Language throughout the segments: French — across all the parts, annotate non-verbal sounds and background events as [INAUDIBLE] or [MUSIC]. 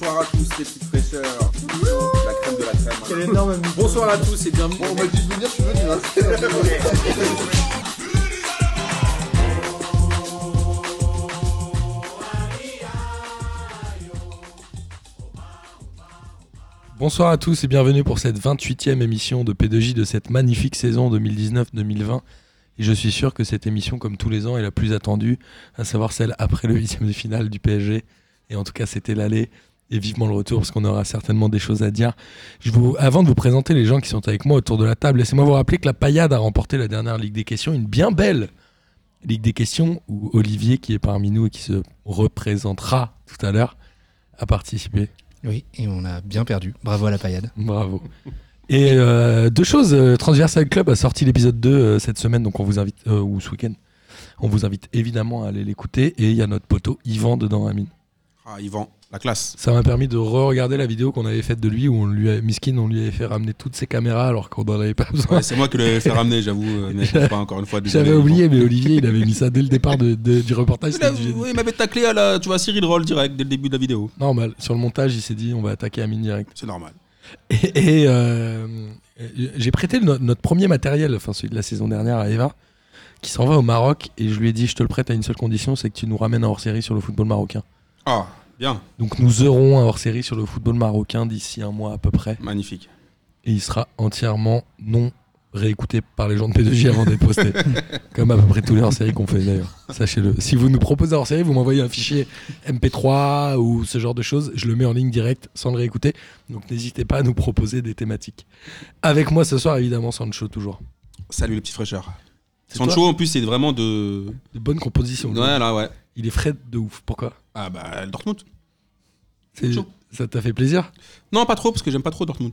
Bonsoir à tous les petites fraîcheurs. La crème de la crème. Quelle énorme amie. Bonsoir à tous et bienvenue. Bon, on m'a dit de venir, je suis venu. hein. Bonsoir à tous et bienvenue pour cette 28e émission de P2J de cette magnifique saison 2019-2020. Et je suis sûr que cette émission, comme tous les ans, est la plus attendue, à savoir celle après le huitième de finale du PSG. Et en tout cas, c'était l'aller et vivement le retour parce qu'on aura certainement des choses à dire. Je vous, avant de vous présenter les gens qui sont avec moi autour de la table, laissez-moi vous rappeler que la Payade a remporté la dernière Ligue des questions, une bien belle Ligue des questions où Olivier, qui est parmi nous et qui se représentera tout à l'heure, a participé. Oui, et on a bien perdu. Bravo à la paillade. Bravo. Et euh, deux choses, euh, Transversal Club a sorti l'épisode 2 euh, cette semaine, donc on vous invite, euh, ou ce week-end, on vous invite évidemment à aller l'écouter. Et il y a notre poteau Yvan dedans, Amine. Ah, Yvan, la classe. Ça m'a permis de re-regarder la vidéo qu'on avait faite de lui, où on lui a, Miskin, on lui avait fait ramener toutes ses caméras alors qu'on n'en avait pas besoin. Ouais, c'est moi qui l'avais fait ramener, j'avoue, euh, mais pas encore une fois. désolé, J'avais Yvan. oublié, mais Olivier, il avait mis ça dès le départ de- de- du [LAUGHS] reportage. Il, a- c'était du génie. oui, il m'avait taclé à la, tu vois, Cyril Roll direct dès le début de la vidéo. Normal, sur le montage, il s'est dit on va attaquer Amine direct. C'est normal. Et, et, euh, euh, j'ai prêté no- notre premier matériel, enfin celui de la saison dernière à Eva, qui s'en va au Maroc, et je lui ai dit je te le prête à une seule condition, c'est que tu nous ramènes un hors-série sur le football marocain. Ah, bien, Donc nous aurons un hors-série sur le football marocain d'ici un mois à peu près, magnifique. et il sera entièrement non réécouté par les gens de P2J avant d'être posté, comme à peu près tous les hors-séries qu'on fait d'ailleurs. Sachez-le. Si vous nous proposez un hors-série, vous m'envoyez un fichier MP3 ou ce genre de choses, je le mets en ligne direct sans le réécouter. Donc n'hésitez pas à nous proposer des thématiques. Avec moi ce soir, évidemment, Sancho toujours. Salut les petits fraîcheurs. C'est Sancho, en plus, c'est vraiment de. De bonne composition. Ouais, là, ouais. Il est frais de ouf. Pourquoi Ah, bah, Dortmund. C'est- Sancho. Ça t'a fait plaisir Non, pas trop, parce que j'aime pas trop Dortmund.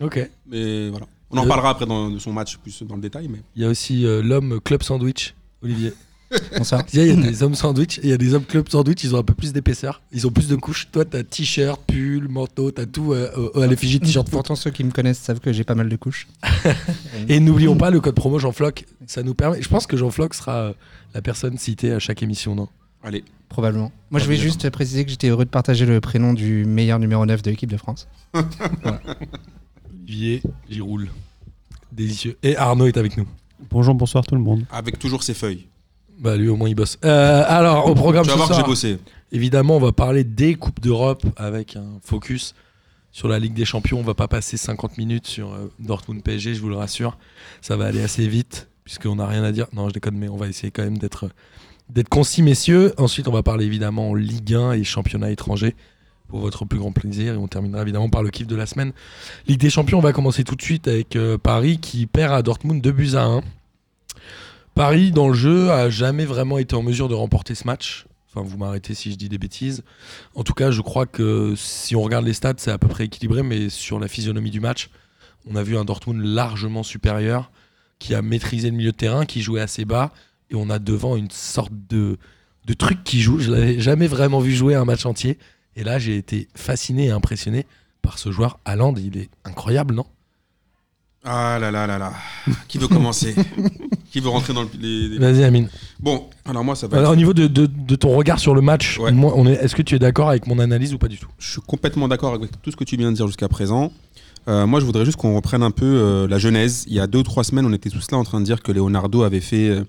Ok. Mais voilà. On en Euh. reparlera après dans, de son match plus dans le détail, mais. Il y a aussi euh, l'homme club sandwich, Olivier. [LAUGHS] Bonsoir. Il y a- il y a des hommes sandwich et il y a des hommes club sandwich, ils ont un peu plus d'épaisseur. Ils ont plus de couches. Toi, t'as t-shirt, pull, manteau, t'as tout euh, euh, à l'effigie de t-shirt. Pourtant, ceux qui me connaissent savent que j'ai pas mal de [LAUGHS] couches. Et n'oublions pas le code promo Jean Floc. Ça nous permet. Je pense que Jean Floc sera euh, la personne citée à chaque émission, non Allez, Probablement. Moi, je vais Probablement. juste préciser que j'étais heureux de partager le prénom du meilleur numéro 9 de l'équipe de France. Olivier Giroul. Délicieux. Et Arnaud est avec nous. Bonjour, bonsoir tout le monde. avec toujours ses feuilles. Bah lui au moins il bosse. Euh, alors au programme tu vas ce voir que j'ai soir, bossé. évidemment on va parler des coupes d'Europe avec un focus sur la Ligue des Champions. On va pas passer 50 minutes sur euh, Dortmund PSG, je vous le rassure. Ça va aller assez vite puisqu'on n'a rien à dire. Non je déconne mais on va essayer quand même d'être d'être concis messieurs. Ensuite on va parler évidemment Ligue 1 et championnat étranger pour votre plus grand plaisir et on terminera évidemment par le kiff de la semaine. Ligue des Champions, on va commencer tout de suite avec euh, Paris qui perd à Dortmund 2 buts à 1. Paris, dans le jeu, a jamais vraiment été en mesure de remporter ce match. Enfin, vous m'arrêtez si je dis des bêtises. En tout cas, je crois que si on regarde les stats, c'est à peu près équilibré, mais sur la physionomie du match, on a vu un Dortmund largement supérieur, qui a maîtrisé le milieu de terrain, qui jouait assez bas, et on a devant une sorte de, de truc qui joue. Je l'avais jamais vraiment vu jouer un match entier, et là, j'ai été fasciné et impressionné par ce joueur Haaland. Il est incroyable, non Ah là là là là. Qui veut commencer Qui veut rentrer dans le. les- les- Vas-y, Amine. Bon, alors moi, ça va. Alors, être- Bah, au niveau de, de- de ton regard sur le match, Ouais. moi, on est, est-ce que tu es d'accord avec mon analyse ou pas du tout Je suis complètement d'accord avec tout ce que tu viens de dire jusqu'à présent. Euh, moi, je voudrais juste qu'on reprenne un peu euh, la genèse. Il y a deux ou trois semaines, on était tous là en train de dire que Leonardo avait fait euh,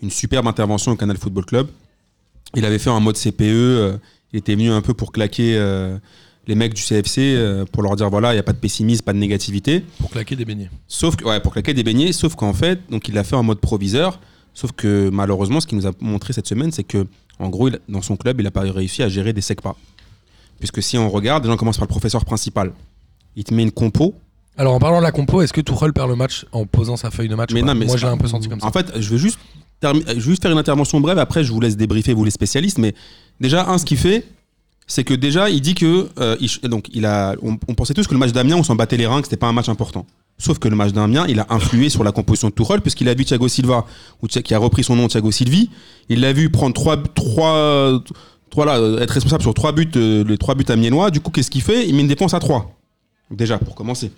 une superbe intervention au Canal Football Club. Il avait fait en mode CPE. euh, il était venu un peu pour claquer euh, les mecs du CFC euh, pour leur dire voilà, il n'y a pas de pessimisme, pas de négativité. Pour claquer des beignets. Sauf que, ouais, pour claquer des beignets, sauf qu'en fait, donc il l'a fait en mode proviseur. Sauf que malheureusement, ce qu'il nous a montré cette semaine, c'est que, en gros, il- dans son club, il n'a pas réussi à gérer des secs pas. Puisque si on regarde, déjà on commence par le professeur principal. Il te met une compo. Alors en parlant de la compo, est-ce que Tuchel perd le match en posant sa feuille de match Mais ou pas non, mais Moi c'est je l'ai pas- un peu senti comme ça. En fait, je vais juste, termi- je vais juste faire une intervention brève. Après, je vous laisse débriefer, vous les spécialistes. Mais déjà, un, ce qu'il fait, c'est que déjà, il dit que. euh, il ch- donc, il a, on, on pensait tous que le match d'Amiens, on s'en battait les reins, que c'était pas un match important. Sauf que le match d'Amiens, il a influé sur la composition de Tourelle, puisqu'il a vu Thiago Silva, ou Thi- qui a repris son nom, Thiago Silvi. Il l'a vu prendre trois, trois, trois là, euh, être responsable sur trois buts, euh, les trois buts amiénois. Du coup, qu'est-ce qu'il fait Il met une défense à trois. Déjà, pour commencer.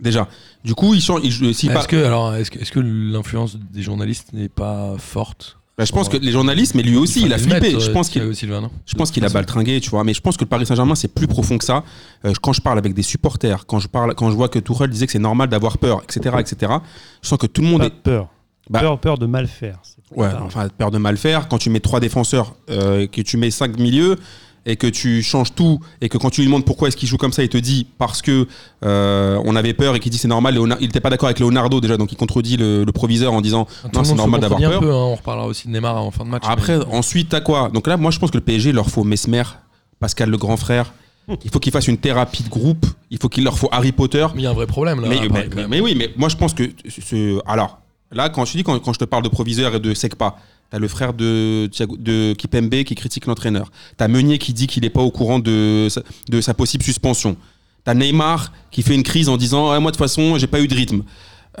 Déjà. Du coup, il change. il- s'il Est-ce part- que alors est-ce que, est-ce que l'influence des journalistes n'est pas forte Bah, je pense que les journalistes, mais lui aussi, il a flippé. je pense qu'il a Sylvain, euh, non je pense qu'il a baltringué, tu vois. Mais je pense que le Paris Saint-Germain, c'est plus profond que ça. Euh, quand je parle avec des supporters, quand je, parle, quand je vois que Tuchel disait que c'est normal d'avoir peur, etc., etc., je sens que tout le monde Pas est. peur. Bah- Peur, peur de mal faire. C'est pas Ouais, pareil. enfin, peur de mal faire. Quand tu mets trois défenseurs, euh, que tu mets cinq milieux et que tu changes tout et que quand tu lui demandes pourquoi est-ce qu'il joue comme ça, il te dit parce que euh, on avait peur et qu'il dit c'est normal. Léonard- il n'était pas d'accord avec Leonardo déjà, donc il contredit le, le proviseur en disant non, Tout le c'est monde se normal d'avoir contredit un peur. peu, hein, on reparlera aussi de Neymar en fin de match. Après, mais- ensuite, t'as quoi Donc là, moi, je pense que le PSG, il leur faut Mesmer, Pascal le grand frère. Il faut qu'ils fassent une thérapie de groupe. Il faut qu'il leur faut Harry Potter. Mais il y a un vrai problème là. Mais, à mais- Paris, mais- quand même. mais oui, mais moi je pense que. ce- ce- alors, là, quand je te dis, quand, quand je te parle de proviseur et de Secpa, t'as le frère de, Thiago- de Kipembe qui critique l'entraîneur. T'as Meunier qui dit qu'il n'est pas au courant de, sa- de sa possible suspension. T'as Neymar qui fait une crise en disant Ouais, Moi, de toute façon, j'ai pas eu de rythme.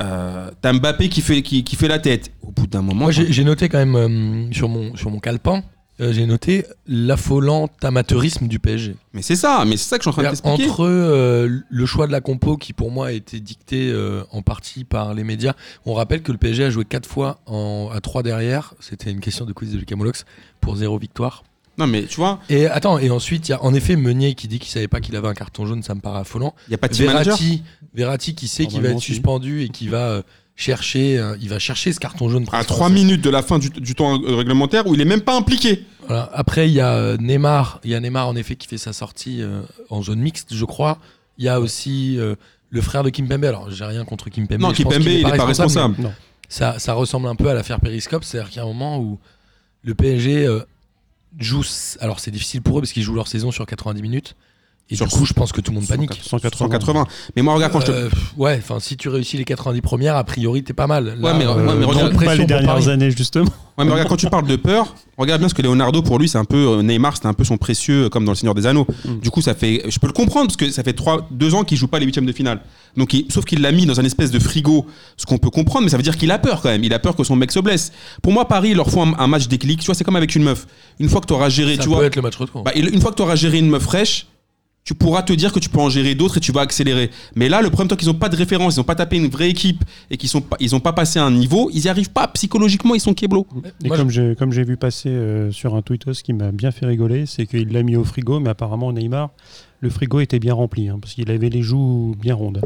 Euh, t'as Mbappé qui fait, qui, qui fait la tête. Au bout d'un moment. Moi, j'ai j'ai noté quand même euh, sur, mon, sur mon calepin, euh, j'ai noté l'affolant amateurisme du PSG. Mais c'est ça, mais c'est ça que je suis en train de t'expliquer. Entre euh, le choix de la compo qui pour moi a été dicté euh, en partie par les médias, on rappelle que le PSG a joué 4 fois en- à 3 derrière, c'était une question de quiz de Lucas Moulox, pour 0 victoire. Non, mais tu vois, Et attends, et ensuite il y a en effet Meunier qui dit qu'il savait pas qu'il avait un carton jaune, ça me paraît affolant. il n'y a pas de team manager. Verratti, Verratti qui sait qu'il va être Normalement, si. suspendu et qui va euh, chercher euh, il va chercher ce carton jaune À presque. 3 minutes de la fin du, du temps euh, réglementaire où il est même pas impliqué. Voilà. Après, il y a euh, Neymar. Il y a Neymar, en effet, qui fait sa sortie euh, en zone mixte, je crois. Il y a aussi euh, le frère de Kimpembe. Alors, j'ai rien contre Kimpembe. non, je pense Kipembe, qu'il il n'est pas responsable. mais Ça, ça ressemble un peu à l'affaire Periscope. C'est-à-dire qu'il y a un moment où le PSG euh, joue. s- Alors, c'est difficile pour eux parce qu'ils jouent leur saison sur 90 minutes. Et Sur du coup, je pense que tout le monde panique. 180. 180. Mais moi, regarde, quand je te. Euh, pff, ouais, enfin, si tu réussis les 90 premières, a priori, t'es pas mal. euh, Ouais, mais- ouais, mais grande regarde- Euh, Pas pression les pour Paris. dernières années, justement. Ouais, mais regarde, quand tu parles de peur, regarde bien ce que Leonardo, pour lui, c'est un peu. euh, Neymar, c'était un peu son précieux, euh, comme dans Le Seigneur des Anneaux. Mm. Du coup, ça fait. Je peux le comprendre, parce que ça fait 3, 2 ans qu'il joue pas les huitièmes de finale. Donc, il- sauf qu'il l'a mis dans un espèce de frigo, ce qu'on peut comprendre, mais ça veut dire qu'il a peur quand même. Il a peur que son mec se blesse. Pour moi, Paris, il leur faut un, un match déclic. Tu vois, c'est comme avec une meuf. Une fois que tu auras géré, Ça tu peut vois. être le match retour. Bah, il- une fois que tu auras géré une meuf fraîche, tu pourras te dire que tu peux en gérer d'autres et tu vas accélérer. Mais là, le problème, tant qu'ils n'ont pas de référence, ils n'ont pas tapé une vraie équipe et qu'ils n'ont pas, ils ont pas passé un niveau, ils n'y arrivent pas. Psychologiquement, ils sont keblo. Et Moi, comme j'ai comme j'ai vu passer euh, sur un tweetos qui m'a bien fait rigoler, c'est qu'il l'a mis au frigo, mais apparemment Neymar, le frigo était bien rempli hein, parce qu'il avait les joues bien rondes.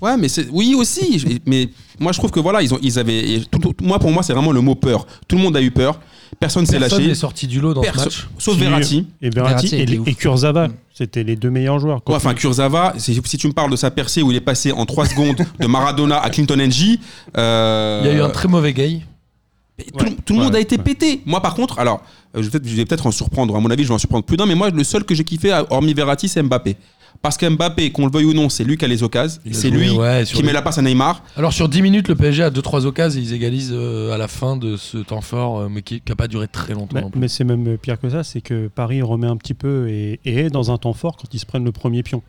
Ouais, mais c'est oui aussi. je- Mais moi, je trouve que voilà, ils ont, ils avaient. et tout- tout- moi, pour moi, c'est vraiment le mot peur. Tout le monde a eu peur. Personne s'est Personne lâché. n'est sorti du lot dans ce Perso- match. Sauf Si- Verratti. Et Verratti Verratti était et, ouf. et Kurzawa, Mm. c'était les deux meilleurs joueurs. Ouais, enfin, Kurzawa, c'est- si tu me parles de sa percée où il est passé en 3 [LAUGHS] secondes de Maradona à Clinton NG, euh, Il y a eu un très mauvais gay. Mais tout, le- tout le Ouais, monde a été ouais. pété. Moi, par contre, alors, euh, je vais peut-être je vais peut-être en surprendre. À mon avis, je vais en surprendre plus d'un. Mais moi, le seul que j'ai kiffé, à- hormis Verratti, c'est Mbappé. Parce que Mbappé, qu'on le veuille ou non, c'est lui qui a les occasions. Il a C'est joué, lui ouais, sur qui le- met la passe à Neymar. Alors sur 10 minutes, le PSG a 2-3 occasions et ils égalisent euh, à la fin de ce temps fort, euh, mais qui n'a pas duré très longtemps. Mais, non plus. mais c'est même pire que ça, c'est que Paris remet un petit peu et, et est dans un temps fort quand ils se prennent le premier pion.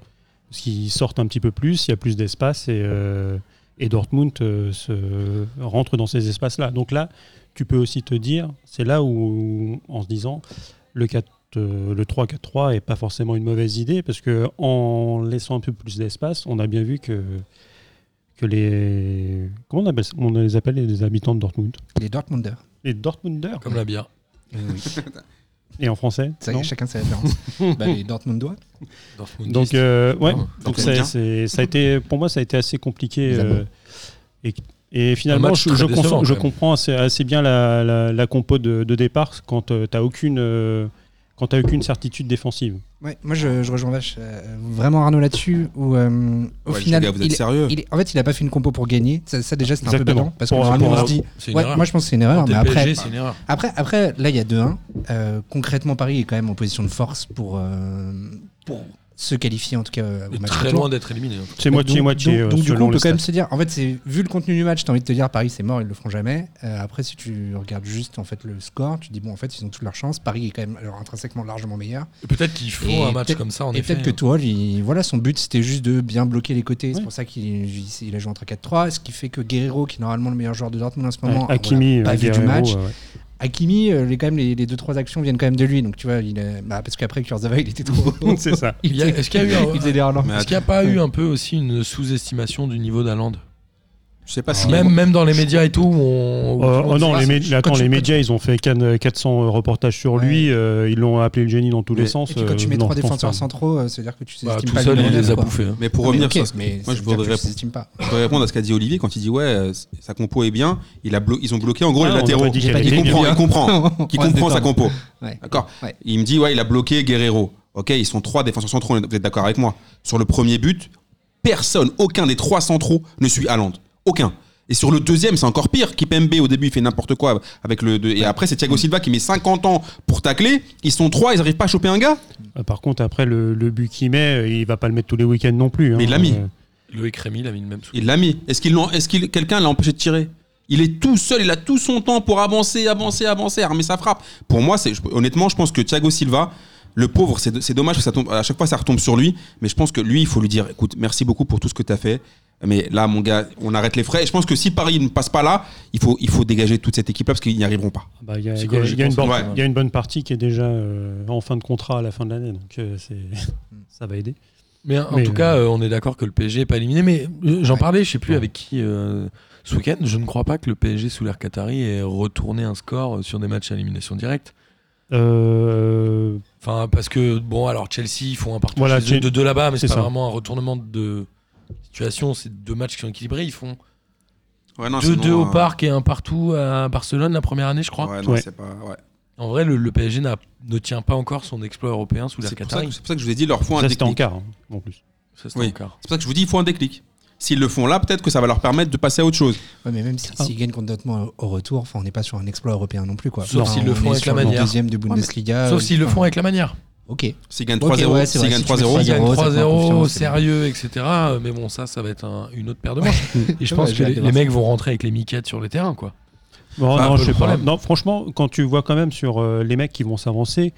Parce qu'ils sortent un petit peu plus, il y a plus d'espace et, euh, et Dortmund euh, se, rentre dans ces espaces-là. Donc là, tu peux aussi te dire, c'est là où, en se disant, le 4, euh, le 3-4-3 est pas forcément une mauvaise idée, parce que en laissant un peu plus d'espace, on a bien vu que, que les... Comment on, appelle ça on les appelle les habitants de Dortmund Les Dortmunder. Les Dortmunders, Comme la bière. et en français Ça y est, non chacun ses [LAUGHS] références. bah, les Dortmundois. Dortmund Donc, dix. euh, ouais. Pardon. Donc Dortmund ça, bien. c'est- ça a été, pour moi, ça a été assez compliqué. Les euh, abonnés. et, et Un finalement, match je, très je décevant, conço- quand je même. comprends assez, assez bien la, la- la compo de, de départ quand euh, t'as aucune, euh, quand t'as aucune certitude défensive. Ouais, moi, je, je rejoins Vache, euh, vraiment Arnaud là-dessus. Où, euh, au Ouais, les final, gars, vous êtes il- sérieux il est- en fait, il a pas fait une compo pour gagner. Ça, ça, déjà, c'était un peu Exactement. bâlant. Parce que Pour- normalement, pour- on se dit. c'est une Ouais, erreur. moi, je pense que c'est une erreur. Quand t'es Mais après, PSG, c'est une erreur. après, après, là, il y a 2-1. Euh, concrètement, Paris est quand même en position de force pour, euh, pour se qualifier, en tout cas, euh, au Et match Très retour. loin d'être éliminé. hein. C'est Donc- moitié-moitié. Donc, euh, donc du coup, selon on peut les quand même stats. se dire, en fait, c'est vu le contenu du match, t'as envie de te dire Paris c'est mort, ils le feront jamais. Euh, après, si tu regardes juste en fait le score, tu te dis bon, en fait, ils ont toute leur chance. Paris est quand même alors, intrinsèquement largement meilleur. Et Peut-être qu'ils font Et un match peut-être- comme ça, en Et effet. hein. peut-être que Tourelle, il- voilà, son but c'était juste de bien bloquer les côtés. C'est Oui. pour ça qu'il il- il a joué en 3-4-3, ce qui fait que Guerrero, qui est normalement le meilleur joueur de Dortmund en ce moment, Ouais, Hakimi, on l'a pas euh, vu du Guerrero, match. ouais, ouais. Hakimi, euh, les, quand même, les, les deux trois actions viennent quand même de lui. Donc tu vois, il a- bah, parce qu'après Kurzawa, il [LAUGHS] était trop. haut. [LAUGHS] C'est ça. Il Il y a- était- Est-ce qu'il y a eu un- il faisait des relents. Mais Est-ce qu'il n'y a pas eu un peu aussi une sous-estimation du niveau d'Aland Je sais pas Ah, si. Même, même dans les médias et tout, on. Euh, oh non, vois, les, c'est- mé- quand attends, tu- les quand médias, ils ont fait euh, can- 400 reportages sur Ouais. lui, euh, ils l'ont appelé le génie dans tous Mais- les sens. Et puis quand tu euh, mets non, trois je pense défenseurs pas. centraux, euh, ça veut dire que tu Bah, sestimes tout pas seul, le il numéro les neuf, a quoi. bouffés. hein. Mais pour Ah, mais revenir ok, sur ce- mais moi, ça je veut voudrais dire que tu répondre- l'estimes pas. je voudrais répondre à ce qu'a dit Olivier quand il dit ouais, euh, sa compo est bien. Il a blo- ils ont bloqué en gros Ah, on les a latéraux. pas dit qu'elle J'ai pas Il était dit comprend, bien. il comprend, [LAUGHS] On qui va se comprend sa détendre. compo. Ouais. D'accord. Ouais. Il me dit ouais, il a bloqué Guerrero. Ok, ils sont trois défenseurs centraux. Vous êtes d'accord avec moi Sur le premier but, personne, aucun des trois centraux ne suit Haaland. Aucun. Et sur le deuxième, c'est encore pire. Kipembe au début, il fait n'importe quoi avec le deux- et après c'est Thiago Silva qui met 50 ans pour tacler. Ils sont trois, ils arrivent pas à choper un gars. Ah, Par contre, après, le, le but qu'il met, euh, il va pas le mettre tous les week-ends non plus. Mais hein. il l'a mis. Euh, Loïc Rémy l'a mis le même sou. Il l'a mis. Est-ce qu'il l'en- est-ce qu'il quelqu'un l'a empêché de tirer Il est tout seul, il a tout son temps pour avancer, avancer, avancer, armer sa frappe. Pour moi, c'est je- honnêtement, je pense que Thiago Silva, le pauvre, c'est do- c'est dommage que ça tombe à chaque fois ça retombe sur lui, mais je pense que lui, il faut lui dire écoute, merci beaucoup pour tout ce que tu as fait. Mais là, mon gars, on arrête les frais. Et je pense que si Paris ne passe pas là, il faut, il faut dégager toute cette équipe-là parce qu'ils n'y arriveront pas. bah, Il y a- il y a- il y a Psychologiquement, une bonne- ouais. il y a une bonne partie qui est déjà euh, en fin de contrat à la fin de l'année, donc euh, c'est- Hmm. ça va aider. Mais en Mais, tout euh, cas, euh, on est d'accord que le PSG n'est pas éliminé. Mais euh, j'en Ouais. parlais, je sais plus Ouais. avec qui euh, ce week-end. Je ne crois pas que le PSG sous l'air Qatari ait retourné un score euh, sur des matchs à élimination directe. Euh, Enfin, parce que bon, alors Chelsea, ils font un partage Voilà, chez eux Chel- de deux là-bas, mais c'est c'est pas ça. vraiment un retournement de situation. C'est deux matchs qui sont équilibrés. Ils font Ouais, non, 2-2 sinon, au euh, parc et un partout à Barcelone la première année, je crois. Ouais, non, Ouais. c'est pas. ouais. En vrai, le, le PSG n'a- ne tient pas encore son exploit européen sous l'air C'est pour, ça Qatari. que- c'est pour ça que je vous ai dit leur faut un ça, c'était en déclic. quart, hein, en plus. Ça, c'est Oui. encore. C'est pour ça que je vous dis il faut un déclic. S'ils le font là, peut-être que ça va leur permettre de passer à autre chose. Ouais, mais même si- s'ils Ah. gagnent contre Dortmund au- au retour, enfin, on n'est pas sur un exploit européen non plus. Quoi. Sauf Enfin, s'ils le on font est avec sur la le manière. deuxième de Bundesliga. Sauf euh, s'ils le enfin, font avec la manière. Ok. S'ils gagnent Ok, 3-0, ouais, c'est s'ils vrai, gagnent si tu mets 3-0, Ils gagnent 3-0, ça te met en 3-0, confiance, c'est bon. sérieux, etc. Euh, Mais bon, ça, ça va être un- une autre paire de [LAUGHS] manches. Et je Ouais, pense j'ai que hâte les, de les voir ça. mecs vont rentrer avec les miquettes sur le terrain, quoi. Bon, Pas un non, peu je le sais pas. problème. Non, franchement, quand tu vois quand même sur euh, les mecs qui vont s'avancer,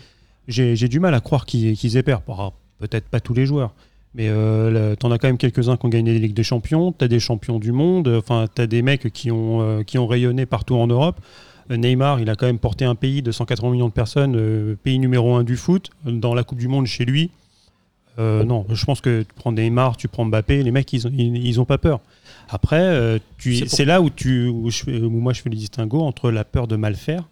j'ai j'ai du mal à croire qu'ils qu'ils aient peur. Bon, alors, Peut-être pas tous les joueurs, mais euh, là, t'en as quand même quelques-uns qui ont gagné les Ligues des Champions, t'as des champions du monde, enfin t'as des mecs qui ont, euh, qui ont rayonné partout en Europe. Euh, Neymar, il a quand même porté un pays de 180 millions de personnes, euh, pays numéro un du foot, dans la Coupe du Monde chez lui. Euh, non, je pense que tu prends Neymar, tu prends Mbappé, les mecs, ils ont, ils, ils ont pas peur. Après, euh, tu- C'est c'est pour- là où, tu, où, je fais- où moi je fais le distinguo entre la peur de mal faire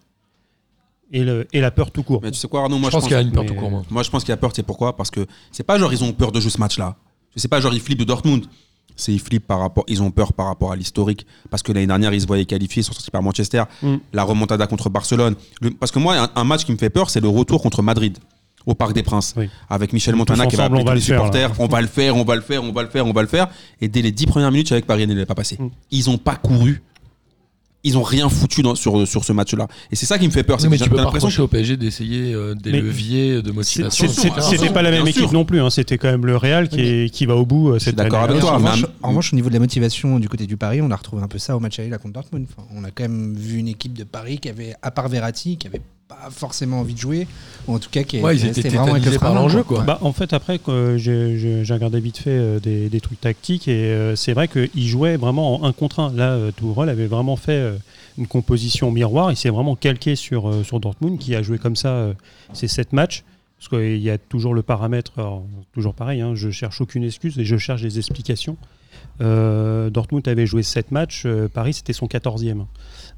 et, le, et la peur tout court. Mais tu sais quoi, Arnaud, Je moi pense qu'il y a une paire mais- tout court. moi. Moi, je pense qu'il y a peur, tu sais pourquoi Parce que c'est pas genre ils ont peur de jouer ce match-là. C'est pas genre ils flippent de Dortmund. C'est ils flippent par rapport, ils ont peur par rapport à l'historique. Parce que l'année dernière, ils se voyaient qualifiés, ils sont sortis par Manchester. Mm. La remontada contre Barcelone. Le- parce que moi, un, un match qui me fait peur, c'est le retour contre Madrid au Parc des Princes. Oui. Avec Michel Montana Tous qui va ensemble, appeler on va tous les le faire, supporters. on va le faire, on va le faire, on va le faire, on va le faire. Et dès les dix premières minutes, avec Paris, il n'est pas passé. Mm. Ils ont pas couru. Ils ont rien foutu dans- sur, sur ce match-là. Et c'est ça qui me fait peur. c'est mais que tu j'ai peux pas l'impression reprocher au PSG d'essayer euh, des Mais- leviers de C'est- motivation. c'est- Attention, c'est- attention, C'était pas la même bien équipe sûr. non plus, hein, c'était quand même le Real qui, est- qui va au bout euh, cette d'accord année. avec toi, Alors, Ah, en, mais revanche, un- en revanche, au niveau de la motivation du côté du Paris, on a retrouvé un peu ça au match aller là contre Dortmund. Enfin, on a quand même vu une équipe de Paris qui avait, à part Verratti, qui avait pas forcément envie de jouer, ou en tout cas qui Ouais, ils qui étaient restait vraiment avec le tétanisés par frein à main, l'enjeu, quoi. Bah, en fait, après, que j'ai- j'ai j'ai regardé vite fait euh, des, des trucs tactiques et euh, c'est vrai qu'il jouait vraiment en un contre un. Là, euh, Tourelle avait vraiment fait euh, une composition miroir. Il s'est vraiment calqué sur, euh, sur Dortmund qui a joué comme ça euh, ces sept matchs. Parce qu'il y a toujours le paramètre, alors, toujours pareil, hein, je cherche aucune excuse et je cherche des explications. Euh, Dortmund avait joué sept matchs, euh, Paris c'était son 14e.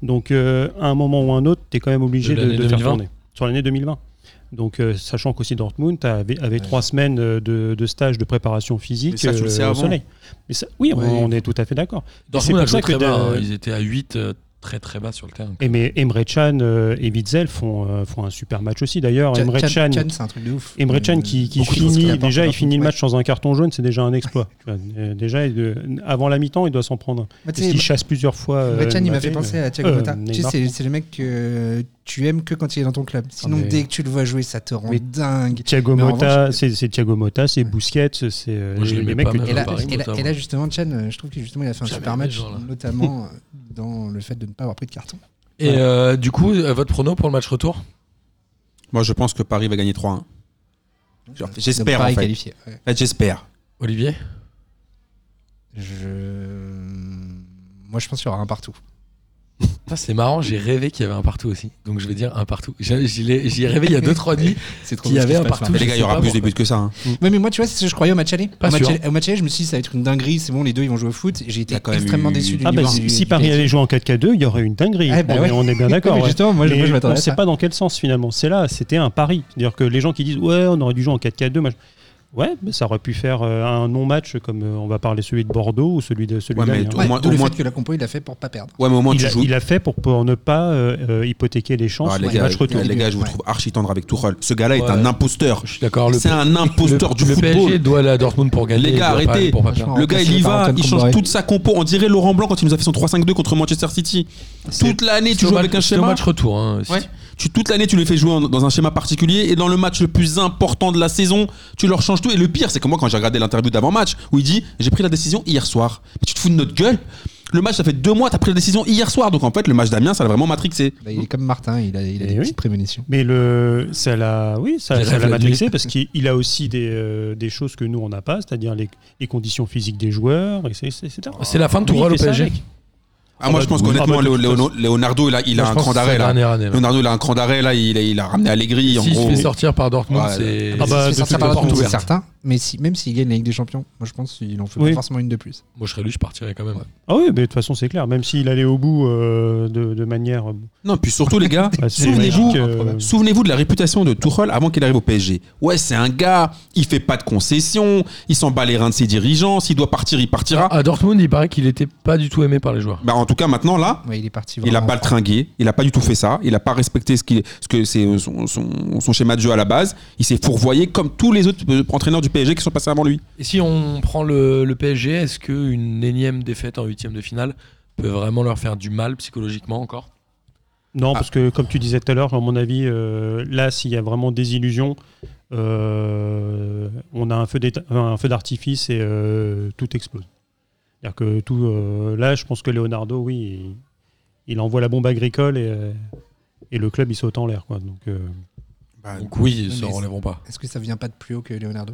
Donc euh, à un moment ou un autre, tu es quand même obligé de, De l'année de faire 2020. tourner. Sur l'année 2020. Donc, euh, sachant qu'aussi Dortmund avait, avait trois semaines euh, de, de stage de préparation physique Mais ça, tu le sais euh, au avant. soleil. Mais ça, oui, on, Oui. on est tout à fait d'accord. Dortmund a pour ça joué que très bas. d'un- hein. Ils étaient à 8 euh, très très bas sur le terrain. Et mais Emre Can euh, et Witzel font, euh, font un super match aussi. D'ailleurs, quoi. Emre Tchan- Can, Tchan, c'est un truc de ouf. Emre Can Euh, qui, qui beaucoup de choses qu'il finit apporte déjà, à il finit le Dortmund. match sans un carton jaune, c'est déjà un exploit. Tu vois. Euh, déjà, il, euh, avant la mi-temps, il doit s'en prendre. un. Ouais. Bah, tu Parce sais, qu'il chasse plusieurs fois. euh, Mbappé, il m'a fait Mbappé, penser mais- à Thiago euh, Motta. Tu sais, Neymar. Ah, c'est- c'est le mec que tu aimes que quand il est dans ton club. Sinon, mais- dès que tu le vois jouer, ça te rend Mais- dingue. Thiago Mais en Motta, revanche- c'est c'est Thiago Motta, c'est Busquets, c'est euh, Moi, je les, les mets les mecs pas que mal. tu- Et là, Dans Paris, et là- notamment. et là, justement, Chan, euh, je trouve que justement, il a fait un J'avais super aimé match, ce genre-là. notamment euh, dans le fait de ne pas avoir pris de carton. Et euh, du coup, euh, votre prono pour le match retour Moi, je pense que Paris va gagner 3-1. Genre, J'espère, en Pareil fait. qualifié. ouais. En fait, J'espère. Olivier Je... Moi, je pense qu'il y aura un partout. Putain, C'est marrant, j'ai rêvé qu'il y avait un partout aussi. Donc je vais dire un partout. J'ai- j'y l'ai- J'y ai rêvé il y [LAUGHS] a 2-3 nuits. C'est Qu'il y beau ce avait se un passe, partout. là. Mais les je gars, il sais y aura pas plus de pourquoi. buts que ça. hein. Ouais, mais moi, tu vois, c'est ce que je croyais au match aller. Pas au, match sûr. aller- au match aller, je me suis dit, ça va être une dinguerie. C'est bon, les deux, ils vont jouer au foot. J'ai été T'as quand même extrêmement eu- déçu du Ah bah, bilan si, du- si du Paris PSG. allait jouer en 4K2, il y aurait une dinguerie. Eh ben on, ouais. est, on [LAUGHS] est bien d'accord. Mais ouais. Justement, moi, je, Mais moi, je m'attendais on à sait ça. pas dans quel sens finalement. C'est là, c'était un pari. C'est-à-dire que les gens qui disent ouais, on aurait dû jouer en 4K2, mach- ouais, mais ça aurait pu faire euh, un non-match comme euh, on va parler celui de Bordeaux ou celui de celui Ouais, mais là au Ouais, moins- d'où au le moins- fait que la compo, il l'a fait pour pas perdre. Ouais, mais au moins il, tu a, joues. il a fait pour, pour ne pas euh, euh, hypothéquer les chances Ah, les, du gars, match retour. les gars, je vous Ouais. trouve archi tendre avec Tuchel. Ce gars-là est Ouais. un imposteur. Je suis d'accord. Le, C'est un le, imposteur du le PSG football. doit aller à Dortmund pour gagner. Les il gars, doit pas arrêtez. aller Pour pas Franchement, perdre. Le gars, il y Remplacé par va, Antoine il change Comboiré. toute sa compo. On dirait Laurent Blanc quand il nous a fait son 3-5-2 contre Manchester City. Toute l'année, tu C'est au joues match- avec un c'est au schéma. match retour. hein, si Ouais. tu- Tu, toute l'année, tu les fais jouer en- dans un schéma particulier et dans le match le plus important de la saison, tu leur changes tout. Et le pire, c'est que moi, quand j'ai regardé l'interview d'avant-match, où il dit J'ai pris la décision hier soir. Mais tu te fous de notre gueule Le match, ça fait deux mois, t'as pris la décision hier soir. Donc en fait, le match d'Amiens, ça l'a vraiment matrixé. Ah, Bah, il est comme Martin, il a, il a Eh des oui. petites prémonitions. Mais le, ça l'a, oui, ça, Les ça rêves l'a la matrixé parce qu'il il a aussi des, euh, des choses que nous on n'a pas, c'est-à-dire les, les conditions physiques des joueurs, et c'est- c'est- etc. Ah, C'est la fin de Oui, hein, Tourelle il au fait ça PSG. avec. Ah, moi, bah, je pense oui. qu'honnêtement, Ah, bah, de Léo- toute façon. Léo- Leonardo, il a, il a Moi, je un pense cran que c'est d'arrêt la là. dernière année, là. Leonardo, il a un cran d'arrêt là, il a, il a ramené Allegri. en S'il se gros. fait sortir par Dortmund, Ouais. c'est. Ah bah, C'est de certain, toute par façon, contre, c'est ouverte. certain, mais si, même s'il gagne la Ligue des Champions, moi je pense qu'il en faut Oui. pas forcément une de plus. Moi, je serais lui, je partirais quand même. Ah oui, mais de toute façon, c'est clair. Même s'il allait au bout euh, de, de manière. Non, puis surtout, les gars, Bah, c'est souvenez-vous magique, euh, Souvenez-vous de la réputation de Tuchel avant qu'il arrive au PSG. Ouais, c'est un gars, il fait pas de concessions, il s'en bat les reins de ses dirigeants, s'il doit partir, il partira. À Dortmund, il paraît qu'il était pas du tout aimé par les joueurs. Bah, en tout cas, maintenant, là, Ouais, il est parti il a vraiment- baltringué, il a pas du tout fait ça, il a pas respecté ce, qui, ce que c'est euh, son, son- son schéma de jeu à la base, il s'est fourvoyé comme tous les autres euh, entraîneurs du PSG qui sont passés avant lui. Et si on prend le, le PSG, est-ce qu'une énième défaite en huitième de finale peut vraiment leur faire du mal psychologiquement encore Non, parce que comme tu disais tout à l'heure, à mon avis, euh, là, s'il y a vraiment des illusions, euh, on a un feu d'éta- un feu d'artifice et euh, tout explose. C'est-à-dire que tout. euh, là, je pense que Leonardo, oui, il, il envoie la bombe agricole et, euh, et le club, il saute en l'air. quoi. Donc, euh, Ah, Donc oui, ils Oui, s'en mais- relèveront pas. Est-ce que ça vient pas de plus haut que Leonardo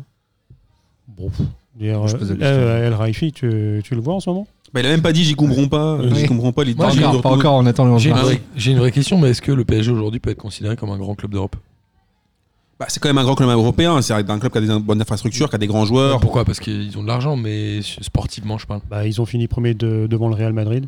Bon, d'ailleurs, Je pose la là, question. euh, El Raifi, tu, tu le vois en ce moment Bah, il a même pas dit j'y comprends pas, euh, Oui. j'y comprends pas, il est Moi, dans- j'ai dans- Encore, pas encore, on attend le j'ai une, lendemain. vraie- j'ai une vraie question, mais est-ce que le PSG aujourd'hui peut être considéré comme un grand club d'Europe Bah, c'est quand même un grand club européen, c'est un club qui a des bonnes infrastructures, qui a des grands joueurs. Pourquoi Parce qu'ils ont de l'argent, mais sportivement, je parle. bah, Ils ont fini premier de- devant le Real Madrid.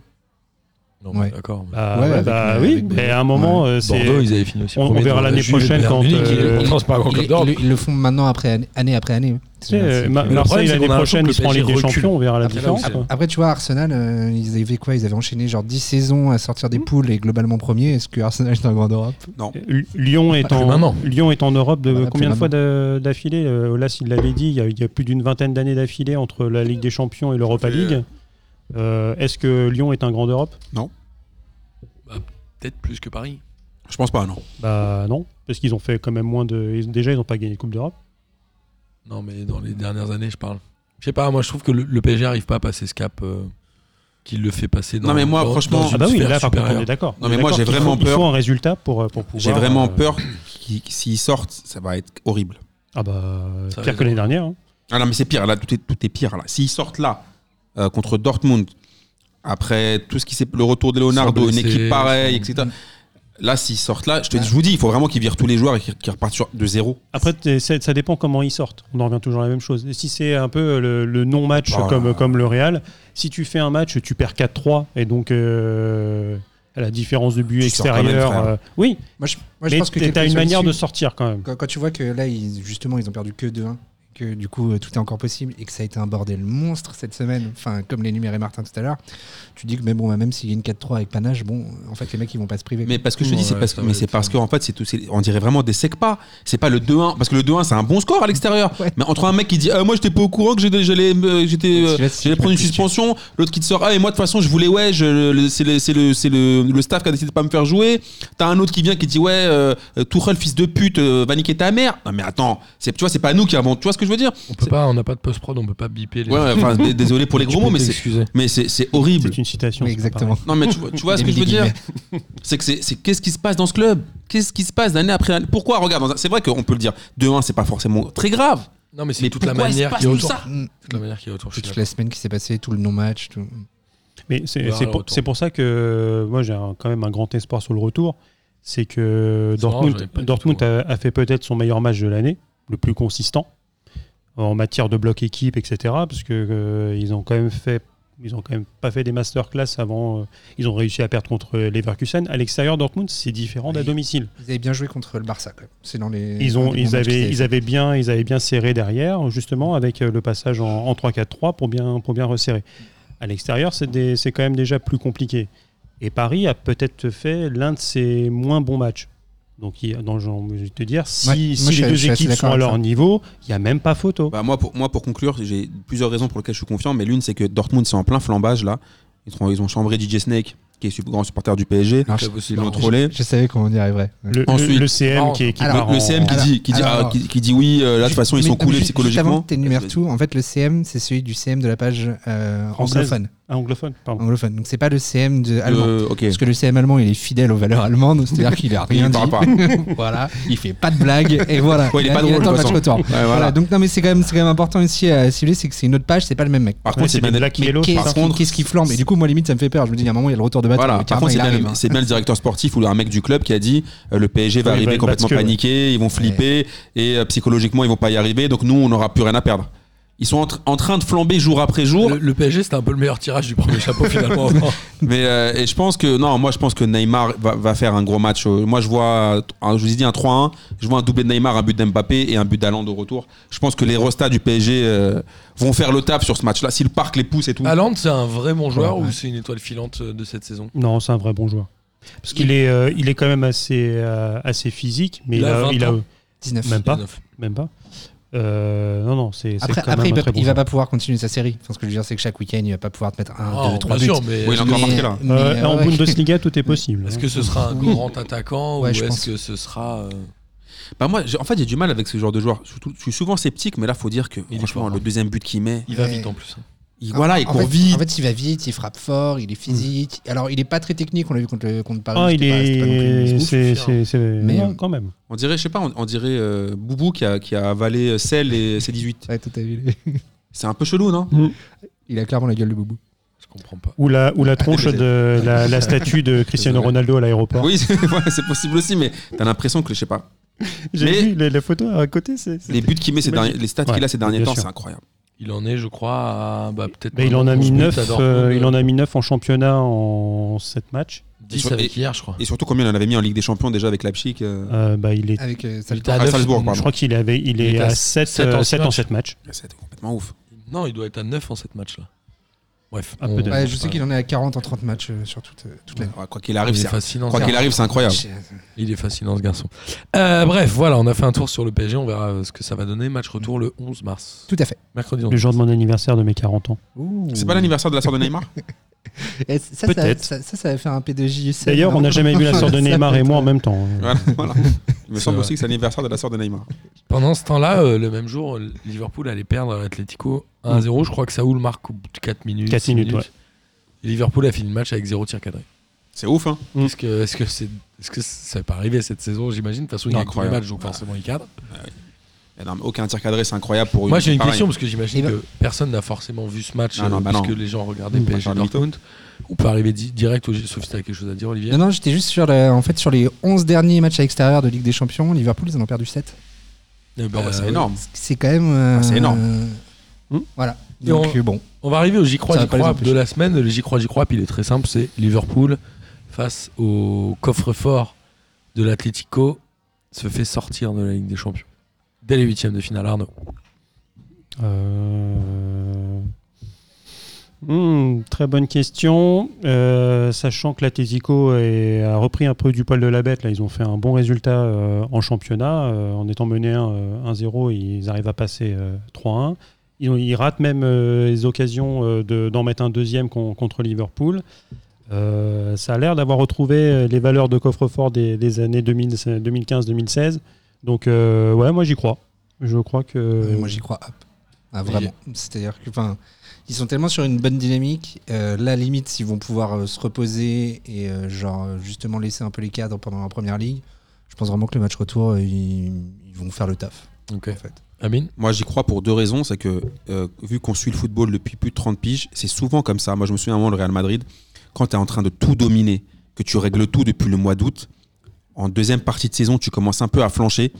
Non, Ouais. mais d'accord. mais- Bah, Ouais, ouais, avec- bah avec oui, des- mais à un moment, euh, c'est. Bordeaux, ils avaient fini aussi. on- on premier verra dans la l'année Juve, prochaine Bayern quand, Munich, euh, il est- pourtant, c'est pas un grand Ils, club d'Europe. ils- ils le font maintenant après année- année après année. Tu sais, euh, Ma- Le problème, Marseille c'est l'année qu'on a l'impression prochaine, que le ils se prend PSG Ligue des recule. Champions, on verra la Après, là, différence. on sait. quoi. Après, tu vois, Arsenal, euh, ils avaient fait quoi Ils avaient enchaîné genre 10 saisons à sortir Hmm. des poules et globalement premier. Est-ce que Arsenal est un grand d'Europe Non. L- Lyon est, Plus en, maintenant. Lyon est en Europe de Voilà, plus combien de fois de- d'affilée Euh, Olas, il l'avait dit, il y, a, il y a plus d'une vingtaine d'années d'affilée entre la Ligue des Champions et l'Europa Ça fait, League. Euh, Est-ce que Lyon est un grand d'Europe Peut-être plus que Paris. Je pense pas, non. Bah non, parce qu'ils ont fait quand même moins de. ils- déjà, ils n'ont pas gagné de Coupe d'Europe. Non, mais dans les dernières années, je parle. Je sais pas, moi, je trouve que le, le PSG arrive pas à passer ce cap euh, qu'il le fait passer dans Non, mais moi, dans- franchement- dans une Ah bah oui, sphère là par contre, on supérieure. est d'accord. Non, On mais est moi, d'accord j'ai qu'il faut- vraiment Il faut peur. un résultat pour, euh, pour pouvoir. J'ai vraiment euh, peur qu'ils- s'ils sortent, ça va être horrible. Ah bah, Ça pire va que l'année dernière. hein. Ah non, mais c'est pire, là, tout est, tout est pire. là. S'ils sortent là, euh, contre Dortmund, après tout ce qui s'est. le retour de Leonardo, Sans une blessé, équipe pareille, sans- etc. Là, s'ils sortent là, je, te, je vous dis, il faut vraiment qu'ils virent tous les joueurs et qu'ils qu'ils repartent sur- de zéro. Après, t'es- ça ça dépend comment ils sortent. On en revient toujours à la même chose. Et si c'est un peu euh, le, le non-match Oh là là. comme, comme le Real, si tu fais un match, tu perds 4-3. Et donc, euh, à la différence de but Tu sors quand même, extérieur. frère. euh, oui, Moi, je, moi, je mais pense que t'as quelques une manière de solutions- sortir quand même. Quand, quand tu vois que là, ils- justement, ils ont perdu que 2-1, que du coup, euh, tout est encore possible et que ça a été un bordel monstre cette semaine, enfin, comme l'énumérait Martin tout à l'heure, tu dis que mais bon, bah, même s'il y a une 4-3 avec Panache, bon, en fait, les mecs, ils vont pas se priver. Mais parce que je te dis, c'est Ouais, parce, ça mais va c'est être- parce que en fait, c'est tout, c'est- on dirait vraiment des secs pas. C'est pas le 2-1, parce que le 2-1, c'est un bon score à l'extérieur. Ouais. Mais entre un mec qui dit, Ah, moi, j'étais pas au courant que j'étais- j'allais, me- j'étais, euh, Tu laisses- j'allais prendre une tu- tu- suspension, l'autre qui te sort, ah, et moi, de toute façon, je voulais, ouais, je, le- c'est le, c'est le, c'est le, le staff qui a décidé de pas me faire jouer. T'as un autre qui vient qui dit, ouais, euh, Tourelle, fils de pute, euh, va niquer ta mère. Non, mais attends, c'est, tu vois, c'est pas nous qui avons, tu vois ce que je veux dire? On peut pas, on n'a pas de post-prod, on peut pas biper les. Ouais, ouais, [LAUGHS] enfin, d- désolé pour les gros mots, mais c'est, excusez. mais c'est, c'est horrible. C'est une citation. Oui, c'est pas exactement. Non, mais tu, vois- tu vois ce que je veux dire? c'est que c'est c'est qu'est-ce qui se passe dans ce club Qu'est-ce qui se passe d'année après année Pourquoi Regarde, dans un- c'est vrai qu'on peut le dire. 2-1, c'est pas forcément très grave. Non, mais c'est Mais toute la pourquoi il se manière passe qui est tout autour. ça Mm. Toute la manière qui est autour. je suis Toute la semaine qui s'est passée, tout le non-match, tout. pareil. Mais c'est Vers c'est le pour, retour. c'est pour ça que euh, moi j'ai un- quand même un grand espoir sur le retour. C'est que C'est marrant, Dortmund, j'avais pas du Dortmund tout, hein. a, a fait peut-être son meilleur match de l'année, le plus consistant en matière de bloc équipe, etc. Parce que euh, ils ont quand même fait, ils ont quand même pas fait des masterclass avant. euh, ils ont réussi à perdre contre Leverkusen. À l'extérieur, Dortmund c'est différent d'à Oui. domicile. Ils avaient bien joué contre le Barça, quand même. C'est dans les. Ils, un ont, des bons ils, matchs qu'ils avaient, ils, fait. avaient bien, ils avaient bien serré derrière, justement, avec euh, le passage en, en 3-4-3 pour bien, pour bien resserrer. À l'extérieur, c'est des- c'est quand même déjà plus compliqué. Et Paris a peut-être fait l'un de ses moins bons matchs. Donc, il- dans, j'ai envie de te dire, si, Ouais, moi, si je suis- les je deux suis assez équipes d'accord sont à avec leur ça. niveau, il n'y a même pas photo. Bah, moi, pour, moi, pour conclure, j'ai plusieurs raisons pour lesquelles je suis confiant, mais l'une, c'est que Dortmund, c'est en plein flambage, là. Ils ont, ils ont chambré DJ Snake, qui est sup- grand supporter du PSG. Alors, J'avoue, c'est Ils l'ont marrant. trollé. Je savais qu'on y arriverait. Ouais. le, le- Ensuite- le CM qui est qui Alors, part le, le en- CM qui alors, dit, qui dit, alors, ah, qui, qui dit oui, euh, là, de toute Juste- façon, ils mais- sont non, mais coolés juste- Juste avant psychologiquement. que t'énumères tout, en fait, le CM, c'est celui du CM de la page euh, Française. anglophone. Ah, anglophone, pardon. anglophone. Donc, c'est pas le CM de allemand. Euh, ok. Parce que le CM allemand, il est fidèle aux valeurs allemandes, c'est-à-dire qu'il a rien Il parle dit. pas. [LAUGHS] voilà, il fait pas de blagues et voilà. Ouais, il est pas a- drôle, attend de le toute match façon. retour. Ouais, voilà. Voilà. Donc non, mais c'est quand même c'est quand même important ici à cibler, c'est que c'est une autre page, c'est pas le même mec. Par Ouais, contre, c'est c'est bien, Black Mais Yellow, qu'est- par contre, qu'est-ce qui flambe Et du coup, moi limite, ça me fait peur. Je me dis, à un moment, il y a le retour de battre. Voilà, Le par terrain, contre, c'est il bien, arrive, le- hein. c'est bien le directeur sportif ou un mec du club qui a dit euh, le PSG va Ouais, ils arriver veulent complètement basculer, ouais. paniqué, ils vont flipper et euh, psychologiquement ils vont pas y arriver, donc nous on n'aura plus rien à perdre. Ils sont en, tr- en train de flamber jour après jour, Le, le PSG, c'était un peu le meilleur tirage du premier [LAUGHS] chapeau finalement. mais euh, et je pense que non, moi je pense que Neymar va, va faire un gros match. Euh, Moi je vois, un- je vous ai dit un 3-1, je vois un doublé de Neymar, un but d'Mbappé et un but d'Alland au retour. Je pense que les restats du PSG euh, vont faire le taf sur ce match-là. Si le parc les pousse et tout, Haaland, c'est un vrai bon joueur Ouais, ou ouais. c'est une étoile filante de cette saison Non, c'est un vrai bon joueur. Parce qu'il est, euh, il est quand même assez, euh, assez physique, mais Il il a a, 20 il a- ans. 19. même pas. 19. Même pas. Euh, non, non, c'est c'est Après, quand après, même il, un va, très bon il va joueur. pas pouvoir continuer sa série. Enfin, ce que je veux dire, c'est que chaque week-end, il va pas pouvoir te mettre Ah, un, deux, trois bien buts. sûr, mais Oui, Oh, il a encore Mais- marqué là. mais, Euh, euh, en ouais. Bundesliga, tout est possible. hein. Est-ce que ce sera un grand [LAUGHS] attaquant Ouais, ou je est-ce pense. que ce sera. euh, Bah moi, j'ai- en fait, j'ai du mal avec ce genre de joueur. Je suis tout- je suis souvent sceptique, mais là, faut dire que Il est franchement, fort, hein. le deuxième but qu'il met, Il va Ouais. vite en plus. hein. il, voilà, il [LAUGHS] En court fait- vite. Hmm. En fait, il va vite, il frappe fort, il est physique. Alors, il est pas très technique, on l'a vu contre, le- contre Paris. Ah, il c'était pas- c'était pas non plus une est. ouf. c'est- différent. c'est- c'est- Mais, non, euh, quand même. On dirait, je sais pas, on, on dirait euh, Boubou qui a, qui a avalé euh, Sel et C18. Ouais, tout à fait, il est- C'est un peu chelou, non [LAUGHS] Il a clairement la gueule de Boubou. Je comprends pas. Ou la, Ah, ou la tronche désolé. de [LAUGHS] la, la statue de Cristiano Désolé. Ronaldo à l'aéroport. Oui, [LAUGHS] c'est ouais, c'est possible aussi, mais t'as l'impression que, je sais pas, mais- J'ai vu la, la photo à côté. c'est- c'est- les buts qu'il met, ces Imagine. derniers, les stats qu'il a Ouais, ces derniers bien temps, sûr. c'est incroyable. Il en est, je crois, à. Bah, peut-être Bah, il, en a mis 9. 9, il en a mis 9 en championnat en 7 matchs. 10 avec hier, je crois. Et surtout, combien il en avait mis en Ligue des Champions déjà avec Leipzig euh, Ah. Euh, bah, il est, Avec euh, Il Salzbourg. était à Ah, neuf. Salzbourg, pardon. je crois qu'il est, avec- il est était à à euh, 7, sept en six en matchs. 7 matchs. C'était complètement ouf. Non, il doit être à 9 en 7 matchs là. Bref. Ah, peut-être. Ouais, je sais qu'il en est à 40 en 30 matchs euh, sur toute, euh, toute Ouais, l'année. euh, quoi qu'il arrive, Ah, il c'est est fascinant. quoi ça. qu'il arrive, c'est incroyable. Il est fascinant ce garçon. Euh, bref, voilà, on a fait un tour sur le PSG, on verra euh, ce que ça va donner. Match retour le 11 mars. Tout à fait. Mercredi 11. Le jour de mon anniversaire de mes 40 ans. C'est pas l'anniversaire de la sœur de Neymar Et ça, ça, Peut-être. Ça, ça, ça va faire un P2J. D'ailleurs, on n'a jamais vu la [LAUGHS] sœur de Neymar et moi en même temps. hein. Voilà, voilà. Il me C'est semble vrai. aussi que c'est l'anniversaire de la sœur de Neymar. Pendant ce temps-là, euh, le même jour, euh, Liverpool allait perdre à l'Atlético 1-0. Je crois que Saoul marque au bout de 4 minutes. Quatre six minutes, Et Liverpool a fini le match avec 0 tir cadré. C'est ouf, hein Mm. Est-ce que, est-ce que, c'est, est-ce que ça n'est pas arrivé cette saison, j'imagine De toute façon, il y a que tous les Incroyable. matchs, donc forcément, il cadre. Eh non, mais aucun tir cadré, c'est incroyable pour Moi, j'ai une pareil. ben- question, parce que j'imagine Il va- que personne n'a forcément vu ce match, Non, non, euh, bah puisque non. les gens regardaient Mm. PSG Pas faire le Dortmund. On peut arriver di- direct, au, sauf si tu as quelque chose à dire, Olivier. Non, non, j'étais juste sur, la- en fait, sur les 11 derniers matchs à l'extérieur de Ligue des Champions. Liverpool, ils en ont perdu 7. Eh ben, Non, bah, c'est euh, énorme. C'est quand même. euh, Ah, c'est énorme. euh, Voilà. Et Donc, on- euh, bon. On va arriver au J'y crois, Ça J'y va pas les crois empêcher. de la semaine. Le J'y crois, J'y crois, puis il est très simple c'est Liverpool face au coffre-fort de l'Atlético se fait sortir de la Ligue des Champions. Dès les huitièmes de finale, Arnaud. Euh, hmm, très bonne question. Euh, sachant que l'Atletico est- a repris un peu du poil de la bête, là, ils ont fait un bon résultat euh, en championnat. Euh, en étant menés un, euh, 1-0, ils arrivent à passer euh, 3-1. Ils, ont- ils ratent même euh, les occasions euh, de- d'en mettre un deuxième con- contre Liverpool. Euh, ça a l'air d'avoir retrouvé euh, les valeurs de coffre-fort des, des années 2000 2015-2016. Donc, euh, ouais, moi j'y crois. Je crois que. Euh, Moi, j'y crois. hop. Ah, vraiment. C'est-à-dire que, enfin, ils sont tellement sur une bonne dynamique. Euh, la limite, s'ils vont pouvoir euh, se reposer et, euh, genre, euh, justement, laisser un peu les cadres pendant la première ligue, je pense vraiment que le match retour, euh, ils, ils vont faire le taf. Ok. En fait. Amine Moi, j'y crois pour deux raisons. C'est que, euh, vu qu'on suit le football depuis plus de 30 piges, c'est souvent comme ça. Moi, je me souviens à un moment, le Real Madrid, quand tu es en train de tout dominer, que tu règles tout depuis le mois d'août, en deuxième partie de saison, tu commences un peu à flancher.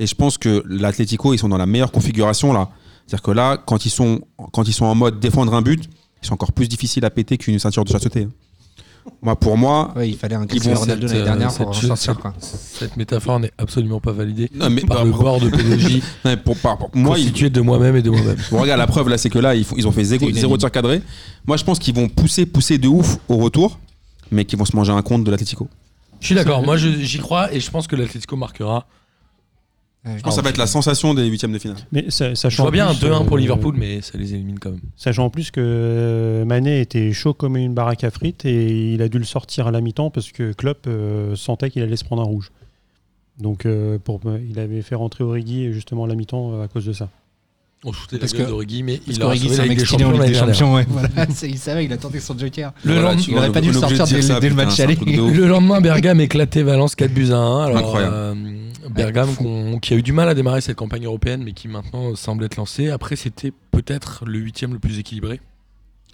Et je pense que l'Atlético, ils sont dans la meilleure configuration là. C'est-à-dire que là, quand ils, sont, quand ils sont en mode défendre un but, ils sont encore plus difficiles à péter qu'une ceinture de chasteté. hein. Moi, pour moi. Ouais, il fallait un Cristiano Bon, Ronaldo cette, l'année dernière euh, pour en cette- sortir. Quoi. Cette métaphore n'est absolument pas validée Non, mais par bah, le pour- bord de [LAUGHS] pédagogie non, mais pour, par- pour- moi, ils- constitué de moi-même et de moi-même. Bon, regarde, la preuve, là, c'est que là, ils, font- ils ont fait zéro, C'est zéro unanime. tir cadré. Moi, je pense qu'ils vont pousser, pousser de ouf au retour, mais qu'ils vont se manger un compte de l'Atletico. Je suis d'accord, moi je- j'y crois et je pense que l'Atlético marquera. Ouais, Ah, Je pense que ça va être la sensation des huitièmes de finale. Mais ça, Je sachant vois en bien un plus, 2-1 pour euh, Liverpool, mais ça les élimine quand même. Sachant en plus que euh, Mané était chaud comme une baraque à frites et il a dû le sortir à la mi-temps parce que Klopp euh, sentait qu'il allait se prendre un rouge. Donc euh, pour, il avait fait rentrer Origi justement à la mi-temps euh, à cause de ça. On shootait la Parce gueule que- d'Origi, mais Parce il a qu'Origi, sauvé c'est la un Ligue mec des stylé en Champions Ligue des l'année dernière. Champions. ouais, voilà. [LAUGHS] C'est- il savait, il a tenté son joker. Le Voilà, lendemain- tu il vois, aurait pas dû on le est obligé sortir de dire dès- ça, dès le putain, match c'est un aller. truc de ouf. Le lendemain, Bergame éclatait Valence 4 buts à 1. Alors, Incroyable. euh, Bergame qu'on- qui a eu du mal à démarrer cette campagne européenne, mais qui maintenant euh, semble être lancée. Après, c'était peut-être le huitième le plus équilibré.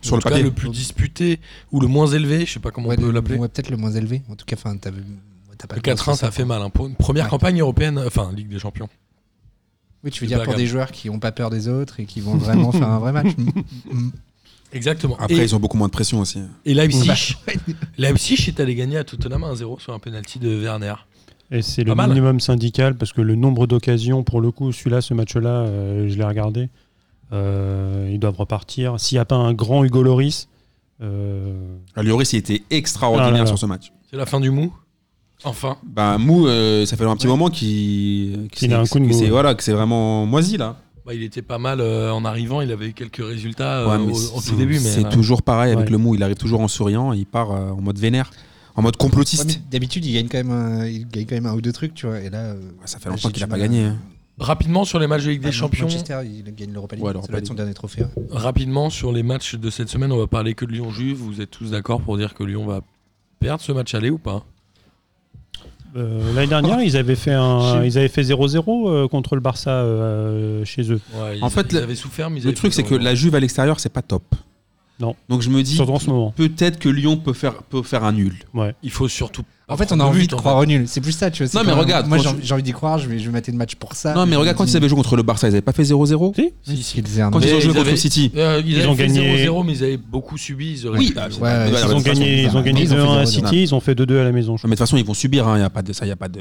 Sur En le tout cas, papier. le plus disputé ou le moins élevé, je sais pas comment Ouais, on peut de- l'appeler. ouais, peut-être le moins élevé. En tout cas, enfin, t'as t'as pas Le de grosse 4-1, ça fait mal. hein. Pour une première Ouais. campagne européenne, enfin Ligue des Champions. Oui, tu veux C'est dire pas pour grave. des joueurs qui n'ont pas peur des autres et qui vont vraiment faire un vrai match. Mm, mm. Exactement. [LAUGHS] Après, et, ils ont beaucoup moins de pression aussi. et Bah, Leipzig, [LAUGHS] Leipzig est allé gagner à Tottenham 1-0 sur un penalty de Werner. Et c'est Pas le mal. minimum syndical parce que le nombre d'occasions, pour le coup, celui-là, ce match-là, euh, je l'ai regardé. Euh, ils doivent repartir. S'il n'y a pas un grand Hugo Loris, euh, Lloris, il était Ah là extraordinaire là. sur ce match. C'est la fin du mou. Enfin. Bah, Mou, euh, ça fait un petit moment qu'il Qu'il a un coup de que mou, c'est- ouais. Voilà, que c'est vraiment moisi, là. Bah, il était pas mal euh, en arrivant, il avait eu quelques résultats euh, Ouais, mais au, au c'est- tout début. Mais, C'est euh, toujours pareil avec Ouais. le Mou. Il arrive toujours en souriant et il part euh, en mode vénère, en mode Ouais, complotiste. mais D'habitude, il gagne quand même, un, il gagne quand même un ou deux trucs, tu vois. Et là, euh, Ouais, Bah, Ça fait longtemps j'ai qu'il du n'a pas mal. gagné. hein. Rapidement sur les matchs de Ligue bah, des Champions, Manchester, il gagne l'Europa League. Ouais, ça l'Europa doit être son League. dernier trophée. hein. rapidement sur les matchs de cette semaine, on va parler que de Lyon-Juve. Vous êtes tous d'accord pour dire que Lyon va perdre ce match aller ou pas euh, l'année dernière, ils avaient fait un- ils avaient fait 0-0 euh, contre le Barça euh, chez eux. Ouais, En ils- fait, ils le- avaient souffert, mais ils Le avaient truc, fait c'est que zéro. la Juve à l'extérieur, c'est pas top. Non. Donc je me dis, Surtout en ce moment. peut-être que Lyon peut faire, peut faire un nul. il faut surtout. En pas fait, on prendre a envie but, de en croire au nul. C'est plus ça, tu vois. c'est Non, mais quand même- regarde, Moi, quand j'ai tu- j'ai envie d'y croire. Je vais, je vais mater le match pour ça. Non, mais Je regarde, me quand dis- ils avaient joué contre le Barça, ils n'avaient pas fait 0-0 fait. Si, si. Quel zéro. Quand Mais ils ont joué ils contre avaient- City Euh, ils, Ils avaient ont fait gagné- 0-0, mais ils avaient beaucoup subi. Ils auraient Oui, pu- bah, Ouais, ouais, Ils Ils ont ont fait gagné, ils ont zéro. gagné Ils ont fait 2-1 à zéro. City, ils ont fait 2-2 à la maison. Non, mais de toute façon, ils vont subir. hein, Il y a pas de ça, il n'y a pas de.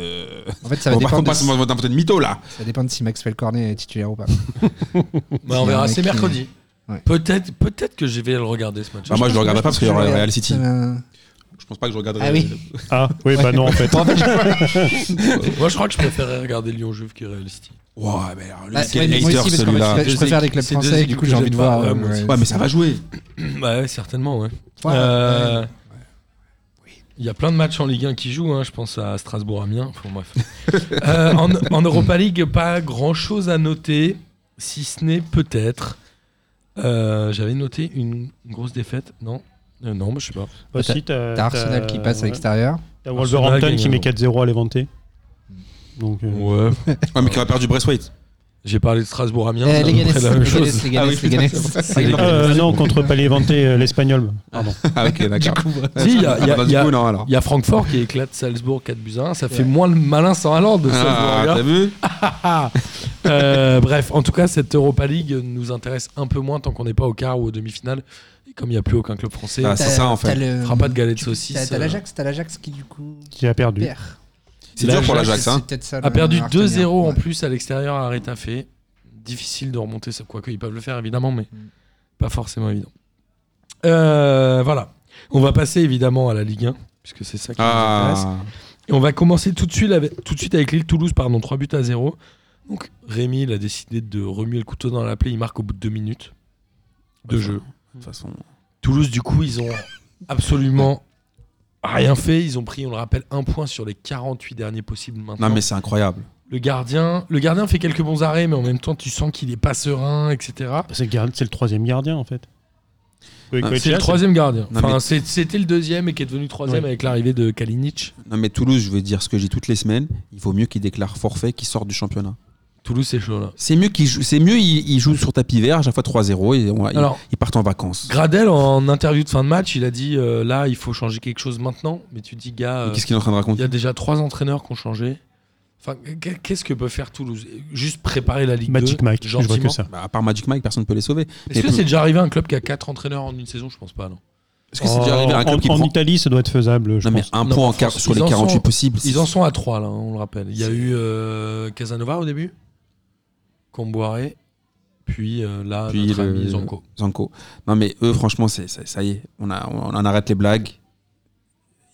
En fait, ça va Bon, par dépendre contre, de pas si- on va inventer de mytho là. ça dépend de si Maxwell Cornet est titulaire ou pas. bah, on Il y a un verra, mec c'est qui- mercredi. Ouais. Peut-être peut-être que je vais le regarder ce match. Bah, moi, je le regarderai pas parce qu'il y aura Real City. Euh, Je pense pas que je regarderai. Ah oui. Ah, oui, bah non, en fait. moi, je crois que je préférerais regarder Lyon-Juve que Real City. Ouah, mais alors, le bah, quel ouais, moi hater aussi, parce qu'en fait, celui-là. je préfère les clubs C'est deux français. Du équipes coup, que j'ai envie j'aime de pas, voir. ouais, euh, moi aussi. Ouais, mais ça va [LAUGHS] jouer. Bah, ouais, certainement, ouais. Ouais, Euh, ouais. Il y a plein de matchs en Ligue 1 qui jouent, hein. je pense à Strasbourg, Amiens. Enfin, bref. [LAUGHS] Euh, en, en Europa League, pas grand chose à noter, si ce n'est peut-être. euh, J'avais noté une grosse défaite, non Euh, Non, bah, je sais pas. Aussi, t'as T'as Arsenal euh, t'as- qui passe à l'extérieur. T'as Arsenal Wolverhampton gagne, qui met ouais. 4-0 à l'Eventé. Donc, euh, Ouais. Ouais, mais qui va perdre du Breastweight. J'ai parlé de Strasbourg, Amiens. c'est à Euh, Les peu près Ganes, la même les Ganes, chose. les Ganes, Ah oui, les Ganes. les Ganes. Euh, non, contre pas l'Eventé, euh, l'Espagnol. Pardon. [LAUGHS] Ah, ok, d'accord. Si, il y a- il y a- Ah, bah, il y du a- coup, non, alors. Il y a Francfort qui éclate Salzbourg 4 buts à 1. Ça fait Ouais. moins le malin sans Haaland de Salzbourg. Ah, regarde. t'as vu Ah. Euh, bref, en tout cas, cette Europa League nous intéresse un peu moins tant qu'on n'est pas au quart ou aux demi-finales. Et comme il n'y a plus aucun club français, Ah, on c'est ça, en fait. ne fera pas de galette de saucisse. T'as t'as euh, l'Ajax, t'as l'Ajax qui du coup Qui a perdu. perd. C'est dur pour l'Ajax. hein. C'est peut-être ça, a le- perdu à retenir. 2-0 en Ouais. plus à l'extérieur à Rétafé. Difficile de remonter ça, quoique ils peuvent le faire évidemment, mais Mm. pas forcément évident. Euh, voilà. On va passer évidemment à la Ligue 1, puisque c'est ça qui nous intéresse. Ah, Et on va commencer tout de suite avec, tout de suite avec Lille Toulouse, pardon, 3 buts à 0. Donc Rémi, il a décidé de remuer le couteau dans la plaie, il marque au bout de 2 minutes de Ouais, jeu. de toute façon. Toulouse, du coup, ils ont absolument rien fait. Ils ont pris, on le rappelle, un point sur les 48 derniers possibles maintenant. Non, mais c'est incroyable. le, gardien, le gardien fait quelques bons arrêts, mais en même temps, tu sens qu'il est pas serein, etc. Bah, C'est le, gar- c'est le troisième gardien, en fait. Ah, Kovacic, C'est le troisième gardien. Non, Enfin, mais- c'est- c'était le deuxième et qui est devenu troisième Ouais. avec l'arrivée de Kalinic. Non, mais Toulouse, je vais dire ce que j'ai toutes les semaines. Il vaut mieux qu'ils déclarent forfait, qu'ils sortent du championnat. Toulouse, c'est chaud là. C'est mieux qu'ils jouent, c'est mieux ils, ils jouent sur tapis vert, à chaque fois 3-0 et on- ils- Alors- ils partent en vacances. Gradel, en interview de fin de match, il a dit euh, là, il faut changer quelque chose maintenant. Mais tu dis, gars, Mais euh, Qu'est-ce qu'il est en train de il y raconter a déjà trois entraîneurs qui ont changé. Enfin, qu- qu'est-ce que peut faire Toulouse Juste préparer la Ligue 2. Magic Mike, je vois gentiment. que ça. Bah, À part Magic Mike, personne ne peut les sauver. Est-ce que Mais- c'est déjà arrivé à un club qui a quatre entraîneurs en une saison Je pense pas, non. Est-ce que c'est Oh, déjà arrivé à un en, club qui en prend Italie, ça doit être faisable, je Non, mais pense. un Non, point en en quart- France, sur les ils en 48 sont- possibles. Ils en sont à trois, là, on le rappelle. Il y a eu euh, Casanova au début, Comboiré, puis euh, là, Puis notre le- ami Zonko. Zanko. Non, mais eux, franchement, c'est, c'est- ça y est. On, a, on en arrête les blagues.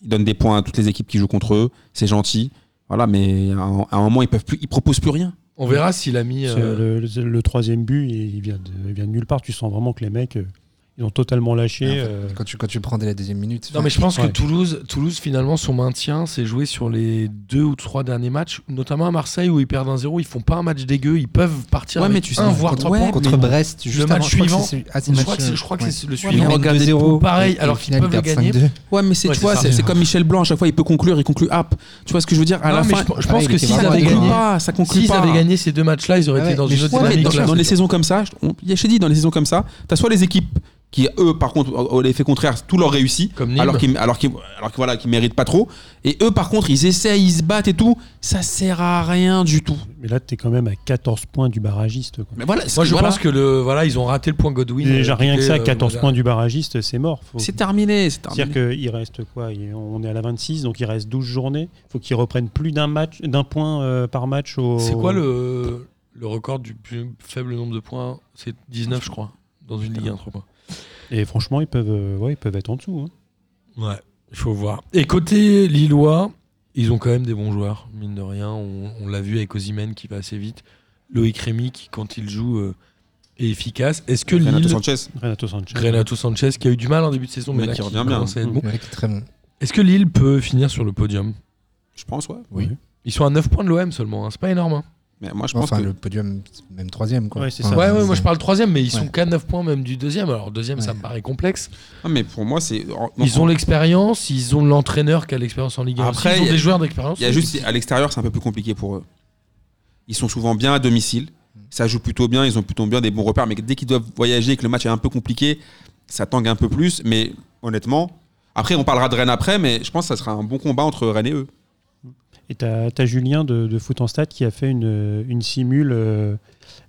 Ils donnent des points à toutes les équipes qui jouent contre eux. C'est gentil. Voilà, mais à un, à un moment, ils peuvent plus, ils proposent plus rien. On verra s'il a mis. C'est euh, le, le- le troisième but, il il vient, de, il vient de nulle part. Tu sens vraiment que les mecs, euh, ils ont totalement lâché. Et en fait, euh, Quand tu, quand tu prends dès la deuxième minute. Non, mais je pense que Ouais. Toulouse, Toulouse, finalement, son maintien s'est joué sur les deux ou trois derniers matchs, notamment à Marseille où ils perdent 1-0. Ils font pas un match dégueu, ils peuvent partir Ouais, avec mais tu sais, un, ouais, voire contre, trois ouais, points. contre mais- Brest, Le juste match avant, je crois que suivant, c'est- ah, c'est Je le crois que match, c'est- je crois que ouais. c'est le Ils suivant. mènent regarde 2-0, les pots, pareil, et- alors et au qu'ils final, peuvent ils le perdent gagner. 5-2. Ouais, mais c'est, Ouais, tu c'est vois, ça. c'est, c'est comme Michel Blanc. À chaque fois, il peut conclure, il conclut hop. Tu vois ce que je veux dire À Non, la mais fin, je, pense- je pareil, pense il que était s'ils vraiment ça avaient conclut dégueu. gagné, pas. Ça conclut s'ils pas. avaient gagné ces deux matchs-là, ils auraient Ah été ouais, dans mais une je autre crois, Ouais, mais dynamique. dans, dans de classe, les c'est saisons comme ça, je- on- il y a chez dit dans les saisons comme ça, t'as soit les équipes qui eux par contre ont ont l'effet contraire, tout leur réussit, Comme Nîmes. alors qu'ils alors qu'ils alors que voilà qu'ils méritent pas trop, et eux par contre ils essayent, ils se battent et tout, ça sert à rien du tout. Mais là, tu es quand même à 14 points du barragiste. quoi. Mais voilà, Moi, je voilà, pense que le, voilà, ils ont raté le point Godwin. Déjà, euh, rien que qui ça, était, euh, 14 voilà. points du barragiste, c'est mort. Faut- c'est terminé, c'est terminé. C'est-à-dire qu'il reste quoi Il- On est à la 26, donc il reste 12 journées. Il faut qu'ils reprennent plus d'un match, d'un point euh, par match. Au... C'est quoi le, le record du plus faible nombre de points C'est 19, je crois, dans une Ligue 1, 3 points. Et franchement, ils peuvent, euh, ouais, ils peuvent être en dessous. hein. Ouais, il faut voir. Et côté Lillois, ils ont quand même des bons joueurs, mine de rien. On, on l'a vu avec Ozimène qui va assez vite. Loïc Rémy qui, quand il joue, euh, est efficace. Est-ce que Renato Lille- Sanchez, Renato Sanchez. Renato Sanchez qui a eu du mal en début de saison, mais, Mais là, qui qui revient bien. Mm. commence à être Mmh. bon. Le mec est très bon. Est-ce que Lille peut finir sur le podium je pense ouais. Ils sont à 9 points de l'OM seulement, hein, c'est pas énorme. hein. Mais moi je pense Enfin, que le podium, même troisième. Quoi. Ouais, c'est Enfin, ça. Ouais, ouais, moi je parle troisième, mais ils sont Ouais. qu'à 9 points même du deuxième. Alors, deuxième, ça Ouais. me paraît complexe. Ah, mais pour moi c'est en- ils en- ont l'expérience, ils ont l'entraîneur qui a l'expérience en Ligue 1. Après, ils y ont a- des joueurs d'expérience. Il y a juste à l'extérieur, c'est un peu plus compliqué pour eux. Ils sont souvent bien à domicile, ça joue plutôt bien, ils ont plutôt bien des bons repères, mais dès qu'ils doivent voyager et que le match est un peu compliqué, ça tangue un peu plus. Mais honnêtement, après on parlera de Rennes après, mais je pense que ça sera un bon combat entre Rennes et eux. Et t'as as Julien de, de Foot en Stade qui a fait une, une simule euh,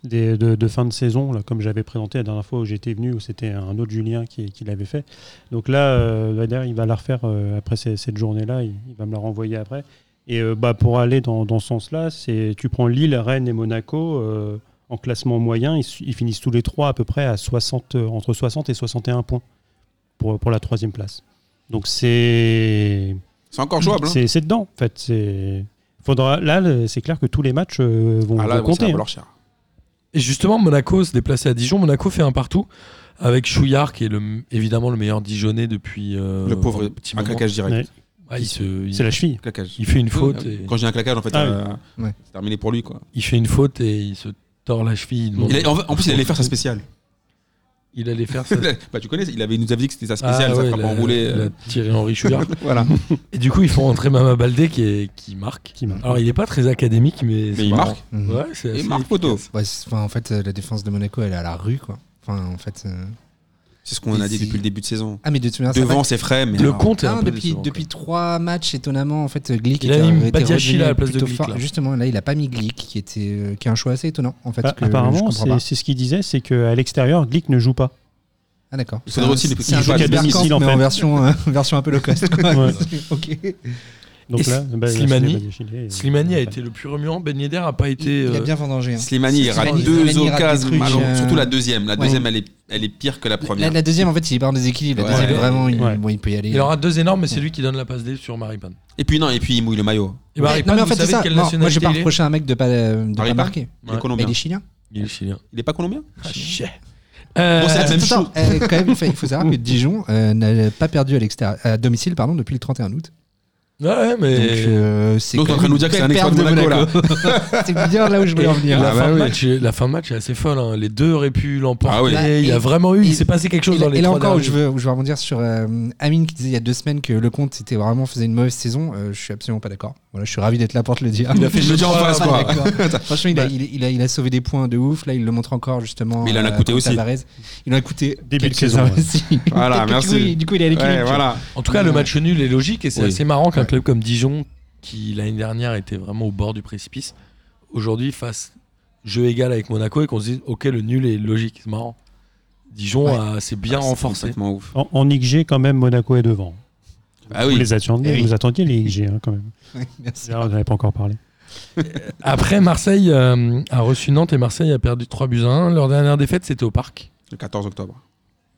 des- de, de fin de saison, là, comme j'avais présenté la dernière fois où j'étais venu, où c'était un autre Julien qui, qui l'avait fait. Donc là, euh, Vader, il va la refaire euh, après ces- cette journée-là, il, il va me la renvoyer après. Et euh, bah, pour aller dans, dans ce sens-là, c'est tu prends Lille, Rennes et Monaco euh, en classement moyen, ils, su- ils finissent tous les trois à peu près à 60, euh, entre 60 et 61 points pour, pour la troisième place. Donc c'est... C'est encore jouable. Hein. C'est c'est dedans, en fait. C'est- Faudra, là, le- c'est clair que tous les matchs euh, vont, Ah là, ouais, ça vont va hein. compter. valoir cher. Et justement, Monaco se déplaçait à Dijon. Monaco fait un partout avec Chouillard, qui est le, évidemment le meilleur Dijonais depuis. euh, Le un pauvre, petit un moment. claquage direct. Ouais. Ah, il, se- il- hein. C'est la cheville. Claquage. il fait une faute. et- euh, Quand j'ai un claquage, en fait, Ah oui. euh, Ouais. c'est terminé pour lui. Quoi. il fait une faute et il se tord la cheville. Il demande- Il a- en, en plus, il allait faire sa spéciale. Il allait faire ça. bah, tu connais, [LAUGHS] il, avait, il nous avait dit que c'était sa spéciale, Ah ça ouais, fera il pas a- enrouler. il euh. a tiré [LAUGHS] Henri Chouillard. voilà. et du coup, ils font entrer Mama Baldé qui, est- qui marque. Qui marque. Alors, il n'est pas très académique, mais. c'est Mais il marrant. marque. Mhm. Ouais, c'est assez Il marque poteau. efficace. Ouais, c'est- enfin, en fait, euh, la défense de Monaco, elle est à la rue, quoi. Enfin, en fait. euh, C'est ce qu'on a Et dit si- depuis le début de saison. Ah, mais de toute manière, ça va Devant, c'est frais, mais. Le alors- compte est Non, un peu Ah, depuis, décevant, depuis trois matchs, étonnamment, en fait, Glick Il était- anime était Badiachil revenu à la place de plutôt Glick, fort. là. Justement, là, il a pas mis Glick, qui était, euh, qui est un choix assez étonnant, en fait. Ah, Bah, que je apparemment, comprends pas. c'est c'est ce qu'il disait, c'est qu'à l'extérieur, Glick ne joue pas. Ah d'accord. Il faudrait aussi C'est les- un- qu'ils c'est un jouent à truc domicile, Bergkamp, en mais fait. en version, euh, [LAUGHS] version un peu low cost. Quoi. Ouais. [LAUGHS] ok. Donc Et là, bah, là, Slimani- c'est Badiachile et- Slimani a Ouais. été le plus remuant. Ben Yedder a pas Il, été. il euh, a bien vendangé. hein. Slimani, il rate Slimani, deux Slimani rate des occasions. trucs, Ah non, euh, Surtout la deuxième. La ouais. deuxième, elle, est, elle est pire que la La, première. la deuxième, en fait, il est pas en déséquilibre. La Ouais. deuxième, Ouais. vraiment, il, Ouais. bon, il peut y aller. Il aura deux énormes, mais c'est lui qui donne la passe D sur Maripane. Et puis non, et puis il mouille le maillot. Et Ouais, Maripane, non, mais en vous fait, c'est savez ça. quelle Non, moi, je vais nationalité pas il est reprocher à un mec de pas, euh, de Harry Pan pas marquer. Il est Ouais. Mais colombien. il est chilien. Il est chilien. Il est pas colombien Ah, Euh, Bon, c'est la même Attends, [LAUGHS] chose. euh, quand même, il faut il faut savoir que Dijon euh, n'a pas perdu à, l'extérieur- à domicile pardon, depuis le 31 août. Ouais, mais. Donc, euh, c'est Donc, t'es quand en train de même nous dire que c'est un une exploit belle de perte Monaco, [LAUGHS] là. c'est bien là où je voulais en venir. la, Ah, fin bah de oui. match, est- la fin de match est assez folle. hein. Les deux auraient pu l'emporter. Ah ouais. Bah, il y a et- vraiment eu. et- Il s'est passé quelque chose Et dans là- les et là trois encore, derniers. je veux, je veux rebondir sur euh, Amine qui disait il y a deux semaines que le compte était vraiment faisait une mauvaise saison. Euh, je suis absolument pas d'accord. Voilà, je suis ravi d'être là pour te le dire. Il a fait Je deux suis fois, pas en face, quoi. Bah. d'accord. [LAUGHS] Franchement, il a, il, il a, il a sauvé des points de ouf. Là, il le montre encore justement. Mais il en a euh, coûté contre aussi. Alvarez. Il en a coûté Début de quelques saison, uns ouais. aussi. Voilà, Peut-être que merci. [LAUGHS] Du coup, il- du coup, il est à l'équilibre. Ouais, tu vois. voilà. En tout cas, le match nul est logique et c'est Oui. assez marrant qu'un Ouais. club comme Dijon, qui l'année dernière était vraiment au bord du précipice, aujourd'hui fasse jeu égal avec Monaco et qu'on se dise ok le nul est logique. C'est marrant. Dijon a- s'est bien Ah, c'est renforcé. complètement ouf. En, en XG, quand même, Monaco est devant. Ah Vous oui. les attendiez, Eh oui. vous attendiez les XG, hein, quand même. Ouais, merci. D'ailleurs, on n'en avait pas encore parlé. Après Marseille euh, a reçu Nantes et Marseille a perdu 3 buts à 1. Leur dernière défaite c'était au parc. Le 14 octobre.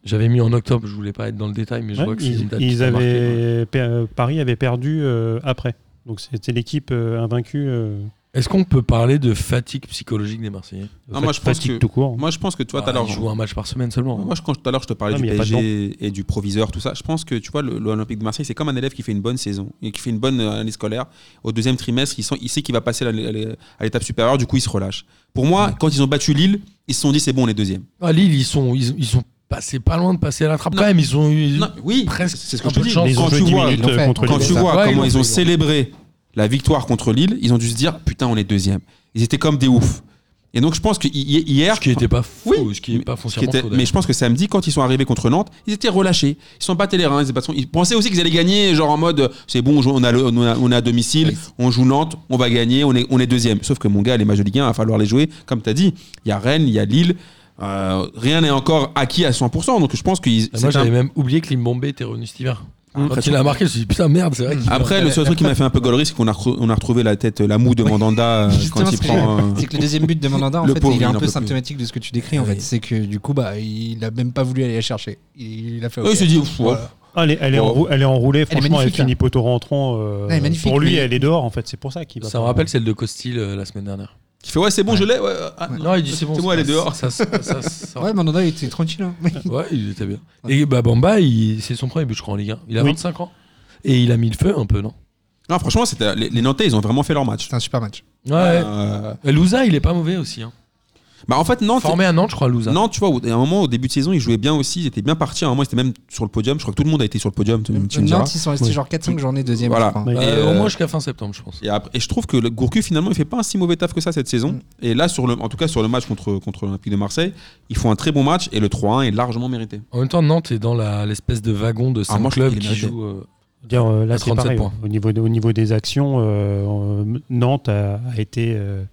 J'avais mis en octobre, je voulais pas être dans le détail, mais je Ouais, vois que c'est une ils date qui ils t'a marqué, quoi. avaient, per- euh, Paris avait perdu euh, après. Donc c'était l'équipe euh, invaincue. euh, Est-ce qu'on peut parler de fatigue psychologique des Marseillais Non, moi, je pense fatigue que- tout court. Moi, je pense que tu vois, tout à Ah, l'heure, Ils jouent un match par semaine seulement. hein. Moi, je, quand tout à l'heure, je te parlais Non, du mais y a pas de PSG et du proviseur, tout ça. Je pense que tu vois, le- l'Olympique de Marseille, c'est comme un élève qui fait une bonne saison et qui fait une bonne euh, année scolaire. Au deuxième trimestre, il, sent- il sait qu'il va passer à l'é- à l'étape supérieure, du coup, il se relâche. Pour moi, quand ils ont battu Lille, ils se sont dit, c'est bon, on est deuxième. Ah, Lille, ils sont, ils, ils sont passés pas loin de passer à la trappe Non. quand même. Ils ont eu. Non, oui, presque c'est ce un que je te peu de dis. chance. Mais ils ont Quand joué tu 10 vois, minutes ils l'ont euh, fait. contre quand les tu ça. vois Ouais, ils comment l'ont ils fait, ont ils l'ont fait. célébré la victoire contre Lille, ils ont dû se dire putain, on est deuxième. Ils étaient comme des oufs. Et donc je pense que hi- hi- hier, Ce qui n'était pas faux, Oui. ce qui n'est pas ce qui foncièrement était- faux. mais je pense que samedi, quand ils sont arrivés contre Nantes, ils étaient relâchés. Ils sont battés les reins. Ils, se battent- ils pensaient aussi qu'ils allaient gagner, genre en mode euh, c'est bon, on joue- on a, le- on a- on est à domicile, Oui. on joue Nantes, on va gagner, on est, on est deuxième. Sauf que mon gars, les matchs de Ligue 1, il va falloir les jouer. Comme tu as dit, il y a Rennes, il y a Lille. Euh, rien n'est encore acquis à 100%. Donc je pense que d'ailleurs. Moi, j'avais même oublié que Limbombé était revenu cet hiver. Hum, Quand il a marqué, je me suis dit putain, merde, c'est vrai. qu'il- Après, le seul truc qui m'a fait un peu gaulerie, c'est qu'on a, re- on a retrouvé la tête, la moue de Mandanda euh, [LAUGHS] Justement, quand il ce que prend. j'ai- euh, C'est que le deuxième but de Mandanda, en Le fait, pauvre, il il est en un peut peu plus. Ah symptomatique de ce que tu décris, en Oui. fait. C'est que du coup, bah, il a même pas voulu aller la chercher. Il a fait. Eux, ok. ils se disent, ouf, euh, Voilà. Ah, elle, est, elle est Bon. enrou- elle est enroulée, franchement, elle, magnifique, finit poteau rentrant. euh, Elle est magnifique, pour lui, mais- elle est dehors, en fait. C'est pour ça qu'il va. Ça pas- me rappelle celle de Costil euh, la semaine dernière. qui fait ouais, c'est bon, je l'ai. ouais, euh, ah, non, Non, il dit c'est bon. C'est bon, elle est dehors. Ça, ça, ça- ça- Ouais, Mandanda, il était tranquille. [LAUGHS] hein. Ouais, il était bien. Et bah, Bamba, il- c'est son premier but, je crois, en Ligue 1. Il a Oui. 25 ans. Et il a mis le feu un peu, non Non, franchement, c'était- euh, les, les Nantais, ils ont vraiment fait leur match. C'est un super match. Ouais. Euh, Louza, il est pas mauvais aussi. hein. bah, en fait, Nantes, Formé à Nantes, je crois, Louza. Non, tu vois, au- à un moment, au début de saison, ils jouaient bien aussi. Ils étaient bien partis. À un moment, ils étaient même sur le podium. Je crois que tout le monde a été sur le podium. Tu, tu me diras. Euh, Nantes, ils sont restés Oui. genre 4-5 journées deuxième. Voilà. je crois. Ouais. Et, Euh, Au euh, moins jusqu'à fin septembre, je pense. et, après- et je trouve que le Gourcu, finalement, il fait pas un si mauvais taf que ça cette saison. Mm. Et là, sur le, en tout cas, sur le match contre, contre l'Olympique de Marseille, ils font un très bon match et le 3-1 est largement mérité. En même temps, Nantes est dans la- l'espèce de wagon de cinq moi, je trouve clubs qu'il est qui mérité. jouent. euh, Dire, euh, là, c'est 37 pareil. points. Au niveau, de- au niveau des actions, euh, euh, Nantes a, a été. euh,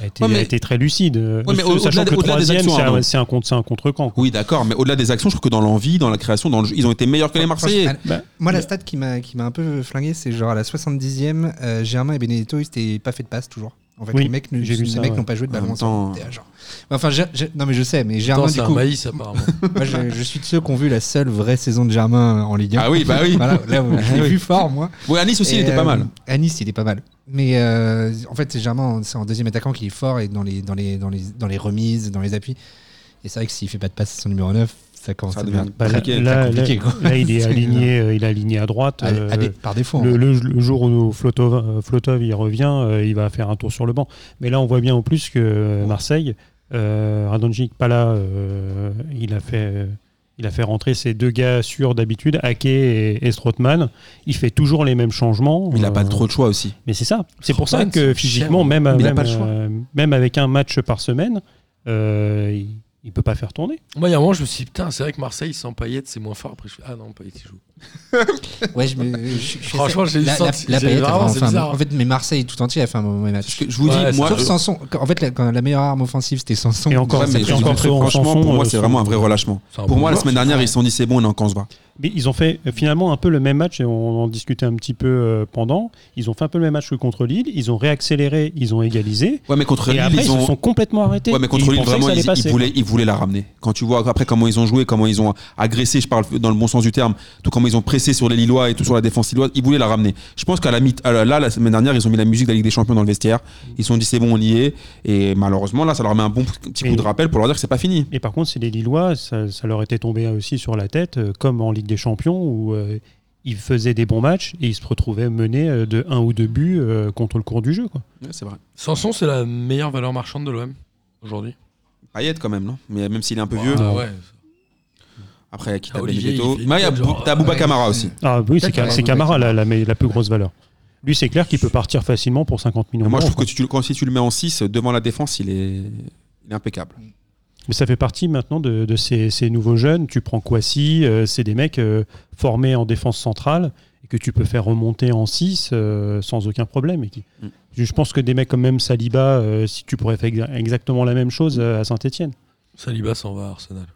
a été, Ouais, mais- a été très lucide. euh, Ouais, mais au- sachant au-delà que des- le au-delà des troisième, actions, c'est un- Arnaud. c'est un contre c'est un contre camp. Oui, d'accord. Mais au-delà des actions, je trouve que dans l'envie, dans la création, dans le jeu, ils ont été meilleurs que les Marseillais. Franchement, Bah, Moi, la stat qui m'a qui m'a un peu flingué, c'est genre à la 70e, euh, Germain et Benedetto, ils s'étaient pas fait de passe toujours. En fait, Oui, les mecs ne- j'ai vu les bah, ça, mecs ouais. n'ont pas joué En de ballon même ensemble. temps- T'es à genre- Bah, Enfin, Ger- Ger- non mais je sais, mais Germain Attends, du c'est un coup, maïs apparemment. moi je, je suis de ceux qui ont vu la seule vraie saison de Germain en Ligue 1. Ah oui, bah oui. Voilà, [LAUGHS] là, je l'ai Ah oui. vu fort moi. Ouais, à Nice aussi, Et, il était pas euh, mal. À Nice, il est pas mal. Mais euh, en fait, c'est Germain, c'est en deuxième attaquant qu'il est fort et dans les, dans, les, dans, les, dans les remises, dans les appuis. Et c'est vrai que s'il fait pas de passe à son numéro 9, ça commence Ça à devient devenir Bah, là, très- là- très là- compliqué. quoi. là, il est C'est- aligné, euh, il est aligné à droite. à- à euh, dé- par défaut. hein. en le, fait. le- le jour où Flotov, euh, Flotov, il revient, euh, il va faire un tour sur le banc. Mais là, on voit bien en plus que euh, Marseille, euh, Radonjic, pas là, euh, il a fait. euh, il a fait rentrer ses deux gars sûrs d'habitude, Ake et, et Strootman. Il fait toujours les mêmes changements. Il a pas Euh, trop de choix aussi. Mais c'est ça. C'est pour ça Strootman, c'est que un physiquement, chèvre. même, Mais il a même, pas le choix. euh, même avec un match par semaine, euh, il, il peut pas faire tourner. Moi, il y a un moment, je me suis dit, putain, c'est vrai que Marseille sans Payet, c'est moins fort. Après, je fais, ah non, Payet, il joue. Ouais, je me- je- je- je- Franchement, j'ai eu la, le la, senti- la j'ai- Payet a vraiment, vraiment c'est fait un- bizarre. En fait, mais Marseille tout entier a fait un mauvais Parce match. que je vous Ouais, dis, moi, Sauf euh, Sanson. En fait, la, quand la meilleure arme offensive, c'était Sanson. Et encore, ouais, mais c'est je encore dis très trop en franchement, chanson, pour moi, euh, c'est son- vraiment un vrai relâchement. C'est un Pour bon moi, la joueur, semaine ce dernière, ils se sont dit, c'est bon, on est en camp, on se bat. Mais ils ont fait euh, finalement un peu le même match, et on en discutait un petit peu euh, pendant. Ils ont fait un peu le même match que contre Lille, ils ont réaccéléré, ils ont égalisé. Ouais, mais contre et Lille, après, ils, ils ont. se sont complètement arrêtés. Ouais, mais Et contre ils Lille, pensaient que vraiment, ils, ça allait ils passer, voulaient, ils voulaient la ramener. Quand tu vois après comment ils ont joué, comment ils ont agressé, je parle dans le bon sens du terme, tout comment ils ont pressé sur les Lillois et tout sur la défense lilloise, ils voulaient la ramener. Je pense qu'à la mi- à la- là, la semaine dernière, ils ont mis la musique de la Ligue des Champions dans le vestiaire. Ils se sont dit, c'est bon, on y est. Et malheureusement, là, ça leur met un bon petit coup Et- de rappel pour leur dire que c'est pas fini. Et par contre, c'est les Lillois, ça, ça leur était tombé aussi sur la tête, euh, comme en Ligue des Champions, où euh, ils faisaient des bons matchs et ils se retrouvaient menés euh, de un ou deux buts euh, contre le cours du jeu. Quoi. Ouais, c'est vrai. Sanson, c'est la meilleure valeur marchande de l'OM aujourd'hui. Payet quand même, non Mais même s'il est un peu vieux. Ah ouais. Après, quitte Ah, à Olivier, Benedetto. il fait une Mais il y a tête, genre, Bou- t'as Bouba ouais. Camara aussi. Ah oui, c'est Peut-être Ca- qu'il c'est y a- Camara la, la, me- la plus grosse valeur. Lui, c'est clair qu'il peut partir facilement pour 50 millions Moi, je d'euros, trouve que tu- quand si tu le mets en 6, devant la défense, il est, il est impeccable. Mais ça fait partie maintenant de, de ces, ces nouveaux jeunes. Tu prends Kwasi, euh, c'est des mecs euh, formés en défense centrale et que tu peux faire remonter en 6 sans aucun problème. Et qui- Mm. Je je pense que des mecs comme même Saliba, euh, si tu pourrais faire exa- exactement la même chose euh, à Saint-Etienne. Saliba s'en va à Arsenal.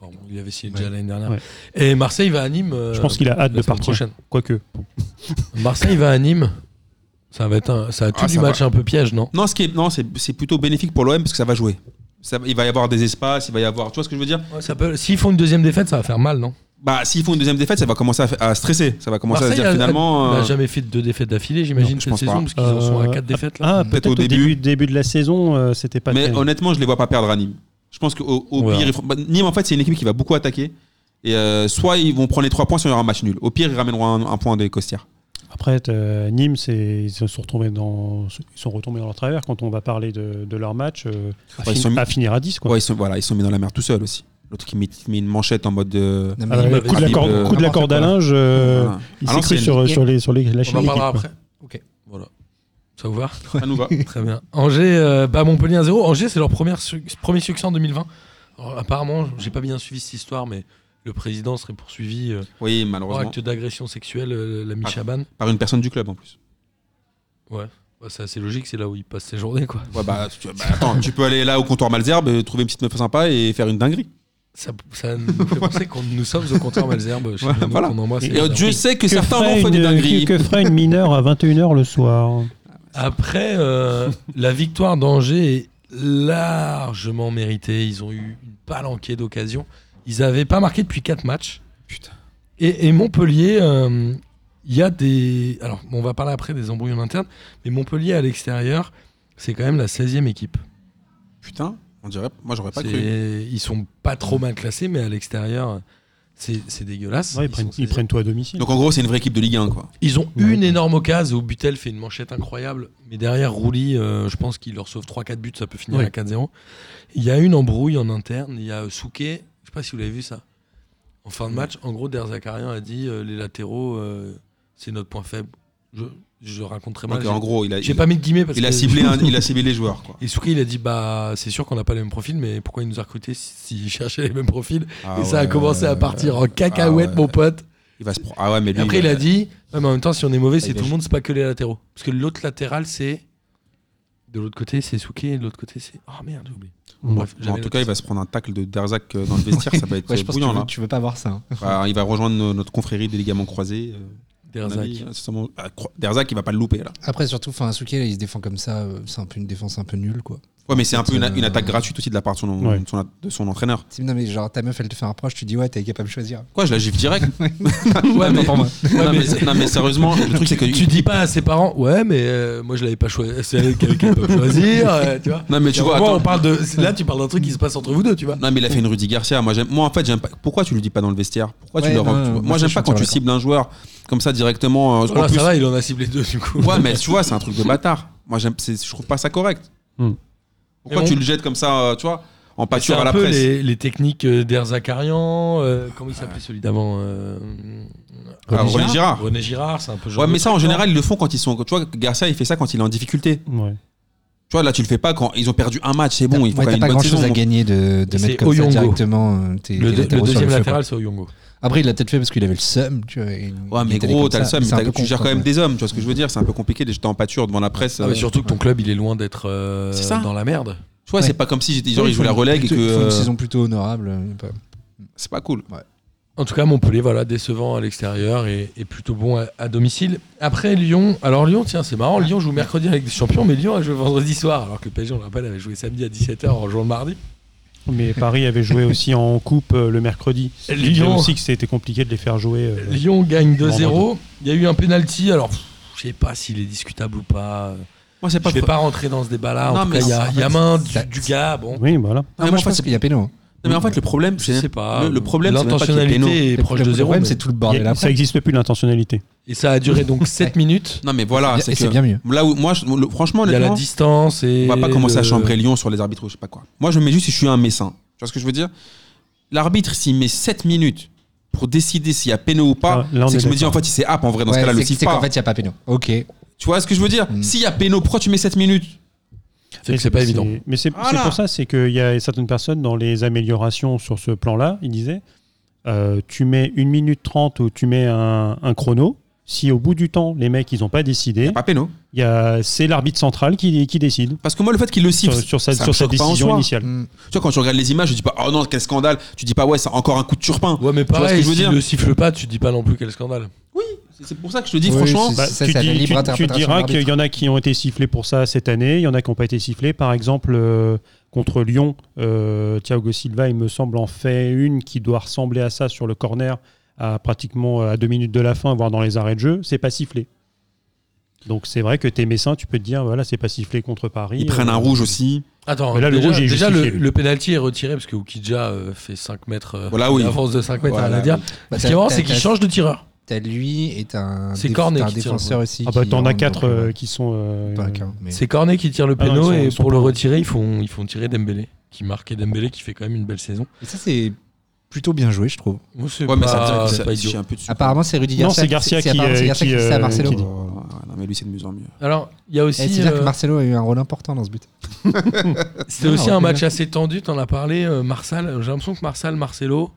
Enfin, bon, il avait signé déjà Ouais. l'année dernière. Ouais. Et Marseille va à Nîmes. euh, Je pense qu'il a hâte la de semaine partir. prochaine. Quoique, Marseille va à Nîmes. Ça va être un, ça a tout Ah, du ça match un peu piège, non Non, ce qui est- non, c'est c'est plutôt bénéfique pour l'OM parce que ça va jouer. Ça va- il va y avoir des espaces, il va y avoir. Tu vois ce que je veux dire Ça peut- S'ils font une deuxième défaite, ça va faire mal, non Bah, s'ils font une deuxième défaite, ça va commencer à, fa- à stresser. Ça va commencer à se dire a- bah, finalement. a- n'a euh, jamais fait de deux défaites d'affilée, j'imagine, Non, je cette pense saison, pas. parce qu'ils en sont à Euh, quatre défaites. Là. Ah, Peut-être peut-être au au début. début. début, de la saison, euh, c'était pas mais terrible. honnêtement, je les vois pas perdre à Nîmes. Je pense qu'au au On verra. pire, ils feront- bah, Nîmes en fait, c'est une équipe qui va beaucoup attaquer. Et euh, soit ils vont prendre les trois points, soit il y aura un match nul. Au pire, ils ramèneront un, un point des Costières. Après, t'as- Nîmes, c'est- ils se sont retrouvés dans, ils sont retombés dans leur travers quand on va parler de, de leur match. euh, à, Ouais, ils fin- sont mis- à finir à 10. Quoi. Ouais, ils sont, voilà, ils sont mis dans la merde tout seuls aussi. L'autre qui met, met une manchette en mode. de- Non, mais Ah, il le m'avait coup de la dit, corde, euh, Ah. coup de la corde à linge, euh, Voilà. il À s'est cru l'ancienne. sur, sur les, sur les, la On en chaîne parlera équipe, après. Ok. Voilà. Ça vous va Ça [LAUGHS] nous va. Très bien. Angers, euh, bat Montpellier 1-0. Angers, c'est leur première su- premier succès en 2020. Alors, apparemment, j'ai pas bien suivi cette histoire, mais le président serait poursuivi euh, Oui, pour malheureusement. acte d'agression sexuelle, euh, l'ami Ah. Chaban. Par une personne du club en plus. Bah, c'est assez logique, c'est là où il passe ses journées, quoi. Ouais, bah, tu- bah, attends, tu peux aller là au comptoir Malzerbe, euh, trouver une petite meuf sympa et faire une dinguerie. Ça, [LAUGHS] ça nous fait penser qu'on nous sommes au comptoir Malzerbe. chez Ouais, nous, voilà. qu'on embrasse Et évidemment. Dieu sait que, Que certains ferait en font des une- dingueries. que- que ferait une mineure à 21h le [LAUGHS] soir Après, euh, la victoire d'Angers est largement méritée. Ils ont eu une palanquée d'occasions. Ils n'avaient pas marqué depuis 4 matchs. Putain. Et, et Montpellier, euh, il y a des. Alors, on va parler après des embrouilles en interne, mais Montpellier à l'extérieur, c'est quand même la 16e équipe. Putain, on dirait. Moi, j'aurais Bah, pas C'est- cru. Ils sont pas trop mal classés, mais à l'extérieur, c'est c'est dégueulasse. Ouais, ils, Ils prennent, sont ils 16e. prennent tout à domicile. Donc en gros, c'est une vraie équipe de Ligue 1, quoi. Ils ont Ouais. une énorme occasion où Butel fait une manchette incroyable, mais derrière Rouli, euh, je pense qu'il leur sauve 3-4 buts, ça peut finir Ouais. à 4-0. Il y a une embrouille en interne, il y a euh, Souquet, je sais pas si vous l'avez vu ça. En fin de match, en gros, Derzakarian a dit euh, les latéraux, euh, c'est notre point faible. Je, je raconte très mal. Donc, j'ai- en gros, il a, J'ai il, pas mis de guillemets parce il a que- ciblé, un- il a ciblé les joueurs, quoi. Et Souquet, il a dit bah, c'est sûr qu'on n'a pas les mêmes profils, mais pourquoi il nous a recrutés s'il cherchait les mêmes profils Ah [LAUGHS] Et ça a ouais. Ah commencé à partir en cacahuète, ouais. mon pote. Il va se prendre. Ah ouais, mais Et lui, après, il a dit Ouais, mais en même temps, si on est mauvais, il c'est va tout le jouer. monde, c'est pas que les latéraux. Parce que l'autre latéral, c'est. De l'autre côté, c'est Souké, et de l'autre côté, c'est. Oh merde, j'ai oublié. Mmh. Bref, En j'avais tout noté cas, il ça. va se prendre un tacle de Derzak [LAUGHS] euh, dans le vestiaire, ça va être Ouais, je pense que tu bouillant, veux, là. tu veux pas voir ça. hein. Enfin, il va rejoindre no- notre confrérie des ligaments croisés. euh, à mon Derzak. avis, sûrement- ah, cro- Derzak, il va pas le louper, là. Après, surtout, enfin, Souké, là, il se défend comme ça. euh, C'est un peu une défense un peu nulle, quoi. Ouais, mais c'est un peu une, Euh, une attaque gratuite aussi de la part de son, Ouais. de son- de son entraîneur. Si- Non, mais genre, ta meuf, elle te fait un reproche, tu dis, ouais, t'es capable de choisir. Quoi, je la gifle direct Ouais, mais- pour moi. Ouais, non, mais- mais, non, mais sérieusement, le truc, c'est que. Tu dis pas à ses parents, ouais, mais euh, moi je l'avais pas choisi. C'est avec quelqu'un qui peut [LAUGHS] choisir, euh, tu vois. Non, mais tu vois, Moi, on attends. parle de... c'est- Là, tu parles d'un truc qui se passe entre vous deux, tu vois. Non, mais il a fait une Rudy Garcia. Moi, j'aime- moi en fait, j'aime pas. Pourquoi tu le dis pas dans le vestiaire Pourquoi tu Ouais, le non, rends- tu- non, Moi, ça, j'aime je pas suis quand tu d'accord. cibles un joueur comme ça directement. euh, en Voilà, plus- ça va, il en a ciblé deux, du coup. Ouais, mais tu vois, c'est un truc de bâtard. Moi, j'aime, c'est- je trouve pas ça correct. Hmm. Pourquoi Mais bon. tu le jettes comme ça, euh, tu vois, en C'est pâture à un la peu presse les, les techniques euh, d'Erzakarian, euh, comment il s'appelait celui d'avant euh, Ah, René Girard. René Girard, c'est un peu Ouais, mais ça, en genre- général, ils le font quand ils sont. Tu vois, Garcia, il fait ça quand il est en difficulté. Ouais. Tu vois, là, tu le fais pas quand ils ont perdu un match, c'est bon, il faut Ouais, quand t'as même pas une bonne grand saison. chose à gagner de, de C'est mettre comme Oyongo. ça directement. euh, tes- Le, tes deux- le latéraux sur deuxième feu, latéral, c'est Oyongo. quoi. Après, il l'a peut-être fait parce qu'il avait le seum, tu vois. et- Ouais, il mais est allé gros, comme t'as le ça, seum, mais c'est mais un t'as- peu tu gères con, quand même quoi. des hommes, tu vois ce que je veux dire, c'est un peu compliqué d'être en pâture devant la presse. Ah, mais euh, surtout que ton club, il est loin d'être euh, C'est ça. dans la merde. Tu vois, Ouais. c'est pas comme si j'étais- genre, Ouais, ils jouaient la font relègue et que. plutôt- Ils font une euh, saison plutôt honorable. euh, pas- C'est pas cool. En tout cas, Montpellier, voilà, décevant à l'extérieur et, et plutôt bon à, à domicile. Après Lyon, alors Lyon, tiens, c'est marrant, Lyon joue mercredi avec des champions, mais Lyon a joué vendredi soir, alors que le PSG, on le rappelle, avait joué samedi à 17h en jouant le mardi. Mais Paris avait joué aussi en coupe euh, le mercredi. Et Il Lyon- aussi que c'était compliqué de les faire jouer. euh, Lyon gagne 2-0, Vendredi. il y a eu un penalty, alors pff, je sais pas s'il est discutable ou pas. Moi, c'est Je pas. vais pas rentrer dans ce débat-là, en Non, tout mais cas, il y a, en il y a fait, main ça- du, du gars, bon. Oui, voilà. mais Ah, moi, en je fait, pense c'est- qu'il y a péno. Non, mais en fait, le problème, Je c'est. sais pas. le- le problème, c'est même pas qu'il y ait L'intentionnalité est Le- proche le de zéro. problème, mais- c'est tout le Y bordel a- ça après. n'existe plus l'intentionnalité. Et ça a duré donc 7 minutes. Non, mais voilà. Et c'est c'est que- bien mieux. Là où, moi, je- le- franchement, Il y a la honnêtement, distance et. on va pas commencer à le- chambrer Lyon sur les arbitres ou je sais pas quoi. Moi, je me mets juste si je suis un messin. Tu vois ce que je veux dire L'arbitre, s'il met 7 minutes pour décider s'il y a péno ou pas, Ah, là, on c'est est que je me dis, en d'accord. fait, il s'est app en vrai. Dans Ouais, ce cas-là, le c'est- siffle c'est pas. qu'en fait, il n'y a pas péno. Ok. Tu vois ce que je veux dire Mm. S'il y a péno, pourquoi tu mets 7 minutes C'est que c'est pas évident. Mais c'est Voilà. c'est pour ça, c'est qu'il y a certaines personnes dans les améliorations sur ce plan-là, ils disaient euh, tu mets 1 minute 30 ou tu mets un, un chrono. Si au bout du temps, les mecs, ils n'ont pas décidé, Pas péno. il y a- c'est l'arbitre central qui, qui décide Parce que moi, le fait qu'il le siffle, sur, sur sa, ça me sur sa choque pas en décision soi. initiale. Mm. Tu vois, quand tu regardes les images, tu dis pas, oh non, quel scandale. Tu dis pas, ouais, c'est encore un coup de turpin. Ouais, vois ce mais que pareil, je veux si dire le siffle pas, tu dis pas non plus quel scandale. C'est- C'est pour ça que je te dis, Oui, franchement, c'est- Bah, ça, tu, c'est la dis- libre tu- tu interprétation diras de qu'il y en a qui ont été sifflés pour ça cette année, il y en a qui n'ont pas été sifflés. Par exemple, euh, contre Lyon, euh, Thiago Silva, il me semble, en fait une qui doit ressembler à ça sur le corner à pratiquement euh, à deux minutes de la fin, voire dans les arrêts de jeu. C'est pas sifflé. Donc c'est vrai que t'es médecin, tu peux te dire, voilà, c'est pas sifflé contre Paris. ils prennent Euh, un rouge aussi. Attends, Mais là, le déjà, rouge est déjà, justifié, le, lui. le penalty est retiré parce que Ukidja euh, fait 5 mètres. euh, Voilà, oui. une avance de 5 mètres à Voilà, la dire. Bah, Ce t'as- qui est marrant, t'as- c'est qu'il t'as- change de tireur. T'as lui et t'as un, C'est déf- Cornet t'as un qui tire, défenseur aussi. Ah bah qui t'en rentre, as quatre donc, euh, ouais. qui sont. euh, Pas qu'un, mais- C'est Cornet qui tire le Ah non, péno ils sont- et ils sont pour le pas- retirer, ils font, ils font tirer Dembélé qui marque et Dembélé qui fait quand même une belle saison. Et ça, c'est plutôt bien joué, je trouve. Moi, c'est Ouais, mais ça pas- te c'est pas ça- idiot. chie un peu dessus. Apparemment, c'est Rudy Non, Garcia. c'est Garcia qui, apparemment, c'est euh, Garcia qui, qui fait ça à euh, Marcelo. Oh, qui dit. non, mais lui, c'est de mieux en mieux. Alors, il y a Et Eh, aussi. c'est dire euh, que Marcelo a eu un rôle important dans ce but. C'était Ah, aussi alors, un match déjà. assez tendu, t'en as parlé, euh, Marsal. J'ai l'impression que Marsal, Marcelo,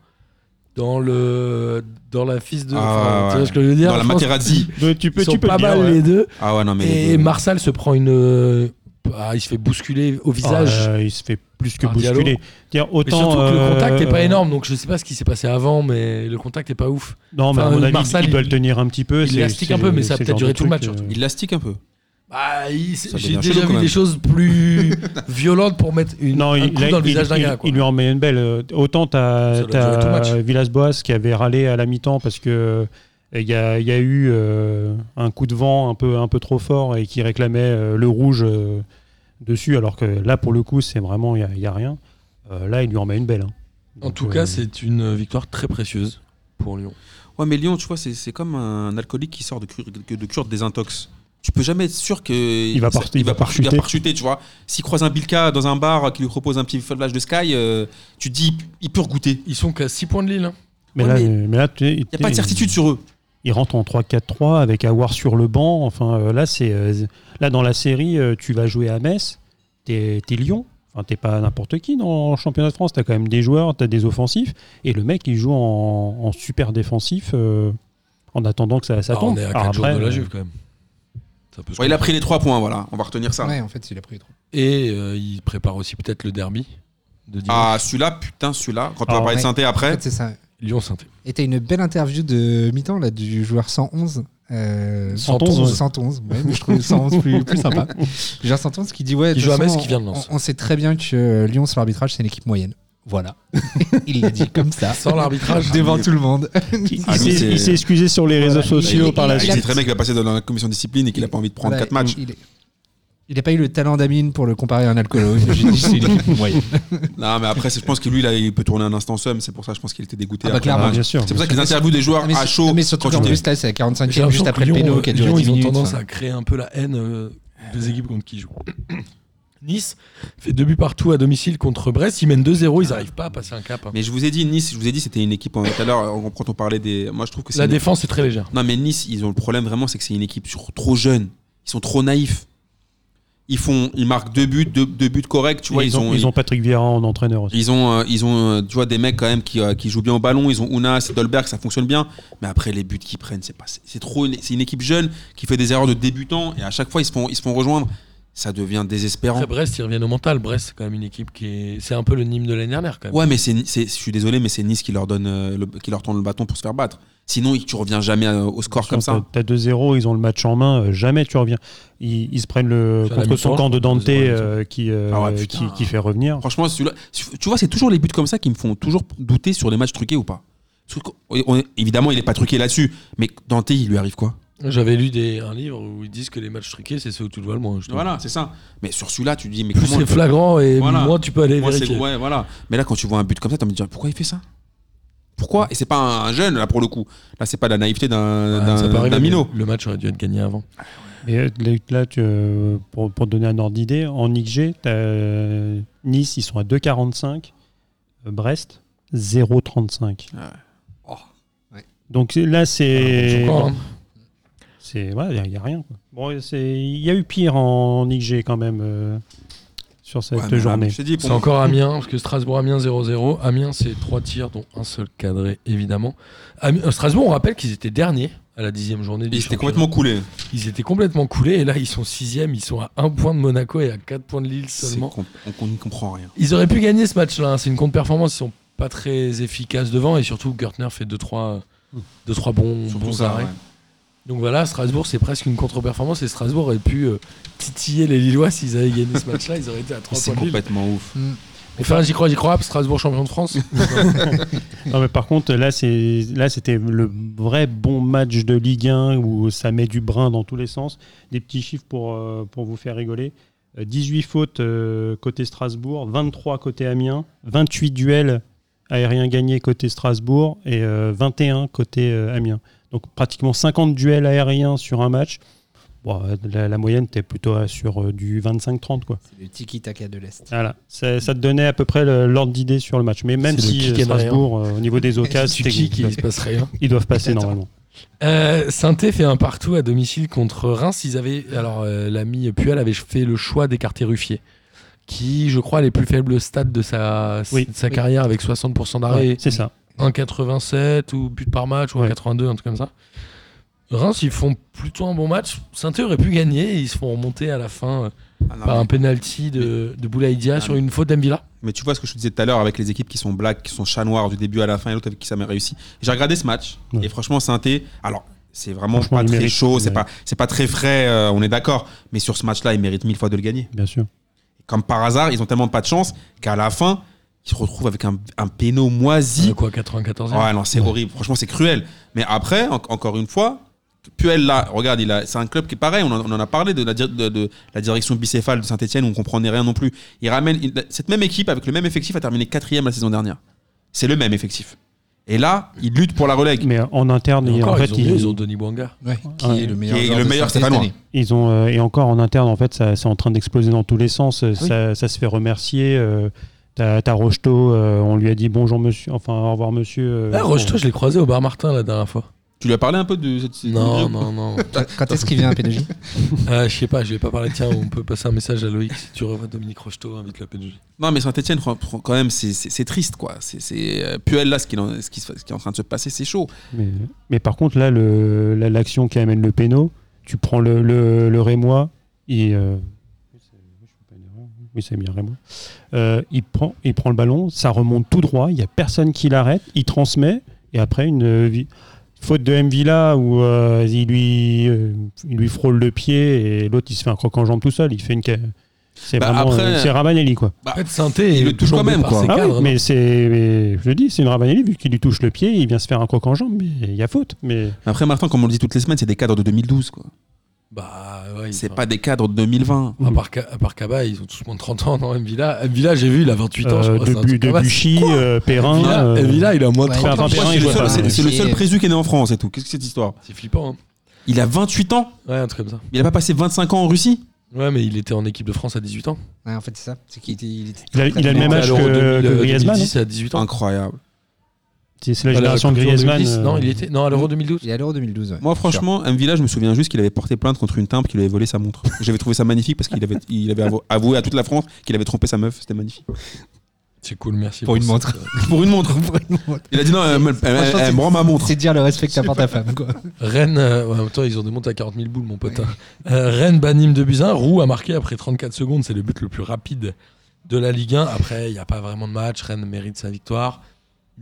dans le dans la fils de. Ah, enfin, Tu ouais. vois ce que je veux dire Dans la Je pense Materazzi. [LAUGHS] qu'ils- Donc, tu peux, Ils sont tu peux pas le dire, mal ouais. les deux. Ah ouais, non, mais. les Et deux- Marsal se prend une. euh, ah, il se fait bousculer au visage. Ah, euh, il se fait plus que Par Diallo. bousculer. Dire, Mais autant, surtout que le euh, contact n'est pas euh, énorme, donc je sais pas ce qui s'est passé avant, mais le contact est pas ouf. Non, mais Enfin, à mon avis, Marsal, il doit il- le tenir un petit peu. il c'est- l'élastique c'est- un peu, mais ça a c'est peut-être genre duré de tout le truc, match, surtout. euh, Il lastique un peu. Bah, il- j'ai devient déjà chelou, vu quand des même. choses [LAUGHS] plus violentes pour mettre une, Non, un il, coup là, dans le il- visage d'un il- gars. quoi. il lui en met une belle. euh, Autant Ça t'as doit durer tout le match. t'as Villas-Boas qui avait râlé à la mi-temps parce que il y a, il y a eu euh, un coup de vent un peu, un peu trop fort et qui réclamait euh, le rouge euh, dessus, alors que là, pour le coup, c'est vraiment, il n'y a, rien. Euh, là, il lui en met une belle. hein. En Donc, tout euh, cas, c'est une victoire très précieuse pour Lyon. Ouais, mais Lyon, tu vois, c'est c'est comme un alcoolique qui sort de cure, que- de cure de désintox. Tu peux jamais être sûr que il va par- il va par- parchuter. il va parchuter, tu vois. S'il croise un Bilka dans un bar qui lui propose un petit flash de Sky, euh, tu te dis il peut regoûter. Ils sont qu'à 6 points de Lille. hein. Mais Ouais, là, mais euh, mais là, tu- il Il n'y a pas de certitude sur eux. Il rentre en 3-4-3 avec Awar sur le banc. Enfin, euh, là, c'est euh, là dans la série, euh, tu vas jouer à Metz, t'es es Lyon. Enfin, t'es pas n'importe qui dans le championnat de France. T'as quand même des joueurs, t'as des offensifs. Et le mec, il joue en, en super défensif euh, en attendant que ça, ça Ah, tombe. on est à Alors 4 jours après, de la euh, Juve quand même. Ça peut se Ouais, il a comprendre. pris les trois points, voilà. On va retenir ça. Ouais, en fait, il a pris les trois. Et euh, il prépare aussi peut-être le derby de dimanche. Ah, celui-là, putain, celui-là. Quand on va Ah, parler de ouais. synthé En après. fait, c'est ça. Lyon saint Et t'as une belle interview de mi-temps là du joueur 111. euh, 111, ouais. 111, ouais, mais je trouve 111 plus, plus sympa. Le joueur 111 qui dit Qui ouais, de joue à toute Metz, façon, qui vient de Lens. On, on sait très bien que euh, Lyon sur l'arbitrage c'est une équipe moyenne. Voilà, [LAUGHS] il l'a dit comme ça Sans l'arbitrage. devant tout le monde. il- Ah, il lui, s'est- c'est- il s'est excusé sur les réseaux sociaux il- par il- la il- Il suite. sait très bien qu'il va passer dans la commission discipline et qu'il a pas envie de prendre Voilà, quatre matchs. Bah, Il, il- il a pas eu le talent d'Amine pour le comparer à un alcoolo. [LAUGHS] J'ai dit c'est une équipe moyenne. Non, mais après, c'est- je pense que lui, là, il peut tourner un instant seum. C'est pour ça, je pense qu'il était dégoûté. Ah bah, après le clairement. match. bien sûr. C'est pour ça que les interviews des joueurs Ah, mais à c'est- chaud. Mais surtout quand qu'en tu plus là c'est à 45 J'ai e l'impression juste que après Lyon, le péno euh, qui a duré Lyon, 10 ils ont minutes, tendance enfin. à créer un peu la haine euh, des équipes contre qui ils jouent. [CLEARS THROAT] Nice fait deux buts partout à domicile contre Brest. Ils mènent 2-0, ils n'arrivent pas à passer un cap. hein. Mais je vous ai dit, Nice, je vous ai dit, c'était une équipe. en- Tout à l'heure, on- quand on parlait des. Moi, je trouve que c'est. La une- défense est très légère. Non, mais Nice, ils ont le problème vraiment, c'est que c'est une équipe sur- trop jeune. Ils sont trop naïfs. Ils font, ils marquent deux buts, deux, deux buts corrects. Tu vois, ils, ont, ils, ils ont Patrick Vieira en entraîneur aussi. ils ont, euh, ils ont, euh, tu vois, des mecs quand même qui, euh, qui jouent bien au ballon. Ils ont Ounas, et Dolberg, ça fonctionne bien. Mais après, les buts qu'ils prennent, c'est pas, c'est- c'est trop. une- C'est une équipe jeune qui fait des erreurs de débutants et à chaque fois, ils se font, ils se font rejoindre. Ça devient désespérant. Après, Brest, ils reviennent au mental. Brest, c'est quand même une équipe qui est. C'est un peu le Nîmes de l'année dernière quand même. Ouais, mais c'est, c'est- je suis désolé, mais c'est Nice qui leur donne, euh, le- qui leur tourne le bâton pour se faire battre. Sinon, ils- tu reviens jamais euh, au score comme ça. T'as 2-0, ils ont le match en main, euh, jamais tu reviens. Ils, ils se prennent le C'est à la contre son mi-temps, camp de je crois, Dante 2-0 à la euh, qui, euh, Ah ouais, putain. qui, qui fait revenir. Franchement, celui-là- tu vois, c'est toujours les buts comme ça qui me font toujours douter sur les matchs truqués ou pas. Parce que, on- on- évidemment, il est pas truqué là-dessus, mais Dante, il lui arrive quoi J'avais lu des, un livre où ils disent que les matchs truqués, c'est ceux où tu le vois le moins. justement. Voilà, c'est ça. Mais sur celui-là, tu te dis, mais Plus comment. c'est flagrant et Voilà. moins tu peux aller Moi, c'est- vérifier. ouais, voilà. Mais là, quand tu vois un but comme ça, t'as envie de dire pourquoi il fait ça Pourquoi Et c'est pas un jeune, là, pour le coup. Là, c'est pas de la naïveté d'un Ouais, Ah, ça d'un- peut arriver, d'un minot. mais Le match aurait dû être gagné avant. Et euh, là, là, tu, euh, pour, pour te donner un ordre d'idée, en XG, t'as, euh, Nice, ils sont à 2,45. euh, Brest, 0,35. Ah Oh, ouais. Donc c'est- là, c'est. Je crois, hein. C'est voilà, il n'y a, rien. quoi. Bon, c'est- il y a eu pire en XG quand même euh, sur cette Ouais, mais là, journée. Je te dis, C'est pour moi, encore Amiens, parce que Strasbourg, Amiens 0-0. Amiens, c'est 3 tirs, dont un seul cadré, évidemment. Ami- euh, Strasbourg, on rappelle qu'ils étaient derniers à la dixième journée du il s'était championnat. complètement coulé. Ils étaient complètement coulés, et là, ils sont sixième. Ils sont à 1 point de Monaco et à 4 points de Lille C'est seulement. qu'on- On n'y comprend rien. Ils auraient pu gagner ce match-là. hein. C'est une contre-performance. Ils sont pas très efficaces devant, et surtout, Gertner fait 2-3 deux, trois bons, Mmh. Surtout bons ça. arrêts. ouais. Donc voilà, Strasbourg, c'est presque une contre-performance, et Strasbourg aurait pu euh, titiller les Lillois s'ils avaient gagné ce match-là. Ils auraient été à 3 C'est points de Lille. complètement ouf. Enfin, j'y crois, j'y crois. Strasbourg champion [LAUGHS] de France. Non, mais par contre, là, c'est là, c'était le vrai bon match de Ligue 1 où ça met du brin dans tous les sens. Des petits chiffres pour, euh, pour vous faire rigoler. Euh, 18 fautes euh, côté Strasbourg, 23 côté Amiens, 28 duels aériens gagnés côté Strasbourg et euh, 21 côté euh, Amiens. Donc pratiquement 50 duels aériens sur un match. Bon, euh, la, la moyenne, t'es plutôt à- sur euh, du 25-30 quoi. C'est le tiki-taka de l'Est. Voilà, ça, ça te donnait à peu près le- l'ordre d'idée sur le match. Mais même C'est le si kick and Strasbourg, euh, au niveau [LAUGHS] des occasions, tu c'était- qui qu'il se passe rien. ils doivent [LAUGHS] passer Attends. normalement. Euh, Saint-Étienne fait un partout à domicile contre Reims. Ils avaient, alors euh, l'ami Puel avait fait le choix d'écarter Ruffier, qui, je crois, a les plus faibles stats de sa, Oui. de sa Oui. carrière avec 60% Ouais, d'arrêt, c'est ça. 1,87 ou but par match ou Ouais. 1,82, un truc comme ça. Reims, ils font plutôt un bon match. Saint-Étienne aurait pu gagner. et Ils se font remonter à la fin euh, Ah, non, par mais- un penalty de, de Boulaïdia Ah, sur une faute d'Envila. Mais tu vois ce que je te disais tout à l'heure avec les équipes qui sont black, qui sont chat noir du début à la fin et l'autre avec qui ça m'a réussi. J'ai regardé ce match Ouais. et franchement, Saint-Étienne, alors c'est vraiment Franchement, pas il très mérite. chaud, c'est Ouais. pas, c'est pas très frais, euh, on est d'accord. Mais sur ce match-là, ils méritent mille fois de le gagner. Bien sûr. Comme par hasard, ils ont tellement pas de chance qu'à la fin, ils se retrouvent avec un, un péno moisi. Euh, Quoi, 94 Ouais, non, c'est horrible. Franchement, c'est cruel. Mais après, en- encore une fois, Puel, là, regarde, il a- c'est un club qui est pareil. On en, on en a parlé de la, di- de, de la direction bicéphale de Saint-Etienne où on comprenait rien non plus. Il ramène il- cette même équipe avec le même effectif a terminé quatrième la saison dernière. C'est le même effectif. Et là, il lutte pour la relègue. Mais euh, en interne, Et ils- encore, en fait, ils, ont, ils, ils ont Denis Bouanga. Ouais, qui Ouais. est le meilleur, Qui est joueur le de meilleur Saint-Étienne Stéphanois. cette année. ils ont, euh, et encore en interne, en fait, ça, c'est en train d'exploser dans tous les sens. Ah Ça, ça se fait remercier. euh, T'as t'as Rocheteau, euh, on lui a dit bonjour monsieur, enfin au revoir monsieur. euh, Ah, Rocheteau, je l'ai croisé au bar Martin la dernière fois. Tu lui as parlé un peu de cette cette- Non, non, non. [LAUGHS] Quand est-ce qu'il vient à PDG Euh, je sais pas, je vais pas parler. Tiens, on peut passer un message à Loïc si tu revois Dominique Rocheteau, invite la PDG. Non, mais Saint-Etienne, quand même, c'est- c'est c'est triste, quoi. C'est- C'est euh, Puel, là, ce qui, est en- ce qui se- ce qui est en train de se passer, c'est chaud. Mais, mais par contre, là, le- la- l'action qui amène le péno, tu prends le, le, le Rémois, il. euh, hein. oui, c'est bien Rémois. Euh, il, prend, il prend le ballon, ça remonte tout droit, il n'y a personne qui l'arrête, il transmet, et après, une euh, vi- faute de Mvila où euh, il, lui, euh, il lui frôle le pied et l'autre, il se fait un croc en jambe tout seul. Il fait une. ca- C'est Bah, vraiment. après- euh, c'est Rabanelli, quoi. En fait, Sainté, Ah, il le touche quand même, quoi. Ah hein. oui, mais c'est. mais Je dis, c'est une Rabanelli, vu qu'il lui touche le pied, il vient se faire un croc en jambe, mais il y a faute. Mais. Après, Martin, comme on le dit toutes les semaines, c'est des cadres de 2012, quoi. Bah, ouais. C'est enfin, pas des cadres de 2020. Ah, À part, Ka- à part Kaba, ils ont tous moins de 30 ans. Non, Mvila, Mvila j'ai vu, il a 28 ans. je Euh, crois, de c'est un Bu- truc de comme ça. Buchy, euh, Perrin. Mvila, euh, Mvila, il a moins de Ouais. 30 ans. Enfin, Perrin, C'est il le joue seul- pas. C'est c'est le seul Ouais. présu qui est né en France et tout. Qu'est-ce que c'est cette histoire C'est flippant. hein. Il a 28 ans Ouais, un truc comme ça. Il a pas passé 25 ans en Russie Ouais, mais il était en équipe de France à 18 ans. Ouais, En fait, c'est ça. C'est qu'il était- il était Il a- il a le même était à âge l'Euro que- 2000, que euh, Griezmann, 2010, à 18 ans. Incroyable. C'est c'est la À la génération Coupe du Monde Griezmann. 2010, Non, euh, il était. Non, à l'Euro 2012. Il est à l'Euro 2012. ouais. Moi, franchement, un village, je me souviens juste qu'il avait porté plainte contre une timbre qui lui avait volé sa montre. J'avais trouvé ça magnifique parce qu'il avait, il avait avou- avoué à toute la France qu'il avait trompé sa meuf. C'était magnifique. C'est cool, merci. Pour une ça. montre. [LAUGHS] Pour une montre. Il a dit non, elle, euh, me- elle- elle- Franchement, elle me c'est- rend ma montre. C'est dire le respect que t'apportes à ta femme, quoi. Rennes, euh, ouais, en même temps, ils ont des montres à 40 000 boules, mon pote. hein. Euh, Rennes, Banim de Buzyn. Roux a marqué après 34 secondes. C'est le but le plus rapide de la Ligue 1. Après, il n'y a pas vraiment de match. Rennes mérite sa victoire.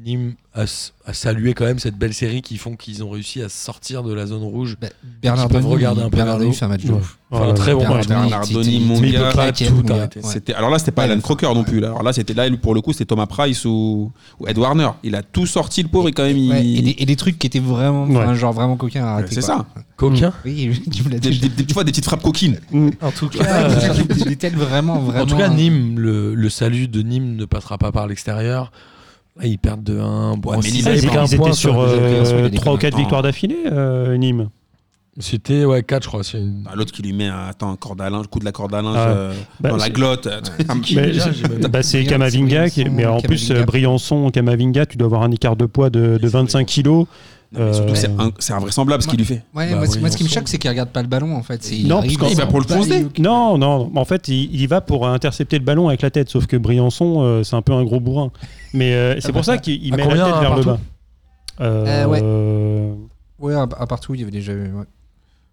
Nîmes a, s- a salué quand même cette belle série qui font qu'ils ont réussi à sortir de la zone rouge. Bah, Bernard Ils peuvent Denis, regarder un peu Bernard là-haut. Denis fait un match de Ouais. ouf. Enfin, Voilà. un très bon Bernard match. Denis, Bernard Denis, mon il gars. peut pas claquer, tout mon gars. arrêter. Ouais. C'était- alors là, c'était pas Ouais, Alan mais- Crocker non plus. là. Alors là, c'était là pour le coup, c'était Thomas Price ou, ou Ed Warner. Il a tout sorti le pauvre et quand même il. Ouais, et, des, et des trucs qui étaient vraiment, enfin, Ouais. genre vraiment coquins à Ouais, rater. c'est quoi. ça. Coquin. Oui, [LAUGHS] tu me l'as Des, dit. des- des- tu vois, des petites frappes coquines. En [LAUGHS] tout cas, Des trucs- des- des têtes vraiment, vraiment. en tout cas Nîmes, le, le salut de Nîmes ne passera pas par l'extérieur. Là, ils perdent de 1. Bon, Ouais, mais s'ils Lille, Ah, avaient ils pris étaient, un ils étaient point euh, sur euh, sur le deuxième classement, il y a des 3 ou 4 combattants. victoires d'affilée, euh, Nîmes. C'était ouais, 4, je crois. C'est une- Ah, L'autre qui lui met un, attends, un corde à linge, coup de la corde à linge Ah. euh, Bah, dans la c'est- glotte. Mais- Mais- déjà, j'ai même- bah, c'est Briançon, Kamavinga, qui est- mais en plus Kamavinga. euh, Briançon, Kamavinga, tu dois avoir un écart de poids de, de 25 kilos. Non, mais surtout, Euh, c'est un- c'est invraisemblable ce qu'il lui fait. Ouais, Bah moi, c'est- oui, moi, ce qui on me sent. choque, c'est qu'il regarde pas le ballon en fait. C'est- Non, arrive, Bah, parce qu'il va pour le s'en poser. bat les- Non, non, en fait, il, il y va pour intercepter le ballon avec la tête, sauf que Briançon, euh, c'est un peu un gros bourrin. Mais euh, c'est Ah pour bah. ça qu'il il À met combien, la tête un vers le bas. partout Euh, ouais. Euh, Ouais, à, à partout, il y avait déjà. eu, ouais.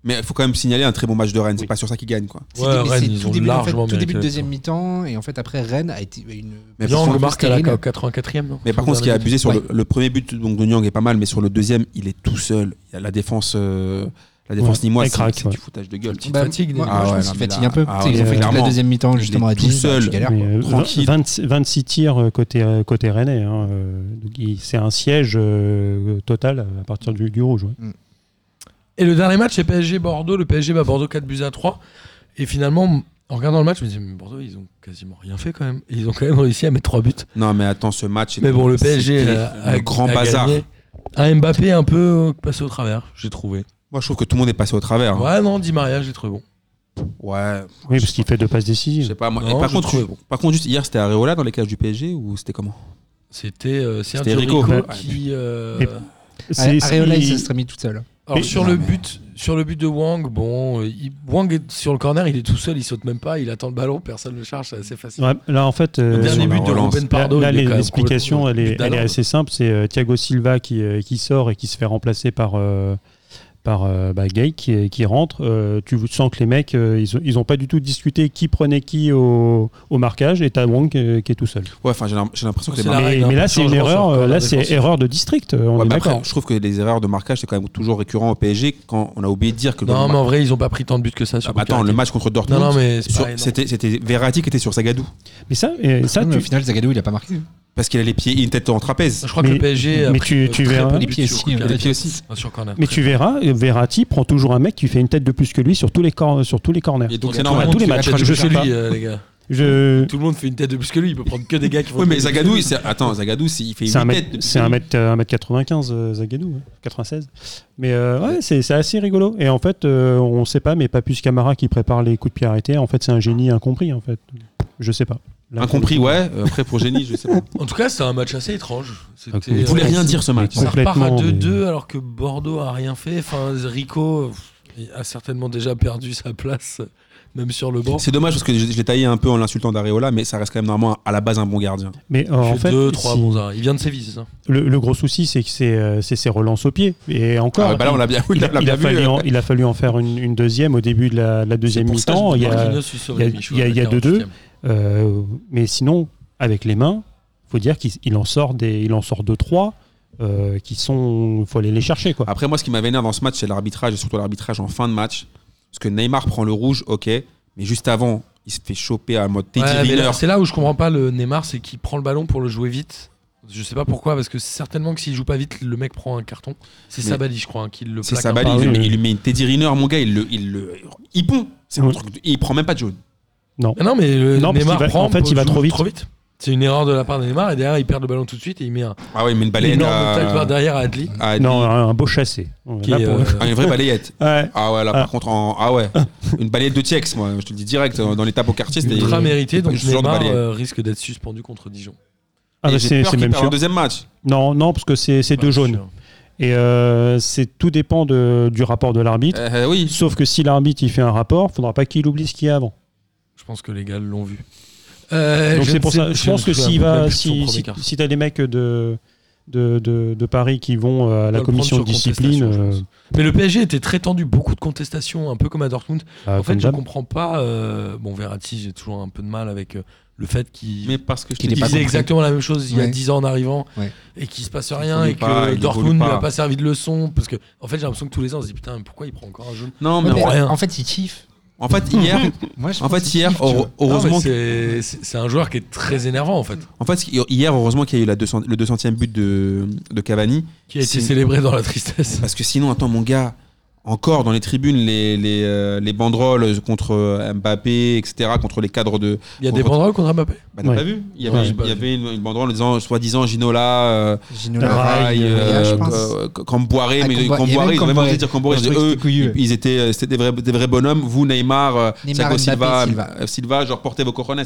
Mais il faut quand même signaler un très bon match de Rennes. C'est Oui. pas sur ça qu'il gagne, quoi. C'est Ouais, dé- mais Rennes, c'est ils tout ont début, en fait, largement tout début de mérité, deuxième mi-temps, et en fait après Rennes a été une. Mais position parce un Yang peu marque à la stérile. 84e. non Mais par contre, ce qui est abusé sur le, le premier but donc, de Nyang est pas mal, mais sur le deuxième, il est tout seul. Il y a la défense, euh, la défense Ouais, nîmoise, elle c'est craque, c'est ouais. du foutage de gueule. Petite Bah, fatigue, moi, des- moi, Ah je ouais, pense non, qu'il mais fatigue là- un peu. ah Tu sais, ils ouais, ont fait toute la clairement. deuxième mi-temps justement à tout 10, bah, seul. tu galères. mais, euh, tranquille. 20 26 tirs euh, côté, euh, côté rennais. hein, euh, donc il- c'est un siège euh, total à partir du, du rouge. ouais. Et le dernier match, c'est PSG-Bordeaux. Le PSG bat Bordeaux 4 buts à 3. Et finalement, en regardant le match, je me disais, mais Bordeaux, ils ont quasiment rien fait quand même. Et Ils ont quand même réussi à mettre 3 buts. Non, mais attends, ce match. Mais bon, le c'était PSG, le a- a- grand a bazar. gagné. Un Mbappé un peu euh, passé au travers, j'ai trouvé. Moi, je trouve que tout le monde est passé au travers. hein. Ouais, non, Di Maria, j'ai trouvé bon. Ouais. Oui, parce qu'il fait deux passes Je décisives. sais pas. Moi. Non, Et par, je contre, trouve- tu- par contre, juste hier, c'était Areola dans les cages du PSG ou c'était comment C'était euh, Sergio C'était Rico. Rico, Ouais. qui. euh, Et- C'est- c'est- Areola, il il- se serait mis toute seule. Alors, Mais- sur Non, le mais- but, sur le but de Wang, bon, euh, il- Wang est sur le corner, il est tout seul, il saute même pas, il attend le ballon, personne le charge, c'est assez facile. Ouais, Là, en fait, Le euh, dernier sur la but de relance. Ruben Là- Pardo, Là, il est les- quand même l'explication, elle complètement- est, but elle est d'Alande. assez simple. C'est euh, Thiago Silva qui, euh, qui sort et qui se fait remplacer par, euh, par euh, bah, Gay qui, qui rentre. Euh, tu sens que les mecs, euh, ils, ont- ils ont pas du tout discuté qui prenait qui au, au marquage et t'as Wong euh, qui est tout seul. Ouais, enfin, j'ai l'im- j'ai l'impression que les C'est marques- la mais, règle, hein, mais là, pas de c'est une changement sur erreur. le corps euh, de la Là, c'est défense. erreur de district. euh, On Ouais, est mais d'accord. après, je trouve que les erreurs de marquage, c'est quand même toujours récurrent au PSG. Quand on a oublié de dire que Non, le, mais en vrai, ils ont pas pris tant de buts que ça. Ah, Sur bah, attends, Copenhague. le match contre Dortmund, Non, non, mais c'est sur- pareil, non. c'était c'était Verratti qui était sur Sagadou Mais ça, et ça, Non, mais tu, Au final, Zagadou, il a pas marqué. parce qu'il a les pieds, une tête en trapèze. Je crois que mais- le PSG a mais pris tu- euh, tu très verras. peu de Les buts pieds sur aussi, Copenhague. hein, les pieds aussi. Ah, sur corner. mais tu verras, euh, Verratti prend toujours un mec qui fait une tête de plus que lui sur tous les, cor- euh, sur tous les corners. Et donc Il y c'est a normal. tout tous le les monde matchs, qui fait une tête je de sais plus que pas. lui, euh, les gars. Je... Tout le monde fait une tête de plus que lui. Il peut prendre que des gars qui [LAUGHS] font. Oui, une mais tête de plus Zagadou, que il lui. s'est- attends, Zagadou, c'est- il fait C'est un huit mètre, têtes. c'est un mètre, euh, un mètre 95 euh, Zagadou, hein, 96. Mais euh, ouais, c'est c'est assez rigolo. Et en fait, euh, on sait pas, mais Papus Camara qui prépare les coups de pied arrêtés, en fait, c'est un génie incompris. En fait, je sais pas. Là, Incompris, pour le ouais. euh, Après, pour génie, je sais pas. En tout cas, c'était un match assez étrange. C'était, Ok. Il Il voulait euh, rien dire ce match. Ça repart à Complètement, 2-2 mais- alors que Bordeaux a rien fait. Enfin, Rico pff, il a certainement déjà perdu sa place, euh, même sur le banc. C'est dommage parce que je, je l'ai taillé un peu en l'insultant d'Areola, mais ça reste quand même normalement à la base un bon gardien. coup. Mais euh, Il en fait fait, 2, 3 si- bons arrêts. Il vient de Séville, c'est ça le, le gros souci, c'est que c'est euh, c'est ses relances au pied. Et encore. Ah, bah là, on l'a bien, [LAUGHS] il, on a- l'a il bien a vu. euh, fallu en, il a fallu en faire une, une deuxième au début de la, de la deuxième pour ça que je mi-temps. Il y a- Marquinhos, Suso, il y a- Michaud, il y a- il y a la 48e. 2-2. Euh, mais sinon, avec les mains, faut dire qu'il il en sort des, il en sort deux trois euh, qui sont, faut aller les chercher quoi. Après, moi, ce qui m'avait énervé dans ce match, c'est l'arbitrage et surtout l'arbitrage en fin de match. Parce que Neymar prend le rouge, ok, mais juste avant, il se fait choper à mode Teddy Ouais, mais Riner. là, C'est là où je comprends pas le Neymar, c'est qu'il prend le ballon pour le jouer vite. Je sais pas pourquoi, parce que certainement que s'il joue pas vite, le mec prend un carton. C'est Mais- Sabali, je crois, hein, qui le C'est plaque. un Sabali, par Ah, il, lui oui, un. met- oui. il lui met une Teddy Riner, mon gars, il le, il le, il pond. C'est un Oui. truc, de- il prend même pas de jaune. Non. Ah Non, mais le Non, parce Neymar qu'il va- prend. en fait, il joue va trop vite. C'est une erreur de la part de Neymar et derrière il perd le ballon tout de suite et il met un Ah ouais, il met une balayette énorme tacle par à, derrière à Adli. à- Non, un, un beau chassé. Ouais, qui là, est, pour euh, le coup. [LAUGHS] Ah, une vraie balayette. Ouais. Ah ouais, là Ah. par contre, en... ah [LAUGHS] ouais, une balayette de Tiex, moi, je te le dis direct, dans dans les tapes au quartier, c'était. ultra mérité. c'était Donc ce genre de Neymar balai. euh, risque d'être suspendu contre Dijon. Ah, Et bah, j'ai c'est peur c'est qu'il même perde le sûr. deuxième match. Non, non, parce que c'est c'est deux Pas jaunes. sûr. Et euh, c'est tout dépend de, du rapport de l'arbitre. Euh, euh, oui. Sauf que si l'arbitre il fait un rapport, faudra pas qu'il oublie ce qu'il y a avant. Je pense que les gars l'ont vu. Euh, Donc je c'est ne pour sais- ça. Je pense ne que me souviens s'il même va, plus de son si, premier si, quart. si t'as des mecs de de, de, de Paris qui vont euh, à Il va la le commission de prendre sur discipline, contestation, je euh, pense. Mais le PSG était très tendu, beaucoup de contestations, un peu comme à Dortmund. bah, en fait, comme je d'hab. comprends pas. euh, bon, Verratti, j'ai toujours un peu de mal avec euh, le fait qu'ils Mais parce que je Qu'il t'ai est dit, pas disaient compris. exactement la même chose il y a Ouais. 10 ans en arrivant Ouais. et qu'il se passe rien voulait et que pas, il Dortmund voulait ne lui a pas. pas servi de leçon parce que en fait j'ai l'impression que tous les ans on se dit putain mais pourquoi il prend encore un jaune Non, mais Ouais, mais en- rien. En fait, il kiffe. en fait, hier, [LAUGHS] Moi, je en pense fait, qu'il hier, kiffe, tu heure- vois. heureusement, Non, mais c'est- c'est c'est un joueur qui est très énervant en fait en fait, hier, heureusement qu'il y a eu la 200 le 200e but de, de Cavani. qui a été C'est- célébré dans la [LAUGHS] tristesse Parce que sinon, attends, mon gars, encore dans les tribunes, les, les, euh, les banderoles contre euh, Mbappé, etc., contre les cadres de. il y a des Contre- banderoles contre Mbappé Bah, t'as Ouais. pas vu Il y Ouais, avait, j'ai pas il y avait une, une banderole disant, soi-disant, Ginola, euh, Ginola, Rail, Rail, Raya, je euh, pense. euh, Camboiré, Ah, mais Camboiré. Il y a Camboiré, même ils ont même Camboiré. osé dire Camboiré. Moi, je ils disaient, trouvais que eux, c'était couillu. ils étaient, euh, c'était des vrais, des vrais bonhommes. Vous, Neymar, euh, Thiago Neymar, Mbappé, Silva, Silva. euh, Silva, genre portez vos cojones.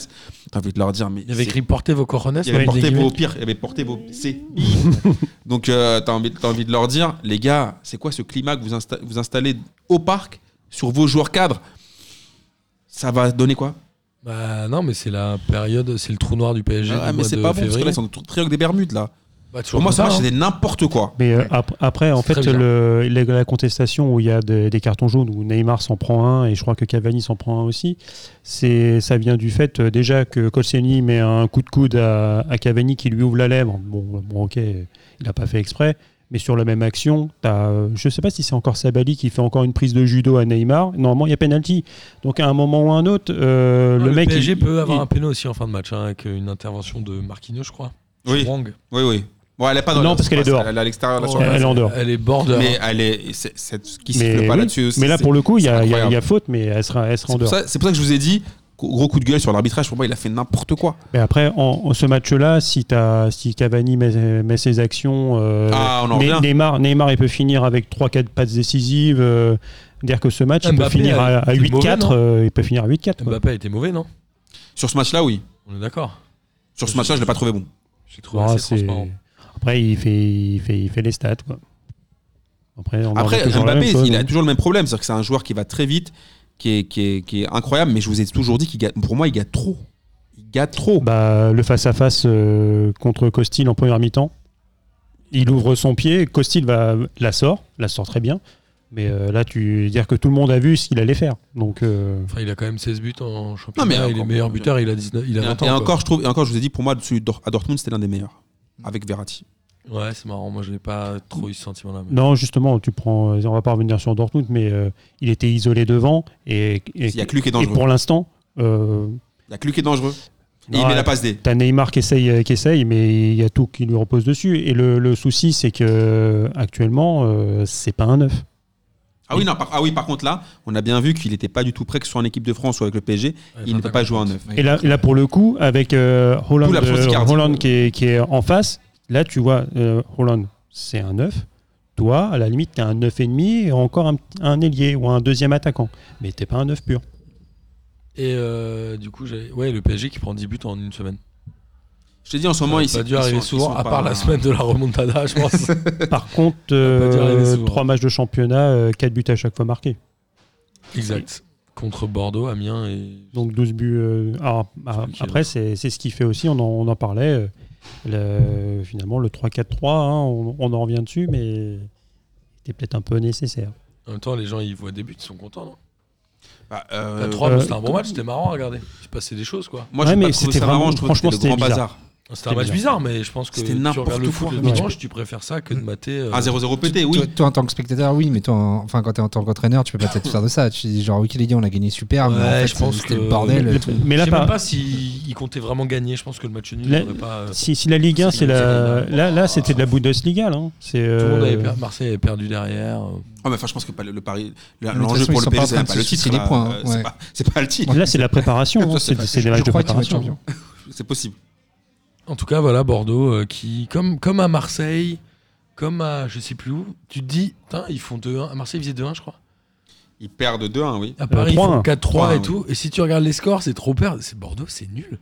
T'as envie de leur dire, mais il y avait c'est- écrit portez vos coronets il y avait porté vos pires, il y avait porté vos C. [LAUGHS] Donc euh, t'as envie, t'as envie de leur dire, les gars, c'est quoi ce climat que vous, insta- vous installez au parc sur vos joueurs cadres Ça va donner quoi bah non mais c'est la période c'est le trou noir du PSG Ah, du Mais mois c'est de pas bon parce que février là ils sont dans le triangle des Bermudes là. Bah, toujours Pour moi comme ça ça, match hein. c'était n'importe quoi. Mais euh, ap- après, en C'est fait, très bizarre. le- la, la contestation où il y a des, des cartons jaunes, où Neymar s'en prend un et je crois que Cavani s'en prend un aussi, c'est ça vient du fait euh, déjà que Colseni met un coup de coude à, à Cavani qui lui ouvre la lèvre. Bon, bon ok, il n'a pas fait exprès. Mais sur la même action, t'as, euh, je ne sais pas si c'est encore Sabali qui fait encore une prise de judo à Neymar. Normalement, il y a penalty. Donc à un moment ou à un autre, euh, Ah, le, mec. PSG il- peut avoir il- un péno aussi en fin de match hein, avec une intervention de Marquinhos je crois Oui, Wang. oui, oui. Bon, elle est pas dans Non, la- parce qu'elle est elle dehors. Elle est à l'extérieur, là, sur elle, la- elle est en dehors. elle est border Mais elle est, c'est, c'est- ce qui Mais siffle pas oui. là-dessus. Mais là, c'est- pour le coup, il y, a- c'est il y a- il y a incroyable. faute, mais elle sera, elle sera en c'est, pour dehors. ça, c'est pour ça que je vous ai dit gros coup de gueule sur l'arbitrage. Pour moi, il a fait n'importe quoi. Mais après, en, en ce match-là, si, t'as- si Cavani met, met ses actions, euh, Ah, on en Ne- revient. Neymar, Neymar, il peut finir avec 3-4 passes décisives. euh, dire que ce match, il peut Mbappé finir à, a à été 8-4. mauvais, euh, il peut finir à 8-4. quoi. Mbappé a été mauvais non Sur ce match-là, oui. on est d'accord Sur ce match-là, je l'ai pas trouvé bon. j'ai trouvé Ah, assez c'est- transparent Après, il fait, il, fait, il fait les stats. Quoi. Après, on en Après, revient toujours à la Mbappé, même chose, il a hein. toujours le même problème. C'est-à-dire que c'est un joueur qui va très vite, qui est, qui est, qui est incroyable, mais je vous ai toujours dit qu'il gâte- pour moi, il gâte trop. Il gâte trop. Bah, le face-à-face euh, contre Costil en première mi-temps. Il ouvre son pied, Costil va, la sort, la sort très bien. Mais euh, là, tu dire que tout le monde a vu ce qu'il allait faire. Donc, euh, Enfin, il a quand même 16 buts en championnat. Non, mais il est encore- meilleur buteur, il a 19, il et, a 20 ans. et quoi. encore, je trouve, et encore, je vous ai dit, pour moi, celui d'Or- à Dortmund, c'était l'un des meilleurs. Avec Verratti. Ouais, c'est marrant. Moi, je n'ai pas trop eu ce sentiment-là. mais- non, justement, tu prends. euh, On va pas revenir sur Dortmund, mais euh, il était isolé devant et, et, Il y a que lui qui est et dangereux. pour l'instant, euh, Il y a que lui qui est dangereux. Et il Ah, met la passe D. T'as Neymar qui essaye, euh, qui essaye, mais il y a tout qui lui repose dessus. Et le, le souci, c'est que euh, actuellement, euh, c'est pas un neuf. Ah oui, non, par, ah oui, par contre, là, on a bien vu qu'il n'était pas du tout prêt que ce soit en équipe de France ou avec le PSG. Ouais, il ne peut pas jouer en neuf. Et là, et là, pour le coup, avec euh, Holland, D'où l'absence d'Icardi. Holland qui, est, qui est en face, là, tu vois, euh, Holland, c'est un 9. Toi, à la limite, t'es un 9,5 et encore un, petit- un ailier ou un deuxième attaquant. Mais t'es pas un 9 pur. Et euh, du coup, j'ai- ouais, le PSG qui prend 10 buts en une semaine. Je t'ai dit, en ce Ça moment, n'a il pas dû arriver souvent, à part la semaine de la remontada, je pense. Par contre, pas dire les euh, souvent. trois matchs de championnat, 4 buts à chaque fois marqués. exact. Contre Bordeaux, Amiens et. Donc 12 buts. euh, alors, sais a- plus qui après, c'est c'est ce qu'il fait aussi, on en, on en parlait. euh, le- finalement, le 3-4-3, hein, on, on en revient dessus, mais c'était peut-être un peu nécessaire. En même temps, les gens, ils voient des buts, ils sont contents, non Bah, euh, La 3, euh, c'était un bon match, c'était marrant à regarder. Il se passait des choses, quoi. Moi, Ouais, j'ai mais pas trouvé c'était ça marrant, vraiment- je trouve que franchement, c'était le grand c'était bazar. C'était un match bizarre. bizarre, mais je pense que C'était tu n'importe regardes le quoi. Ah, foot le Ouais. dimanche, tu préfères ça que de mater. euh, Un 0-0 pété, oui. Toi, toi, en tant que spectateur, oui, mais toi, en- enfin, quand t'es en tant qu'entraîneur, tu peux pas être faire de ça. Tu dis genre, ok, les gars, on a gagné super, mais en Ouais, fait, je pense c'était que- le bordel. le truc. Mais Je là, sais même par- pas s'il comptait vraiment gagner. Je pense que le match nul, il La- aurait pas. euh, Si, si la Ligue 1, C'est c'est la... une- là, là c'était de la Bundesliga. Là, hein. C'est, Tout le monde euh, avait perdu, Marseille avait perdu derrière. euh. Ah, mais enfin, je pense que pas le, le pari, le- Mais de toute l'enjeu pour façon, ils le sont PSG, pas en c'est train même de pas le se titre. sucer des là. points, hein. Euh, c'est Ouais. pas- C'est pas le titre. Là, c'est de la préparation. hein. C'est c'est des matchs je de crois qu'il va être préparation. champion. [LAUGHS] C'est possible. En tout cas, voilà, Bordeaux, euh, qui, comme, comme à Marseille, comme à je sais plus où, tu te dis, putain, ils font 2-1. À Marseille, ils faisaient 2-1, je crois. Ils perdent 2-1, oui. À Paris, ils 3-1. font 4-3 3-1, et tout. Et si tu regardes les scores, c'est trop perdre. C'est Bordeaux, c'est nul.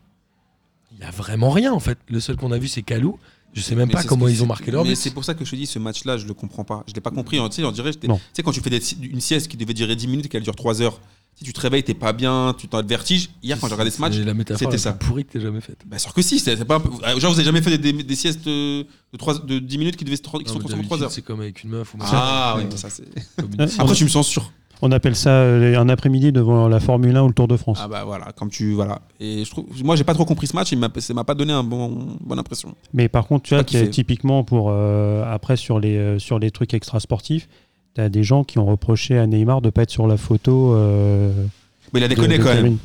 Il y a vraiment rien, en fait. Le seul qu'on a vu, c'est Calou. Je sais même Mais pas c'est ce comment que ils c'est- ont marqué leur Mais but. c'est pour ça que je te dis, ce match-là, je le comprends pas. Je l'ai pas compris. hein. Tu sais, on dirait, j'étais- tu Non. sais, quand tu fais des- une sieste qui devait durer 10 minutes et qu'elle dure 3 heures, si tu te réveilles, t'es pas bien, tu t'as le vertige. Hier, quand j'ai regardé ce match, C'est la métaphore c'était la ça. plus pourrie que t'aies jamais faite. bah, sûr que si. c'est- c'est pas un peu- euh, Genre, vous avez jamais fait des, des- des siestes euh, de, 3, de 10 minutes qui, devaient se tro- qui Non, sont Ah, mais transformées en d'habitude, 3 heures. C'est comme avec une meuf ou machin. Ah, Euh, oui, ça, c'est- comme une Euh, fille. Après, tu me censures. On appelle ça euh, un après-midi devant la Formule 1 ou le Tour de France. Ah bah voilà, comme tu voilà. Et je trouve, moi j'ai pas trop compris ce match, il m'a, ça m'a pas donné un bon, bonne impression. Mais par contre, tu vois, Pas kiffé. t'es- typiquement, pour, euh, après, sur les, euh, sur les trucs extra-sportifs, tu as des gens qui ont reproché à Neymar de pas être sur la photo. euh, Mais il a de- déconné de quand même. Karine.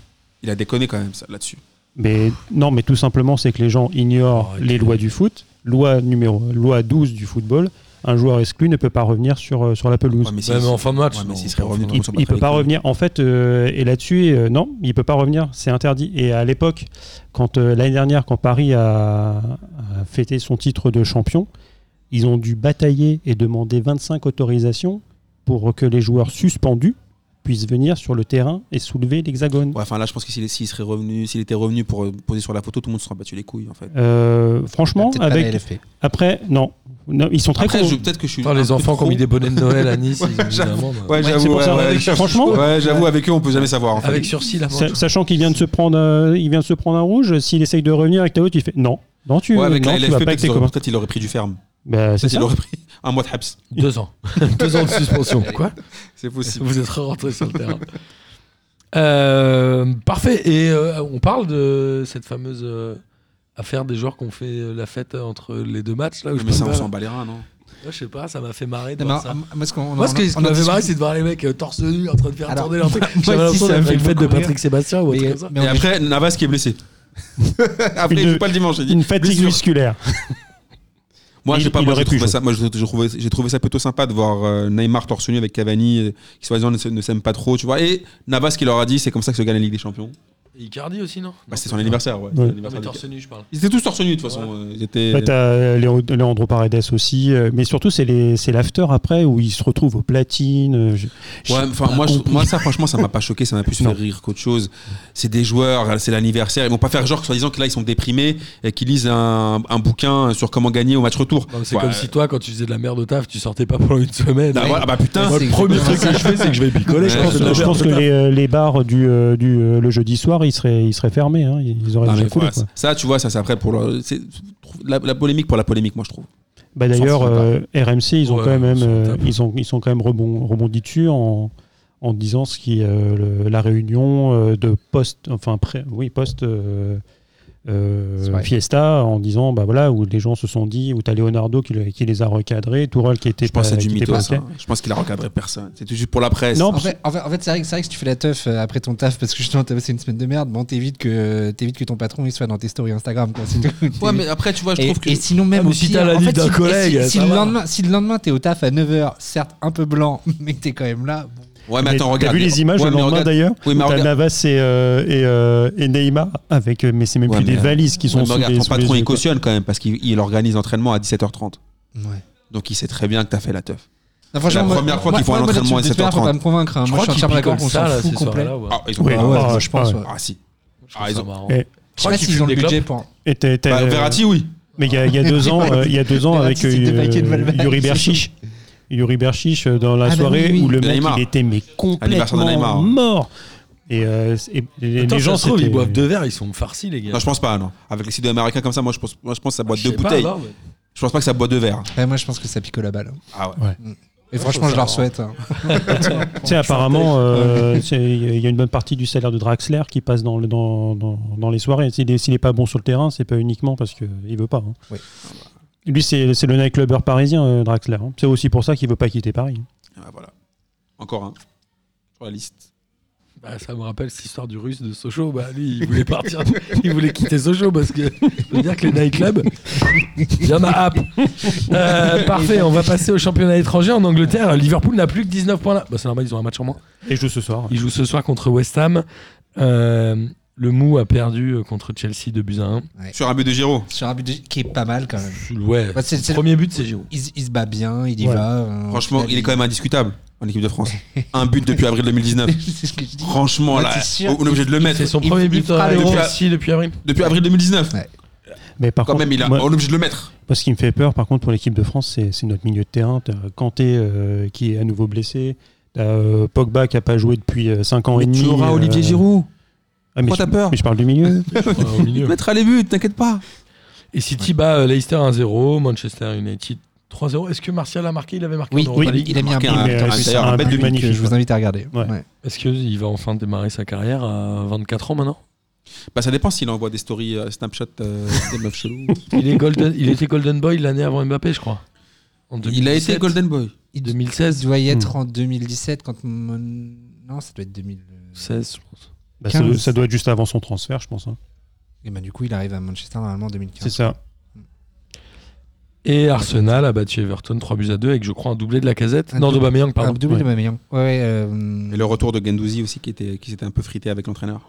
Il a déconné quand même ça, là-dessus. Mais non, mais tout simplement, c'est que les gens Oh, ignorent Arrête. les lois du foot. Loi numéro loi 12 du football, un joueur exclu ne peut pas revenir sur, euh, sur la pelouse. Ouais, mais si- Ouais, mais en fin de match. Ouais, mais non, s'il serait pas en revenu fin de dans il, match. sont pas il peut très pas cool. revenir. En fait, euh, et là-dessus, euh, non, il peut pas revenir. C'est interdit. Et à l'époque, quand euh, l'année dernière, quand Paris a, a fêté son titre de champion, ils ont dû batailler et demander 25 autorisations pour que les joueurs suspendus puissent venir sur le terrain et soulever l'hexagone. Ouais, enfin là je pense que s'il, s'il serait revenu, s'il était revenu pour euh, poser sur la photo, tout le monde se serait battu les couilles en fait. Euh, franchement, Peut-être pas la avec LFP. après, non, Non, ils sont très Après, cons. je- peut-être que je suis. Attends, un les peu enfants qui ont trop- mis des bonnets de Noël [LAUGHS] à Nice, ils ont mis j'avoue. une amende. Ouais, c'est j'avoue. pour ouais, ça, ouais. [LAUGHS] franchement, Ouais, j'avoue, avec eux on peut jamais savoir. En fait. Avec sursis, la sa- sachant qu'il vient de se prendre, euh, il vient de se prendre un rouge. S'il essaye de revenir avec ta haute, il fait non, non tu, Ouais, avec Euh, non, la tu LFP, vas pas avec peut-être, tes il aurait- copains. peut-être il aurait pris du ferme. Bah, c'est Peut-être ça. il aurait pris un mois de haps. Deux ans. [LAUGHS] Deux ans de suspension. [LAUGHS] Quoi C'est possible. Vous êtes rentré sur le terrain. [LAUGHS] Euh, parfait. Et euh, on parle de cette fameuse euh, affaire des joueurs qui ont fait euh, la fête entre les deux matchs. Là, où je, Mais ça, me on bats. s'en bat les reins, non Moi, je sais pas, ça m'a fait marrer. De Non, voir mais ça. en- Moi, ce qu'on Moi, ce que- ce qui Eh ben, on a m'avait marré, discuté- c'est de voir les mecs euh, torse nu en train de faire Alors, tourner leur truc. J'avais aussi, l'impression ça d'être m'a à fait une fête de beaucoup Patrick Sébastien ou un mais- truc comme ça. mais Et on est- après, Navas qui est blessé. après, il Une- joue pas le dimanche. j'ai dit. Une fatigue Blessure. musculaire. Moi, Il- j'ai pas, il moi, j'ai aurait pu trouvé jouer. ça, moi, j'ai j'ai trouvé, j'ai trouvé ça plutôt sympa de voir euh, Neymar torse nu avec Cavani, euh, qui soi-disant ne, se- ne s'aime pas trop, tu vois. Et Navas qui leur a dit, c'est comme ça que se gagne la Ligue des Champions. Et Icardi aussi, non Bah, c'était son anniversaire, ouais. Ouais. Non, mais L'anniversaire torse des- nu, je parle. Ils étaient tous torse nu de toute façon. euh, Ils étaient. Après, t'as Léo- Leandro Paredes aussi, euh, mais surtout c'est les- c'est l'after après où ils se retrouvent aux platines. euh, je- j'ai Ouais, enfin, pas moi, je- compris. moi, ça, franchement, ça m'a pas choqué, ça m'a plus Non. fait rire qu'autre chose. C'est des joueurs, c'est l'anniversaire. Ils vont pas faire genre que soi-disant que là, ils sont déprimés et qu'ils lisent un, un bouquin sur comment gagner au match retour. Non, mais Bah, C'est Ouais. comme si toi, quand tu faisais de la merde au taf, tu sortais pas pendant une semaine. Ah, Ouais. voilà, bah putain, Moi, le c'est premier exactement truc que je fais, c'est que je vais picoler. je Ouais, pense, c'est je pense que les, euh, les bars du, euh, du, euh, le jeudi soir, ils seraient, ils seraient fermés. hein, Ils ils auraient Non, déjà Ah, mais coulé, voilà, quoi. ça, tu vois, ça, c'est après pour le- c'est- la, la polémique pour la polémique, moi, je trouve. Bah, s'en D'ailleurs, fout pas. euh, RMC, ils ont Ouais, quand même, ils sont euh, tables. ils, sont, ils sont quand même rebond, rebondis dessus en, en disant ce qui, euh, le- la réunion euh, de post, enfin pré- oui post euh, euh, C'est vrai. Fiesta, en disant bah voilà où les gens se sont dit où t'as Leonardo qui, le- qui les a recadrés, Tourelle qui était Je pense que pas- c'est du qui était mytho, pas ça. ok. Je pense qu'il a recadré personne. C'est juste pour la presse. Non, En fait, en fait, en fait, c'est vrai, que- c'est vrai que si tu fais la teuf euh, après ton taf parce que justement t'as passé une semaine de merde, bon t'évites que t'évites que ton patron il soit dans tes stories Instagram quoi. c'est tout. [LAUGHS] Ouais, mais après, [LAUGHS] tu vois, je et, trouve que. et sinon Ah, même mais au si pire, t'as la en vie fait, d'un si- et si- collègue, si, ça le va. lendemain, si le lendemain t'es au taf à 9h, certes un peu blanc, [LAUGHS] mais que t'es quand même là. bon. Ouais, mais Mais attends, T'as regarde. vu les images Ouais, le mais lendemain regarde- d'ailleurs Oui, mais T'as regarde. Navas et, euh, et, euh, et Neymar avec, euh, mais c'est même Ouais, plus mais, des euh, valises qui Ouais, sont mais sous regarde, les- ton sous les patron, yeux, il quoi. cautionne quand même parce qu'il il organise l'entraînement à 17h30. Ouais. Donc il sait très bien que t'as fait la teuf. Non, franchement, La moi- première fois moi- qu'ils font moi, un là-dessus, entraînement à de toute manière, 7h30. faut pas me convaincre. hein. Je Moi, crois je suis qu'ils entièrement d'accord picolent qu'on ça, s'en là, fout ces complet. soirs-là. Bah. ouais. Ah, ils ont Oui, pas- Ah ouais, Ah, ça, je je pense, pense. ouais. ouais. Ah, si. Je Ah, trouve ils ça ont- marrant. Et- Je sais pas crois qu'ils s'ils fument ont le des budget pour. Et t'as- t'as- Bah, Verratti, oui. Mais il y a, il y a deux ans, euh, il y a deux [LAUGHS] ans Verratti, avec c'était euh, paquet de Valverde. Yuri Berchiche. Yuri Berchiche euh, dans la Ah bah soirée oui, Ah, oui. où le De mec Neymar. il était mais Anniversaire de Neymar, complètement hein. mort. Et, euh, c- et les, Attends, les gens ça se trouve, c'était- ils boivent deux verres, ils sont farcis, les gars. Non, je pense pas, non. Avec les sud-américains comme ça, moi je pense, moi, je pense que ça boit Je deux sais pas, bouteilles. alors, mais- je pense pas que ça boit deux verres. Ouais, Moi, je pense que ça picole la balle. Ah ouais. Et franchement, je leur souhaite. hein. Tu sais, apparemment, euh, [LAUGHS] c'est- il y a une bonne partie du salaire de Draxler qui passe dans, le- dans, dans, dans les soirées. S'il est, s'il est pas bon sur le terrain, c'est pas uniquement parce qu'il veut pas. hein. Oui. Lui, c'est c'est le nightclubber parisien, euh, Draxler. hein. C'est aussi pour ça qu'il veut pas quitter Paris. hein. Ah, voilà. Encore un. Sur la liste. Bah, ça me rappelle cette histoire du russe de Sochaux. Bah, lui, il [LAUGHS] voulait partir, il voulait quitter Sochaux parce que je veux dire que les nightclubs, il y en a app. Euh, parfait, on va passer au championnat étranger en Angleterre. Liverpool n'a plus que 19 points là. Bah, c'est normal, ils ont un match en moins. Et joue ce soir. Ils jouent ce soir contre West Ham. Euh, le Mou a perdu euh, contre Chelsea 2 buts à 1. Sur un but de Giro. Sur un budget qui est pas mal quand même. Ouais. Bah, c'est- c'est- Premier but, c'est Giroud. il, se- il se bat bien, il y Ouais. va. euh, Franchement, il est quand même indiscutable en équipe de France. Un but depuis avril finale, 2019. il- [LAUGHS] c'est ce que je dis. Franchement, Ouais, là, c'est sûr. on est obligé de le mettre. C'est son il- premier il but fera euh, le avec gros. Chelsea depuis avril. Depuis avril 2019. Ouais. Mais par Quand contre, même, il a, moi- on est obligé de le mettre. Moi, ce qui me fait peur, par contre, pour l'équipe de France, c'est c'est notre milieu de terrain. T'as Kanté euh, qui est à nouveau blessé. T'as euh, Pogba qui n'a pas joué depuis 5 ans et demi. euh, Giroud. ah, mais Pourquoi je- t'as peur Mais je parle du milieu. Enfin, au milieu. Mettra les buts, t'inquiète pas. Et City bat euh, Leicester 1-0, Manchester United 3-0. Est-ce que Martial a marqué Il avait marqué Oui, en oui, Europa League il a mis un marqué but. un- en un- plus. d'ailleurs, Ah, un but bête de que magnifique, Je vous invite à regarder. Ouais. Ouais. Est-ce qu'il va enfin démarrer sa carrière à 24 ans maintenant Bah, ça dépend s'il envoie des stories euh, Snapchat euh, des meufs [LAUGHS] cheloues. il, est golden, il était Golden Boy l'année avant Mbappé, je crois. En Il a 2017, été Golden Boy. Il 2016, doit y être en 2017 quand. mon- Non, ça doit être 2000. 16, je pense. Bah, ça, 15. doit- ça doit être juste avant son transfert, je pense. hein. Et ben, du coup, il arrive à Manchester normalement en 2015. C'est ça. Et Arsenal a battu Everton 3 buts à 2 avec, je crois, un doublé de la casette. Un Non, de doublé. Bameyang, Ah, pardon. double de Aubameyang. Ouais, ouais, Et euh, le retour de Gendouzi aussi, qui était qui s'était un peu frité avec l'entraîneur.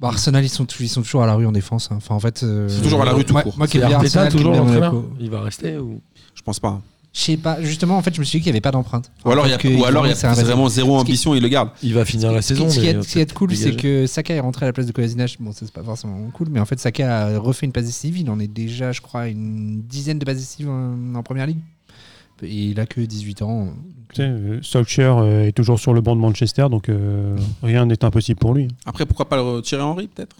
bah, Arsenal, ils sont, tou- ils sont toujours à la rue en défense. hein. Enfin, en fait, euh, C'est toujours à la rue tout moi- court. Moi qui C'est aime bien Arteta Arsenal, qui aime toujours bien l'entraîneur. Monaco. Il va rester ou... Je pense pas. Je sais pas. Justement, en fait, je me suis dit qu'il n'y avait pas d'empreinte. Ou alors, il y a, Que ou alors, il y a c'est un réseau. vraiment zéro Ce qui- ambition, il le garde. Il va finir la Ce qui- saison. Ce qui mais, est, euh, ce qui est cool, c'est dégagé. que Saka est rentré à la place de Kolasinac. Bon, ça, c'est pas forcément cool, mais en fait, Saka a refait une passe décisive. Il en est déjà, je crois, à une dizaine de passes décisives en, en première ligue. Et il a que 18 ans. Tu sais, euh, Solskjaer euh, est toujours sur le banc de Manchester, donc euh, rien n'est impossible pour lui. Après, pourquoi pas le retirer Henry, peut-être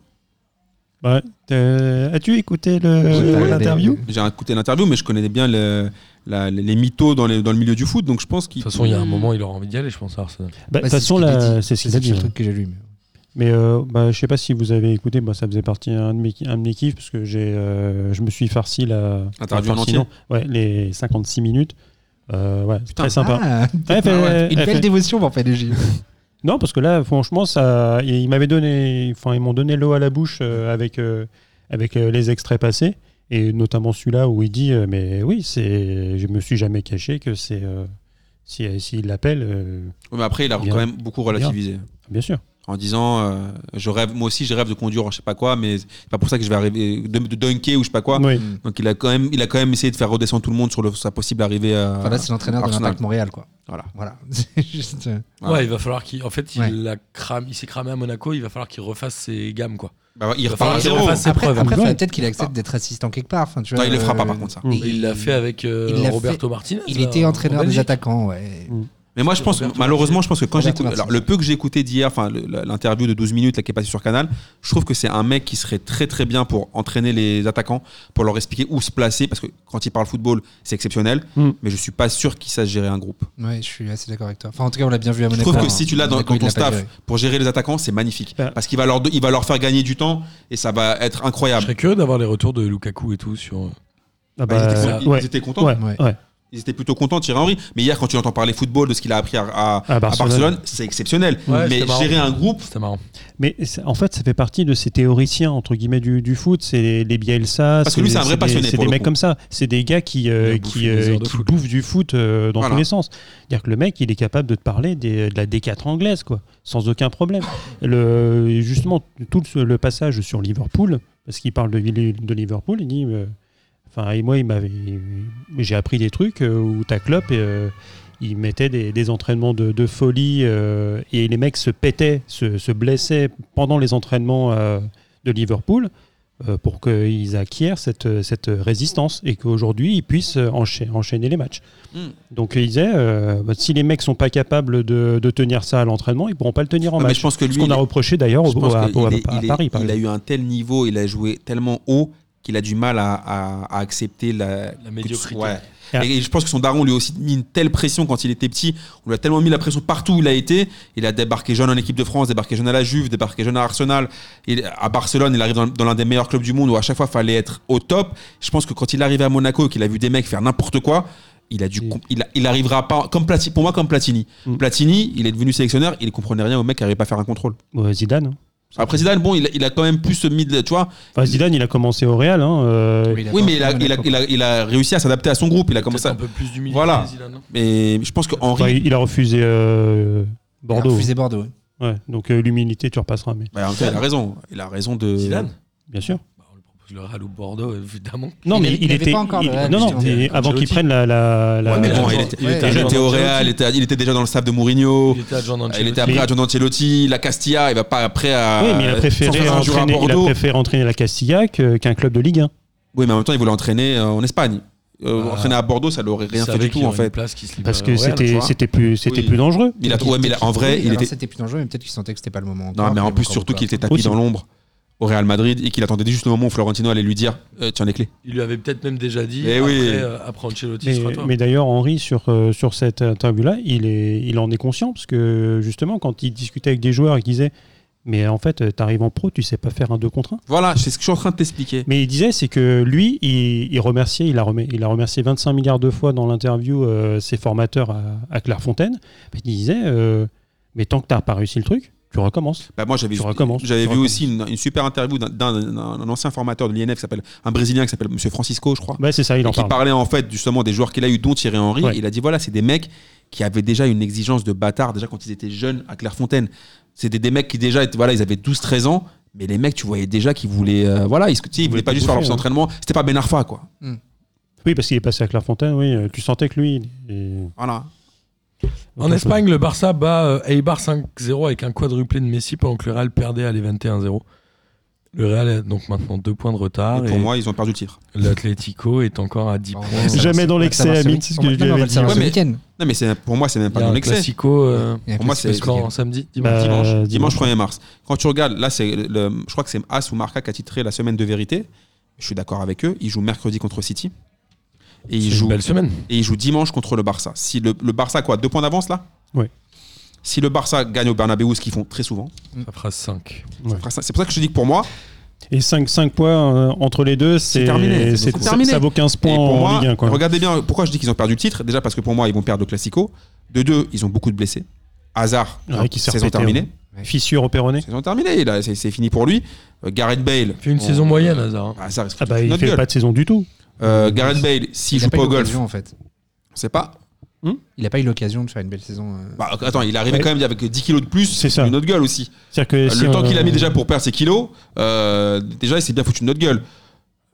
Ouais. Euh, As-tu écouté J'ai pas le- regardé. euh, l'interview J'ai écouté l'interview, mais je connais bien le- la- les mythos dans, les- dans le milieu du foot, donc je pense De qu'il. toute façon, il y a un moment, il aura envie d'y aller, je pense, à Arsenal. Bah, De Bah, toute façon, ce qu'il là, dit. c'est ce qu'il C'est a le dit. hein. seul ouais. truc que j'ai lu. mais- Mais euh, bah, je sais pas si vous avez écouté, moi ça faisait partie un de mes, un de mes kiffs parce que j'ai, euh, je me suis farci la Interview en farci, entier. non, ouais, les 56 minutes. Euh, ouais, très sympa. Ah, Ouais, fait- ouais, une ouais, belle fait- dévotion pour PDG. Non, parce que là, franchement, ça, ils m'avaient donné, enfin, ils m'ont donné l'eau à la bouche euh, avec euh, avec euh, les extraits passés et notamment celui-là où il dit, euh, mais oui, c'est, je me suis jamais caché que c'est, euh, si s'il l'appelle, euh, Ouais, mais après, il a Bien. quand même beaucoup relativisé. bien sûr. En disant, euh, je rêve, moi aussi, je rêve de conduire, je sais pas quoi, mais c'est pas pour ça que je vais arriver de, de dunker ou je sais pas quoi. Oui. Donc il a quand même, il a quand même essayé de faire redescendre tout le monde sur le- sa possible arrivée. À, Enfin, là, c'est l'entraîneur de Arsenal. l'Impact Montréal, quoi. Voilà. Voilà. C'est juste. euh, Ouais. Ouais, il va falloir qu'il. En fait, il Ouais. a cram- il s'est cramé à Monaco, il va falloir qu'il refasse ses gammes, quoi. Bah, il Enfin, repart à il zéro. repasse ses Après, preuves. après, Ouais. faudrait peut-être qu'il accepte d'être assistant quelque part. Enfin, tu vois, Non, il le fera pas, euh, par contre, ça. Mm. et- Il l'a fait avec euh, il l'a Roberto Martinez. euh, Il là, était en- en entraîneur des Belgique. attaquants, ouais. Mais moi, je pense, Roberto malheureusement, je pense que quand Roberto j'écoute. Martinez. Alors, le peu que j'ai écouté d'hier, enfin, le- la- l'interview de 12 minutes là, qui est passée sur Canal, je trouve que c'est un mec qui serait très très bien pour entraîner les attaquants, pour leur expliquer où se placer, parce que quand il parle football, c'est exceptionnel, Hmm. Mm. mais je suis pas sûr qu'il sache gérer un groupe. Ouais, je suis assez d'accord avec toi. Enfin, en tout cas, on l'a bien vu à Je Monaco. trouve que hein. si tu l'as dans, Monaco, dans il ton l'a pas staff géré. pour gérer les attaquants, c'est magnifique. Bah. Parce qu'il va leur, do- il va leur faire gagner du temps et ça va être Je incroyable. serais curieux d'avoir les retours de Lukaku et tout sur. euh, Ah Bah, ils, étaient, bah, con- ils ouais. étaient contents. Ouais, Ouais. ouais. Ils étaient plutôt contents de Thierry Henry. Mais hier, quand tu entends parler football, de ce qu'il a appris à, à- à À Barcelone, Barcelone. c'est exceptionnel. Ouais, mais c'était marrant. gérer un groupe, C'était marrant. Mais c'est- en fait, ça fait partie de ces théoriciens entre guillemets du, du foot. C'est les, les Bielsa. Parce que lui, c'est un vrai des- passionné, C'est pour des le mecs coup. comme ça. C'est des gars qui euh, Il a bouffé qui, des euh, heures de qui foot. bouffent du foot euh, dans Voilà. tous les sens. C'est-à-dire que le mec, il est capable de te parler des- de la D4 anglaise, quoi, sans aucun problème. le, justement, tout le, le passage sur Liverpool, parce qu'il parle de, de Liverpool, il dit. euh, Enfin, et moi, il m'avait, j'ai appris des trucs euh, où ta clope. il mettait des, des entraînements de, de folie euh, et les mecs se pétaient, se, se blessaient pendant les entraînements euh, de Liverpool euh, pour qu'ils acquièrent cette, cette résistance et qu'aujourd'hui ils puissent encha- enchaîner les matchs. Mm. Donc il disait, euh, bah, si les mecs sont pas capables de, de tenir ça à l'entraînement, ils pourront pas le tenir en mais match. je pense que lui, Ce qu'on il- a reproché d'ailleurs Je au, pense au- à, qu'il au- est- à- à il est- Paris. par il a exemple. eu un tel niveau, il a joué tellement haut qu'il a du mal à, à- à accepter la, La médiocrité. Ouais. Et à- Et, et je pense que son daron lui a aussi mis une telle pression quand il était petit. On lui a tellement mis la pression partout où il a été. Il a débarqué jeune en équipe de France, débarqué jeune à la Juve, débarqué jeune à Arsenal. Et à Barcelone, il arrive dans, dans l'un des meilleurs clubs du monde où à chaque fois, il fallait être au top. Je pense que quand il est arrivé à Monaco et qu'il a vu des mecs faire n'importe quoi, il a dû, Oui. com- il, a- il arrivera pas comme Platini, pour moi comme Platini. Mm. Platini, il est devenu sélectionneur, il comprenait rien au mec qui n'arrivait pas à faire un contrôle. Ouais, Zidane. hein. Après Zidane, bon, il a, il a quand même plus ce mid, tu vois. Enfin, Zidane, il a commencé au Real. hein, euh, a Oui, pas mais il a, entraîné il, a, Monaco. il, a, il a réussi à s'adapter à son groupe. Il a commencé. Peut-être un À... peu plus d'humilité. Voilà. Zidane, non Mais je pense que enfin, Henry. il il a refusé euh, Il a Bordeaux. refusé Bordeaux. ouais. Ouais, donc euh, l'humilité, tu repasseras. Mais Bah, en fait, il a raison. Il a raison de. Zidane bien sûr. Bah, On lui propose le Real ou Bordeaux, évidemment. Non, Il mais avait- il, il avait était. pas encore le il- Real, non, non, justement. et avant qu'il Ancelotti. prenne la. la, la- Ouais, mais Ouais, bon, mais il il était, était il était adjoint au d'Ancelotti. Real, il était, il était déjà dans le staff de Mourinho. Il était adjoint Il d'Ancelotti. était après Mais- à John Ancelotti, la Castilla, il va pas après à. oui, mais il a préféré, 160 jours à entraîner, il a Bordeaux. Bah préféré entraîner la Castilla que- qu'un club de Ligue 1. Oui, mais en même temps, il voulait entraîner euh, en Espagne. Euh, Ah. Entraîner à Bordeaux, ça lui aurait rien Il fait savait du qu'il tout, y en aurait une fait. place qui se Parce libérait que au Real, tu c'était vois. c'était plus, c'était Oui. plus dangereux. Il a, ouais, mais il a- en vrai, Oui, il alors était. C'était plus dangereux, mais peut-être qu'il sentait que c'était pas le moment. Non, encore, mais en puis plus, encore surtout pas. qu'il était tapis Aussi. dans l'ombre. au Real Madrid et qu'il attendait juste le moment où Florentino allait lui dire euh, tiens les clés. Il lui avait peut-être même déjà dit Eh après, oui. euh, après Ancelotti, ce Mais, sera toi. mais d'ailleurs, Henri, sur, euh, sur cette interview-là, il, est, il en est conscient, parce que justement, quand il discutait avec des joueurs et qu'il disait Mais en fait, euh, t'arrives en pro, tu sais pas faire un 2 contre 1. Voilà, c'est ce que je suis en train de t'expliquer. Mais il disait, c'est que lui, il, il remerciait, il a, remet- il a remercié 25 milliards de fois dans l'interview euh, ses formateurs à, à Clairefontaine. Mais il disait euh, Mais tant que t'as pas réussi le truc, tu recommences. Bah, moi, j'avais Tu recommences, j'avais tu vu recommences. aussi une, une super interview d'un- d'un d'un ancien formateur de l'INF qui s'appelle un Brésilien qui s'appelle Monsieur Francisco, je crois. Ouais, c'est ça, il et en qui parle. parlait en fait justement des joueurs qu'il a eu dont Thierry Henry Ouais. il a dit voilà c'est des mecs qui avaient déjà une exigence de bâtard déjà quand ils étaient jeunes à Clairefontaine c'était des mecs qui déjà étaient- voilà ils avaient 12 13 ans mais les mecs tu voyais déjà qu'ils voulaient euh, voilà ils, se- tu sais, ils voulaient pas juste faire leurs bouffer, hein. entraînements c'était pas Ben Arfa quoi Oui, parce qu'il est passé à Clairefontaine, oui. euh, Tu sentais que lui. il- il- voilà En Espagne, le Barça bat euh, Eibar 5-0 avec un quadruplé de Messi pendant que le Real perdait à les 21-0. Le Real a donc maintenant deux points de Ah retard et et, pour moi ils ont perdu le tir l'Atlético est encore à 10 Bon, points. on va Jamais le- dans on va le l'excès, savoir ce Amine, week- c'est ce on va- que je non, lui on va avais le savoir dit. ce Ouais, week-end. non mais c'est pour moi c'est même Il pas y a dans un l'excès classico euh, Il y a un Pour moi, classico c'est- ce score week-end. en samedi dimanche. Bah, dimanche, dimanche. dimanche 1er mars. Quand tu regardes, là, c'est le- le- je crois que c'est As ou Marca qui a titré la semaine de vérité. Je suis d'accord avec eux. Ils jouent mercredi contre City. Et C'est ils une jouent, belle semaine. et ils jouent dimanche contre le Barça. Si le, le Barça, quoi, deux points d'avance là Ouais. Si le Barça gagne au Bernabeu, ce qu'ils font très souvent, Ça fera 5. ça fera ça. c'est pour ça que je te dis que pour moi, Et 5, 5 points euh, entre les deux, c'est terminé, c'est c'est- beaucoup. ça- Terminé. Ça vaut 15 et points pour en moi Ligue 1. Quoi. regardez bien pourquoi je dis qu'ils ont perdu le titre. Déjà parce que pour moi, ils vont perdre le Classico. De deux, ils ont beaucoup de blessés. Hazard, Ouais, qui s'est saison répété, terminée. Fissure au péroné. Saison terminée, là, c'est c'est fini pour lui. Euh, Gareth Bale. Fait une on- saison moyenne, Hazard. hein. Ah, ça reste Ah bah, toute il notre fait gueule. pas de saison du tout. Euh, Gareth Bale, s'il Il a joue pas pas eu au golf, l'occasion, en fait. on sait pas. Il n'a pas eu l'occasion de faire une belle saison. euh, Bah, attends, il est arrivé Ouais. quand même avec 10 kilos de plus, C'est ça. une autre gueule aussi. C'est-à-dire que Euh, si le temps on- qu'il a mis déjà pour perdre ses kilos, euh, déjà il s'est bien foutu de notre gueule.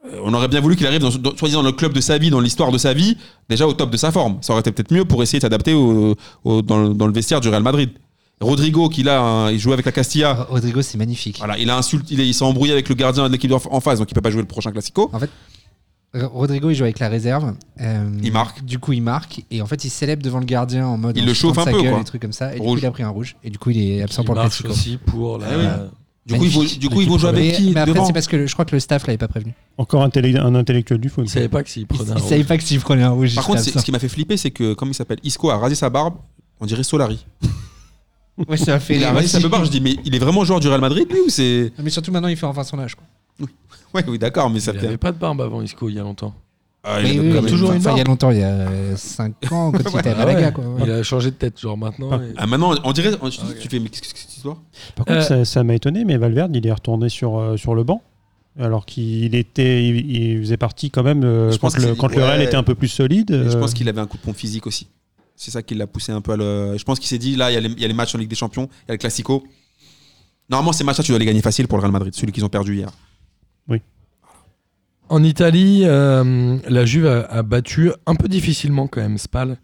Euh, On aurait bien voulu qu'il arrive dans, dans- soi-disant dans le club de sa vie, dans l'histoire de sa vie, déjà au top de sa forme. Ça aurait été peut-être mieux pour essayer de s'adapter au- au- dans, le- dans le vestiaire du Real Madrid. Rodrigo, qui là, hein, il joue avec la Castilla. Ah, Rodrigo, c'est magnifique. Voilà, il a insulté, il est- il s'est embrouillé avec le gardien de l'équipe d'en- en face, donc il peut pas jouer le prochain classico. R- Rodrigo, il joue avec la réserve. euh, Il marque. Du coup, il marque. Et en fait, il célèbre devant le gardien en mode. Il en le chauffe foutant de un sa peu, gueule, quoi. Des trucs comme ça. Et du Rouge. coup, il a pris un rouge. Et du coup, il est absent Qui pour le marche Mexico. aussi pour la- Ah oui. la- Du coup, ils vont, Magnifique. du coup, ils vont jouer avec Mais, qui mais après, devant c'est parce que le- je crois que le staff l'avait pas prévenu. Encore un, télé- un intellectuel du foot. Il savait pas que s'il Il, prenait un il rouge. savait pas que s'il prenait un rouge. Par il contre, serait c'est- ce qui m'a fait flipper, c'est que, comme il s'appelle, Isco a rasé sa barbe, on dirait Solari. absent. Ouais, ça a fait Il a rire rasé sa aussi. barbe, je dis, mais il est vraiment joueur du Real Madrid, lui, ou c'est. Mais surtout, maintenant, il fait enfin son âge. quoi. Ouais, oui, d'accord, mais ça Il fait- avait pas de barbe avant Isco il y a longtemps. Ah, Mais il a oui, quand mais même- toujours enfin, une Il y a longtemps, il y a 5 ans, quand [LAUGHS] il était à Ah Malaga. ouais. quoi. Il a changé de tête, genre maintenant. et- Ah, maintenant, on dirait. on- tu- Tu fais, mais qu'est-ce que c'est que cette histoire Par contre, ça- Euh, ça m'a étonné, mais Valverde, il est retourné sur, euh, sur le banc. Alors qu'il était, il, il faisait partie quand même euh, Je pense quand, le, qu'il- quand le Real ouais. était un peu plus solide. Et Je euh, pense qu'il avait un coup de pompe physique aussi. C'est ça qui l'a poussé un peu à le. Je pense qu'il s'est dit, là, il y, a les- il y a les matchs en Ligue des Champions, il y a le Classico. Normalement, ces matchs-là, tu dois les gagner facile pour le Real Madrid, celui qu'ils ont perdu hier. En Italie, euh, la Juve a, a battu un peu difficilement quand même Spal.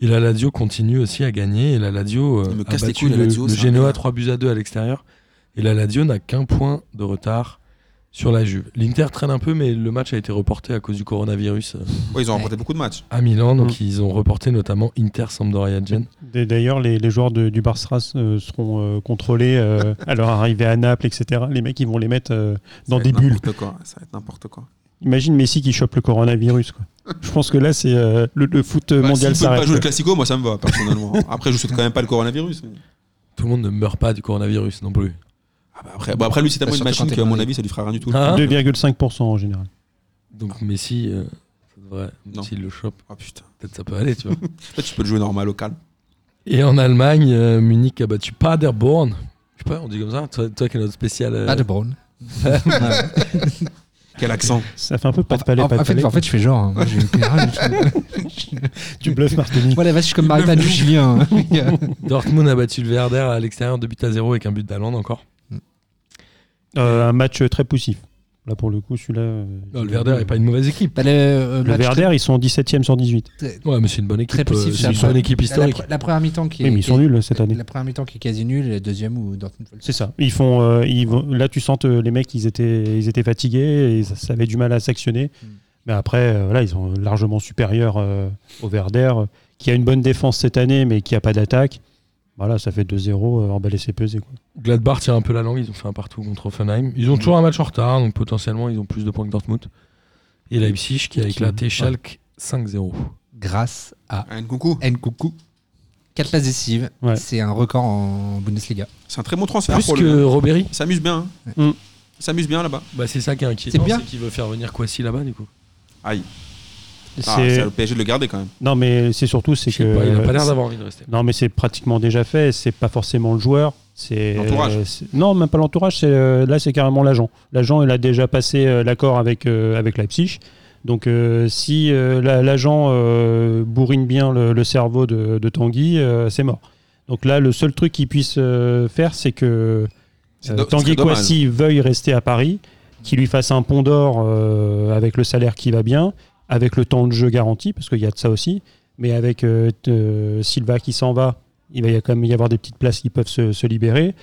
Et la Lazio continue aussi à gagner. Et la Lazio euh, Il me a casse les battu couilles, la le, Lazio, le c'est un Genoa délire. 3 buts à 2 à l'extérieur. Et la Lazio n'a qu'un point de retard sur la Juve. L'Inter traîne un peu, mais le match a été reporté à cause du coronavirus euh, Ouais, ils ont Ouais. remporté beaucoup de matchs. à Milan. Donc Mm. ils ont reporté notamment Inter Sampdoria Gen. d- D'ailleurs, les, les joueurs de- du Barça euh, seront euh, contrôlés euh, à leur arrivée à Naples, etc. Les mecs, ils vont les mettre euh, dans Ça va des être bulles. n'importe quoi, Ça va être n'importe quoi. Imagine Messi qui chope le coronavirus. quoi. Je pense que là, c'est euh, le, le foot Bah, S'ils mondial peuvent pas s'arrête. jouer le Classico, moi, ça me va, personnellement. Après, je souhaite quand même pas le coronavirus. mais- Tout le monde ne meurt pas du coronavirus non plus. Ah bah après, bon, après, lui, c'est tellement une Surtout quand machine t'es qu'à mon blindé. avis, ça lui fera rien du tout. Hein 2,5% en général. donc Messi, euh, ça devrait- Non. s'il le chope, Oh putain. peut-être ça peut aller. Tu vois. Toi, tu peux le jouer normal au calme. Et en Allemagne, euh, Munich a battu Paderborn. Je sais pas, on dit comme ça. Toi, toi qui es notre spécial. euh, Paderborn. Quel accent Ça fait un peu pas de palais, en, pas de en fait, palais. en fait, je fais genre. hein. Moi, j'ai- rien du tout. Tu bluffes, [LAUGHS] Martini. Moi, la vache, je suis comme Marita du Julien. hein. [LAUGHS] Dortmund a battu le Werder à l'extérieur, 2 buts à 0 avec un but d'Allende encore. Euh, un match euh, très poussif. Là, pour le coup, celui-là. euh, Non, le Werder n'est pas une mauvaise équipe. Bah, le euh, Le match Werder, ils sont 17e sur 18. Ouais, mais c'est une bonne équipe. Très possible, euh, ça c'est une après. bonne équipe La, historique. pre- la première mi-temps qui est. Oui, mais ils sont qui est- nuls cette année. La première mi-temps qui est quasi nulle, la deuxième où Dortmund fait le C'est ça. Ils font, euh, ils vont- là, tu sens que les mecs, ils étaient, ils étaient fatigués, et ça, ça avait du mal à s'actionner. Mm. Mais après, euh, là, ils sont largement supérieurs euh, au Werder, euh, qui a une bonne défense cette année, mais qui a pas d'attaque. Voilà, ça fait 2-0, euh, emballé, c'est pesé. Ah, Quoi. Gladbach tient un peu la langue, ils ont fait un partout contre Offenheim. Ils ont toujours un match en retard, donc potentiellement ils ont plus de points que Dortmund. Et Leipzig qui a Qui- éclaté ouais. Schalke 5-0. grâce à Un coucou. Nkoukou. 4 passes décisives, Ouais. c'est un record en Bundesliga. C'est un très bon transfert Plus pour que le. Robéry. Il s'amuse bien. hein. Ouais. Mm. Il s'amuse bien là-bas. Bah, c'est ça qui est C'est inquiétant, bien. c'est qu'il veut faire venir Kwasi là-bas du coup. Aïe. Ah, C'est- c'est à le PSG de le garder quand même. Non, mais c'est surtout c'est Je sais que. pas, Bah, il a pas l'air d'avoir envie de rester. Non, mais c'est pratiquement déjà fait. C'est pas forcément le joueur. C'est L'entourage. euh, c'est- non, même pas l'entourage. C'est euh, là, c'est carrément l'agent. L'agent, il a déjà passé euh, l'accord avec euh, avec Leipzig. Donc, euh, si euh, la- l'agent euh, bourrine bien le, le cerveau de, de Tanguy, euh, c'est mort. Donc là, le seul truc qu'il puisse euh, faire, c'est que C'est euh, do- Tanguy c'est dommage. Kouassi veuille rester à Paris, qu'il lui fasse un pont d'or euh, avec le salaire qui va bien, avec le temps de jeu garanti, parce qu'il y a de ça aussi, mais avec euh, t- euh, Silva qui s'en va, il va y a quand même y avoir des petites places qui peuvent se, se libérer.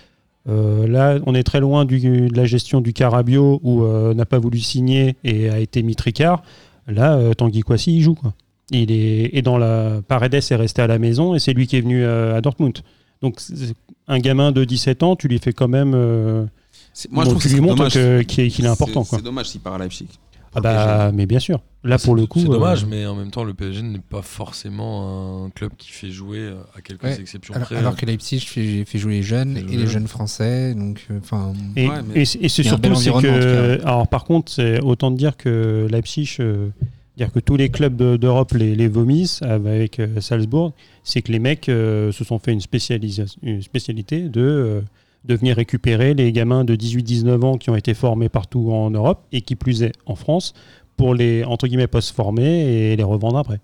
Euh, là, on est très loin du- de la gestion du Carabio où euh, n'a pas voulu signer et a été mis tricard. Là, euh, Tanguy Kouassi, il joue. Quoi. Il est et dans la Paredes est resté à la maison et c'est lui qui est venu euh, à Dortmund. Donc, c'est- un gamin de 17 ans, tu lui fais quand même. euh, C'est- Moi, bon, je trouve tu que lui c'est montres dommage. que- qu'il est, qu'il est C'est- important. Quoi. C'est dommage s'il part à Leipzig. Ah bah, mais bien sûr. Là, pour le coup. C'est euh, dommage, mais en même temps, le PSG n'est pas forcément un club qui fait jouer euh, à quelques Ouais, exceptions Alors, près. euh, alors que Leipzig fait, fait jouer les jeunes Fait et jouer les les jeunes. jeunes français, donc euh, enfin Et, Ouais, mais- et c'est- et c'est Il y a un surtout bel c'est environnement, en que. Alors, par contre, c'est autant dire que Leipzig, euh, dire que tous les clubs de- d'Europe les, les vomissent avec euh, Salzbourg, c'est que les mecs euh, se sont fait une, spécialisation, une spécialité de, euh, de venir récupérer les gamins de 18-19 ans qui ont été formés partout en Europe et qui plus est en France pour les, entre guillemets, post-former et les revendre après.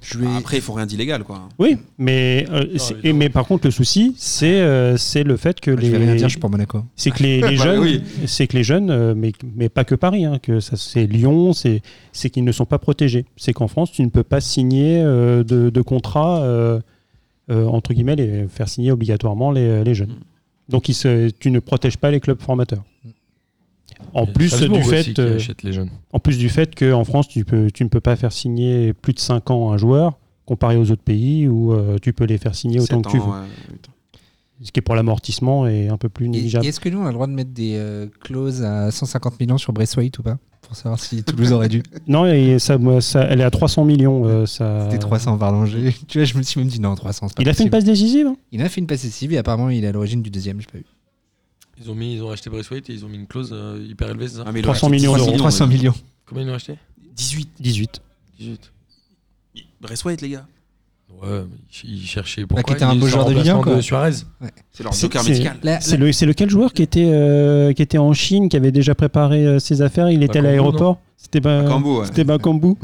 je vais- Bah, Après, ils font rien d'illégal quoi. Oui, mais, euh, Ah, c'est- mais non. et- mais par contre, le souci, c'est euh, c'est le fait que je vais les. rien dire, je suis pour Monaco. C'est [LAUGHS] que les, les Bah jeunes, oui. c'est que les jeunes, euh, mais, mais pas que Paris, hein, que ça c'est Lyon, c'est c'est qu'ils ne sont pas protégés. C'est qu'en France, tu ne peux pas signer euh, de, de contrat euh, euh, entre guillemets, les, faire signer obligatoirement les, les jeunes. Donc ils se- tu ne protèges pas les clubs formateurs. En plus Salzbourg du aussi fait, qui euh, achète les jeunes. en plus du fait qu'en France, tu peux, tu ne peux pas faire signer plus de 5 ans un joueur comparé aux autres pays où euh, tu peux les faire signer autant Sept que tu veux. ans, ouais, huit ans. Ce qui est pour l'amortissement est un peu plus Et- négligeable. et Est-ce que nous on a le droit de mettre des euh, clauses à 150 millions sur Braithwaite ou pas pour savoir si Toulouse aurait dû Non, et ça, moi, ça- elle est à 300 millions. euh, ça... C'était 300 par l'Angers. [LAUGHS] Tu vois, je me suis même dit non 300. c'est pas Il a fait une possible. passe décisive. hein. Il a fait une passe décisive et apparemment il est à l'origine du deuxième, je sais pas eu. Ils ont, mis, ils ont acheté Braithwaite et ils ont mis une clause euh, hyper élevée, c'est ça Ah, mais il 300 aurait- millions d'euros. 300 ouais. millions. Combien ils l'ont acheté 18. 18. 18. Braithwaite, les gars. Ouais, mais ils ils cherchaient pourquoi Ah, qui était un Il beau est joueur en de Ligue un, remplacement quoi. de Suarez. C'est leur C'est- joker c'est- médical. La- C'est la- le- c'est lequel joueur qui était, euh, qui était en Chine, qui avait déjà préparé euh, ses affaires Il était à Bakambu, l'aéroport C'était pas Bakambu, ouais. euh, C'était Bakambu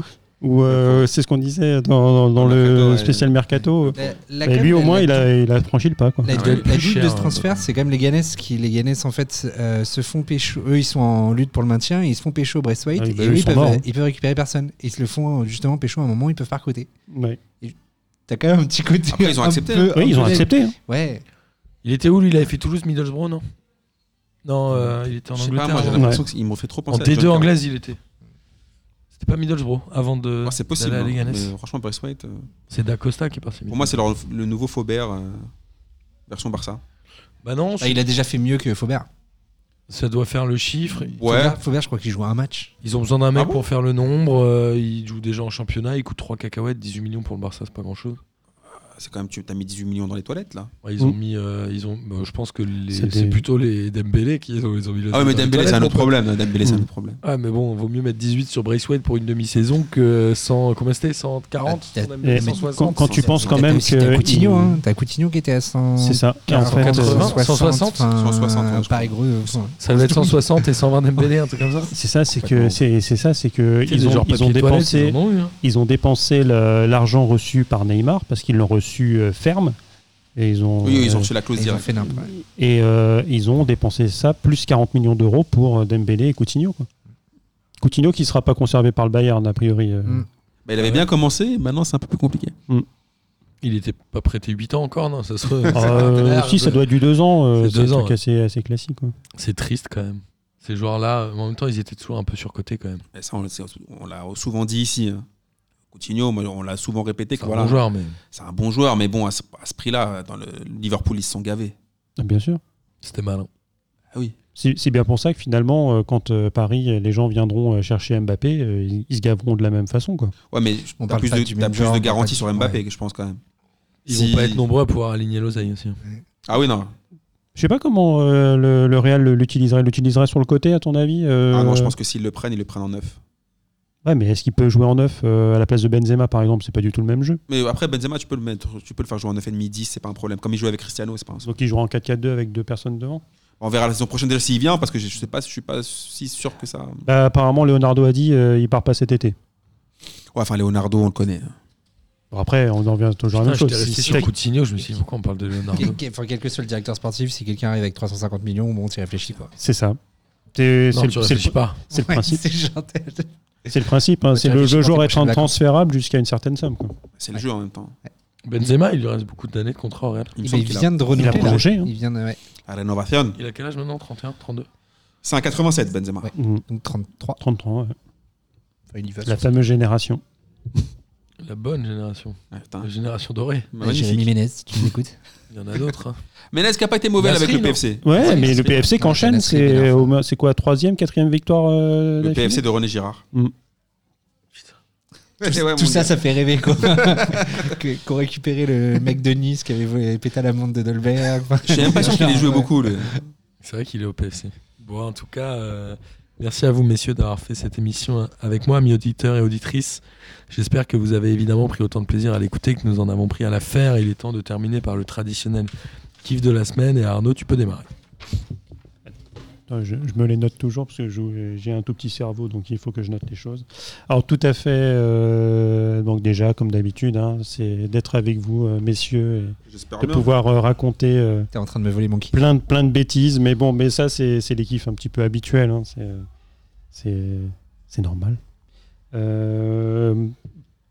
Ou euh, c'est ce qu'on disait dans, dans- dans Dans Mercato, le ouais. spécial Mercato. la- la- Mais lui, au la- moins, la- il a, il a franchi le pas. Quoi. La, Ouais, la- le plus la lutte cher, de ce hein, transfert, donc. c'est quand même les Ganes qui, les Ganes en fait, euh, se font pécho. Eux, ils sont en lutte pour le maintien, et ils se font pécho au Braithwaite, Ah oui, bah, et eux, eux, ils ils sont peuvent, morts, hein. ils peuvent récupérer personne. Ils se le font euh, justement pécho à un moment, ils peuvent pas recoter. Ouais. T'as quand même un petit côté. Après, ils ont un accepté, peu- hein. Oui, un ils peu ont laid. accepté. hein. Ouais. Il était où lui Il avait fait Toulouse, Middlesbrough, non Non, euh, il était en Je sais pas, Angleterre. moi j'ai non ouais. l'impression qu'ils m'ont fait trop en penser à D2 John Carroll. anglaise, il était. C'était pas Middlesbrough avant de. Ah, Ouais, c'est possible. euh, d'aller à hein, Leganés. mais franchement, Braithwaite, euh, C'est Dacosta qui est parti. pour moi, c'est leur- le nouveau Faubert euh, version Barça. Bah non, Bah, il a déjà fait mieux que Faubert. ça doit faire le chiffre. Ouais. Faubert, Faubert, je crois qu'il joue un match. Ils ont besoin d'un mec Ah bon pour faire le nombre. euh, il joue déjà en championnat. Il coûte 3 cacahuètes, 18 millions pour le Barça, c'est pas grand chose. C'est quand même, tu as mis 18 millions dans les toilettes là. ils ont Mm. mis. euh, ils ont, bah, je pense que les- c'est C'est des- plutôt les Dembélé qui ont, ils ont mis le. Ah oui, mais dans Dembélé, c'est les un toilettes, autre problème. hein, Dembélé, c'est un Mm. autre problème. Ah mais bon, vaut mieux mettre 18 sur Braithwaite pour une demi-saison que 100, combien c'était 140 Ah, sur mais Dembélé, quand- 160, quand, tu penses quand T'as même aussi- T'as que. Coutinho, il- hein. T'as Coutinho qui était à 100. C'est ça. Et en fait, 140, euh, 180. 160, enfin, 160, ouais, je Pareil, gros. euh, enfin, [LAUGHS] Ça devait être 160 et 120 Dembélé, un truc comme ça. C'est ça, c'est que Complètement. c'est c'est ça, c'est que ils Des ont, genres ils ont papier toilette, dépensé, ils en ont eu, hein. ils ont dépensé le- l'argent reçu par Neymar parce qu'ils l'ont reçu euh, ferme et ils ont, Oui, ils ont euh, reçu la clause Ils ont directe. fait n'importe quoi. et euh, ils ont dépensé ça plus 40 millions d'euros pour euh, Dembélé et Coutinho. Quoi. Coutinho qui sera pas conservé par le Bayern a priori. euh. Mm. Bah, il avait bien commencé, maintenant c'est un peu plus compliqué. Il était pas prêté 8 ans encore, non ça serait- [LAUGHS] Ah, Euh, si ça doit être du 2 ans, euh, C'est c'est deux un ans, truc ouais. assez, assez classique. quoi. C'est triste quand même. Ces joueurs-là, en même temps, ils étaient toujours un peu surcotés quand même. Et ça, on, le sait, on l'a souvent dit ici. hein. Coutinho, moi, on l'a souvent répété C'est que un voilà, bon joueur, mais c'est un bon joueur, mais bon, à ce, à ce prix-là, dans le Liverpool, ils se sont gavés. Ah, Bien sûr. c'était malin. Ah oui. C'est c'est bien pour ça que finalement, euh, quand euh, Paris, euh, les gens viendront euh, chercher Mbappé, euh, ils, ils se gaveront de la même façon. Quoi. Ouais, mais On t'as parle plus pas de, du t'as même plus genre, de on parle garanties pas sur du- Mbappé, je pense, quand même. Ils Si- vont pas être nombreux à pouvoir aligner l'oseille aussi. hein. Ah oui, non. Je sais pas comment euh, le, le Real l'utiliserait. L'utiliserait sur le côté, à ton avis euh, Ah non, je pense que s'ils le prennent, ils le prennent en neuf. Ouais, mais est-ce qu'il peut jouer en neuf euh, à la place de Benzema, par exemple C'est pas du tout le même jeu. Mais après, Benzema, tu peux le mettre, tu peux le faire jouer en 9,5, 10, c'est pas un problème. Comme il joue avec Cristiano, c'est pas un souci. Donc il jouera en 4-4-2 avec deux personnes devant. On verra la saison prochaine déjà s'il vient, parce que je, je sais pas, je suis pas si sûr que ça. Bah, apparemment, Leonardo a dit euh, il part pas cet été. Ouais, enfin, Leonardo, on le connaît. hein. Bon, après, on en revient toujours à la même J'étais chose. resté Si- sur si- Coutinho, je me suis dit pourquoi on parle de Leonardo. Quel- quel- enfin, quel que soit le directeur sportif, si quelqu'un arrive avec 350 millions, bon, t'y réfléchis quoi. C'est ça. C'est Non, c'est tu le, c'est le- réfléchis pas. c'est le Ouais, principe. c'est gentil. C'est le principe. hein. Tu C'est le, le réfléchis quand joueur tes est prochaines vacances. intransférable jusqu'à une certaine somme. quoi. C'est le jeu en même temps. Benzema, il lui reste beaucoup d'années de contrat au Real. Il me Il, semble qu'il a- vient de renouveler. là. prolongé, hein. Il vient de, ouais, à Rénovation. Il a quel âge maintenant 31, 32 C'est un 87, Benzema. Ouais. Mhm. donc 33. 30 ans, ouais. Enfin, il y va. la fameuse génération. La bonne génération. Ouais, Ah. putain. La génération dorée. Ouais, Magnifique. Jérémy Ménez, si tu [LAUGHS] m'écoutes. Il y en a d'autres. hein. Mais là, ce qui a pas été mauvais là, avec Nasri, le non PFC. Ouais, Ouais, mais c'est- le PFC ouais, qu'enchaîne, c'est la c'est dernière au moins- c'est quoi Troisième, quatrième victoire euh, Le d'affilée PFC de René Girard. Mm. Putain. [LAUGHS] Ouais, ouais, mon Tout ça, gars. ça fait rêver [LAUGHS] quoi. Que- Qu'on récupérait le mec de Nice qui avait volé pété à la montre de Dolberg. Je suis même pas sûr qu'il ait joué beaucoup. le- C'est vrai qu'il est au PFC. Bon, en tout cas, euh, merci à vous, messieurs, d'avoir fait cette émission avec moi, mes auditeurs et auditrices. J'espère que vous avez évidemment pris autant de plaisir à l'écouter que nous en avons pris à la faire. Il est temps de terminer par le traditionnel kiff de la semaine. Et Arnaud, tu peux démarrer. Attends, Je, je me les note toujours parce que je- j'ai un tout petit cerveau, donc il faut que je note les choses. Alors tout à fait, euh, donc déjà comme d'habitude, hein, c'est d'être avec vous, euh, messieurs, J'espère et de bien. pouvoir euh, raconter euh, T'es en train de me voler mon kit. plein de plein de bêtises, mais bon, mais ça c'est c'est les kiffs un petit peu habituels, hein, c'est euh, c'est c'est normal. Euh,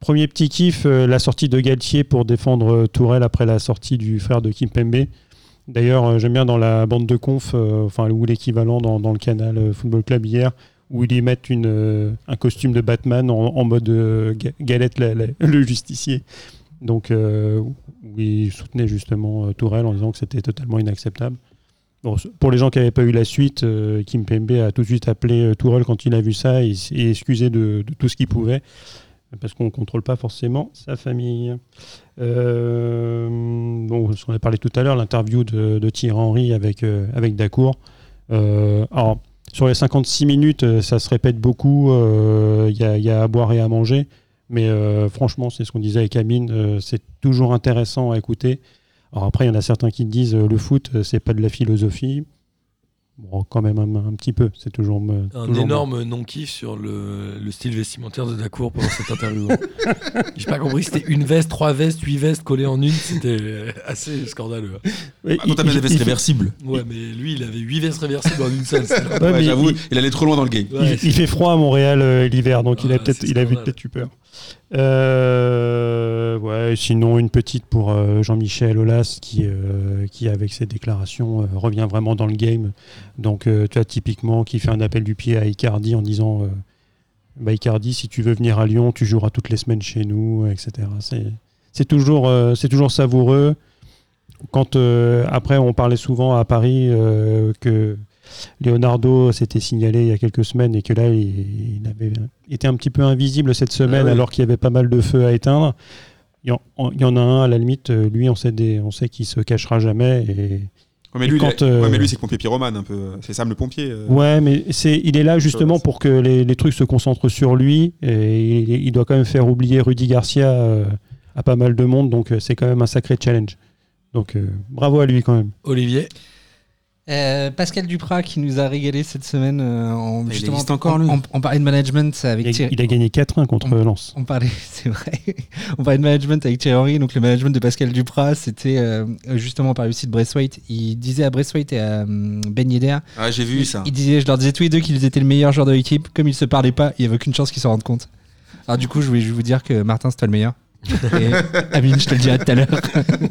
premier petit kiff, euh, la sortie de Galtier pour défendre euh, Tourelle après la sortie du frère de Kimpembe. D'ailleurs, euh, j'aime bien dans la bande de conf, euh, enfin ou l'équivalent dans, dans le canal euh, Football Club hier, où ils y mettent une, euh, un costume de Batman en, en mode euh, ga- galette la- [LAUGHS] la- le justicier. Donc, euh, où il soutenait justement euh, Tourelle en disant que c'était totalement inacceptable. Bon, ce- pour les gens qui n'avaient pas eu la suite, euh, Kim Pembe a tout de suite appelé euh, Tourelle quand il a vu ça et, s- et excusé de, de tout ce qu'il pouvait, parce qu'on ne contrôle pas forcément sa famille. Euh, bon, on a parlé tout à l'heure, l'interview de, de Thierry Henry avec, euh, avec Dacour. Euh, alors, sur les 56 minutes, euh, ça se répète beaucoup, euh, il y a- il y a à boire et à manger. Mais euh, franchement, c'est ce qu'on disait avec Amine, euh, c'est toujours intéressant à écouter. Alors après, il y en a certains qui disent euh, le foot, euh, c'est pas de la philosophie. Bon, quand même un, un petit peu, c'est toujours euh, Un toujours énorme non-kiff sur le, le style vestimentaire de Dacour pendant cette interview. hein. J'ai pas compris, c'était une veste, trois vestes, huit vestes collées en une. C'était euh, assez scandaleux. hein. bon. Ouais, Ah, Quand t'as il- bien des il- vestes il- réversibles. Ouais, mais lui, il avait huit vestes réversibles en une seule. c'était- Ouais, Ouais, mais J'avoue, il- il allait trop loin dans le game. Ouais, il, il fait froid à Montréal euh, l'hiver, donc il Ah, a peut-être, c'est il avait scandale. peut-être eu peur. Euh, ouais, sinon une petite pour euh, Jean-Michel Aulas qui, euh, qui avec ses déclarations euh, revient vraiment dans le game. Donc euh, tu as typiquement qui fait un appel du pied à Icardi en disant euh, bah, Icardi si tu veux venir à Lyon tu joueras toutes les semaines chez nous, etc. C'est, c'est toujours euh, c'est toujours savoureux. Quand euh, après on parlait souvent à Paris euh, que Leonardo s'était signalé il y a quelques semaines et que là, il, il avait été un petit peu invisible cette semaine Ah oui. alors qu'il y avait pas mal de feux à éteindre. Il y, en, en- il y en a un, à la limite, euh, lui, on sait, des, on sait qu'il se cachera jamais. Et... Ouais, mais Et lui, il quand, a- euh, ouais, mais lui, c'est pompier pyromane un peu. C'est Sam le pompier. euh. Ouais, mais c'est, il est là justement Ouais. pour que les, les trucs se concentrent sur lui et il, il doit quand même faire oublier Rudy Garcia euh, à pas mal de monde, donc euh, c'est quand même un sacré challenge. Donc euh, bravo à lui quand même. Olivier, Euh, Pascal Duprat qui nous a régalé cette semaine. euh, en, Il justement, existe encore, lui. on, on- on parlait de management avec Il a, Thierry. il a gagné 4-1 contre Lens. On parlait, [LAUGHS] c'est vrai. On parlait de management avec Thierry Henry, donc le management de Pascal Duprat, c'était euh, justement par Lucide Braithwaite. Il disait à Braithwaite et à hum, Ben Yedder, Ah, j'ai vu ça. il disait, je leur disais tous les deux qu'ils étaient le meilleur joueur de l'équipe. Comme ils se parlaient pas, il y avait aucune chance qu'ils s'en rendent compte. Alors du coup, je voulais juste vous dire que Martin, c'est toi le meilleur. Et Amine, je te le dirai tout à l'heure. [LAUGHS]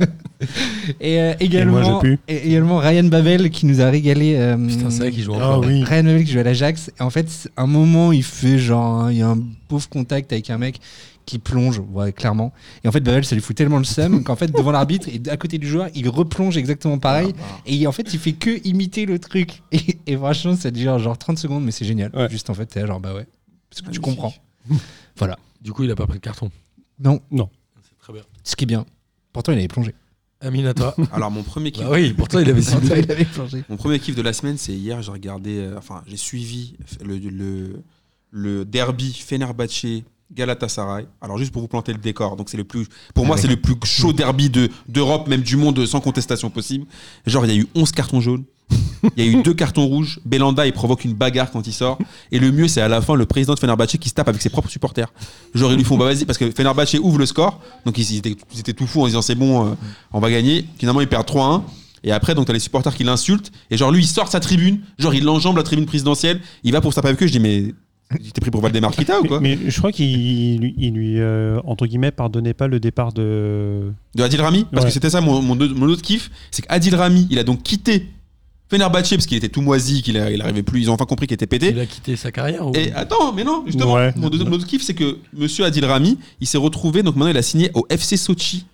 et euh, également, moi, je pue. et également Ryan Babel qui nous a régalé. euh, putain, c'est vrai qu'il joue Ah encore. oui. Ryan Babel qui joue à l'Ajax. Et en fait, à un moment, il fait genre, hein, il y a un pauvre contact avec un mec qui plonge, ouais, clairement. Et en fait, Babel, ça lui fout tellement le seum qu'en fait, devant l'arbitre et à côté du joueur, il replonge exactement pareil. Et il- en fait, il fait que imiter le truc. Et, et franchement, ça dure genre 30 secondes, mais c'est génial. Ouais. Juste en fait, t'es là, genre, bah ouais. Parce que tu comprends. voilà. Du coup, il a pas pris de carton. Non, C'est très bien. ce qui est bien. Pourtant, il avait plongé. Amine, à toi. Alors, mon premier kiff. Bah oui, pourtant, il avait Pourtant, ciblé. il avait plongé. Mon premier kiff de la semaine, c'est hier, j'ai regardé, euh, enfin, j'ai suivi le, le, le derby Fenerbahce Galatasaray. Alors, juste pour vous planter le décor, donc c'est le plus, pour Ah moi, ouais. c'est le plus chaud derby de- d'Europe, même du monde, sans contestation possible. Genre, il y a eu 11 cartons jaunes. Il y a eu deux cartons rouges. Belanda, il provoque une bagarre quand il sort. Et le mieux, c'est à la fin, le président de Fenerbahce qui se tape avec ses propres supporters. Genre, ils lui font, bah vas-y, parce que Fenerbahce ouvre le score. Donc, ils, ils étaient, ils étaient tout fous en disant, c'est bon, euh, on va gagner. Finalement, ils perdent 3-1. Et après, donc, t'as les supporters qui l'insultent. Et genre, lui, il sort de sa tribune. Genre, il enjambe la tribune présidentielle. Il va pour se taper avec eux. Je dis, mais t'es pris pour Valdemar Kita ou Mais, quoi mais je crois qu'il lui- il lui, euh, entre guillemets, pardonnait pas le départ de. De Adil Rami Parce Ouais. que c'était ça mon, mon, deux- mon autre kiff. C'est qu'Adil Rami, il a donc quitté Fenerbahce parce qu'il était tout moisi, qu'il a- il arrivait plus. Ils ont enfin compris qu'il était pété. Il a quitté sa carrière. ou- Et attends, mais non, justement, Ouais. mon, deuxième- mon autre kiff, c'est que monsieur Adil Rami, il s'est retrouvé, donc maintenant il a signé au FC Sochi,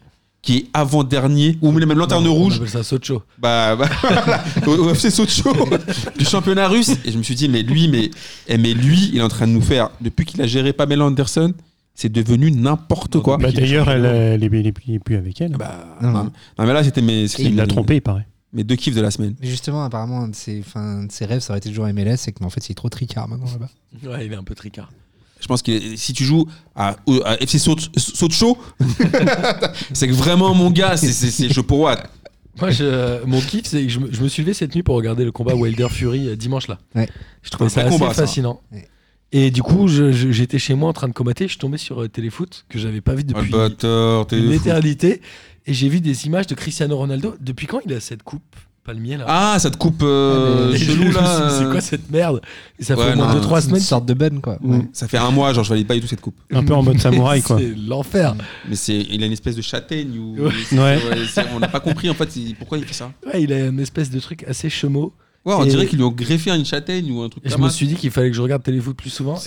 qui est avant-dernier, ou même lanterne On rouge, appelle ça Socho. bah, [LAUGHS] bah, voilà, au, au FC Sochi [LAUGHS] du championnat russe. Et je me suis dit, mais lui, mais, eh, mais lui, il est en train de nous faire, depuis qu'il a géré Pamela Anderson, c'est devenu n'importe Non, quoi. mais- Bah, qu'il est D'ailleurs, elle, champion. elle est- elle est plus- elle est plus avec elle. hein. Bah, Non, non, non. non, mais là, c'était mes, c'était il mes- l'a trompé, il paraît. mes deux kiffs de la semaine. Mais justement, apparemment, un de ses, enfin, un de ses rêves, ça aurait été de jouer à MLS, c'est que, mais en fait, il est trop tricard maintenant là-bas. Ouais, il est un peu tricard. Je pense que si tu joues à, au- à FC Sochi- Sochi, [LAUGHS] c'est que vraiment, mon gars, c'est- c'est c'est- je pourrais. Moi, je- mon kiff, c'est que je me, je me suis levé cette nuit pour regarder le combat Wilder Fury euh, dimanche là. Ouais. Je trouvais Un vrai ça assez combat, ça. fascinant. Ouais. Et du coup, je- je- j'étais chez moi en train de commenter. Je suis tombé sur euh, Téléfoot que j'avais pas vu depuis Ah, le bâtard, t'es une fou. éternité. Et j'ai vu des images de Cristiano Ronaldo. Depuis quand il a cette coupe Palmier là Ah, ça te coupe euh, Et je me chelou suis dit, là. Ah, [LAUGHS] C'est euh, quoi cette merde Et ça Ouais, fait au moins non, 2-3 C'est une semaines. sorte de bun, quoi. Ouais. Ça fait un mois, genre je valide pas du tout cette coupe. Un peu en mode samouraï, quoi. [LAUGHS] C'est l'enfer. Mm. Mais c'est, il a une espèce de châtaigne ou. Ouais. c'est- Ouais. c'est- on n'a pas compris en fait c'est- pourquoi il fait ça. Ouais, il a une espèce de truc assez chemo. Ouais, on Et- dirait qu'ils lui ont greffé une châtaigne ou un truc Et je comme me ça. suis dit qu'il fallait que je regarde Téléfoot plus souvent. Et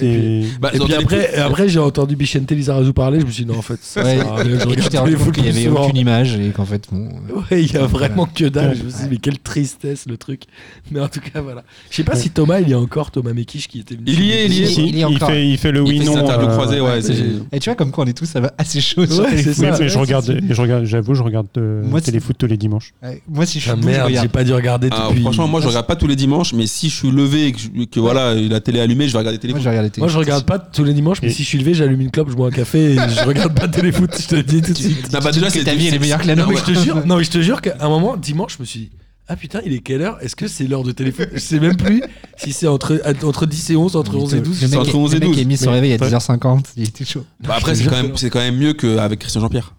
puis, C'est- Bah, et dans puis tous les après, euh, coups, et après j'ai entendu Bichente Lizarazu parler, je me suis dit non, en fait, ça Ouais, sert à rien que je Je regarde t'ai les rendu compte photos qu'il n'y plus avait souvent. aucune image et qu'en fait, bon. euh, [LAUGHS] Ouais, il y a vraiment que dalle. Ouais. Je me suis dit, mais quelle tristesse le truc. Mais en tout cas, voilà. Je sais pas si Thomas, il y a encore Thomas Mekich qui était venu. Il y est, il y est. Si, il est il, encore. fait, il fait le il fait oui-non. cette interview euh, croisée, ouais. c'est- j'ai- Et tu vois, comme quoi on est tous ça va assez chaud. sur Ouais, les c'est fous. Oui, ça. mais je regarde, et je regarde, j'avoue, je regarde euh, Moi, c'est- téléfoot tous les dimanches. Ouais, Moi, si je suis Ah debout, je merde, j'ai regarde. pas dû regarder Ah, depuis. franchement, moi je regarde pas tous les dimanches, mais si je suis levé et que, je- que voilà, la télé est allumée, je vais regarder Moi, téléphone. je regarde les Moi, je regarde pas tous les dimanches, mais Et- si je suis levé, j'allume une clope, je bois un café et je regarde pas Téléfoot, je te le dis tout de suite. [LAUGHS] Ah, bah, déjà, c'est Ah, ta vie, elle est meilleure que la Non, mais nôtre. je te jure, non, mais je te jure qu'à un moment, dimanche, je me suis dit. Ah putain, il est quelle heure Est-ce que c'est l'heure de téléphone Je sais même plus si c'est entre, entre 10 et 11, entre 11 et 12. Le c'est mec entre est- 11 et Le mec 12. est mis son Mais- réveil à Ouais. 10h50. Il était chaud. Bah, après, Je te c'est quand, jure même, que- c'est quand même mieux qu'avec Christian Jean-Pierre.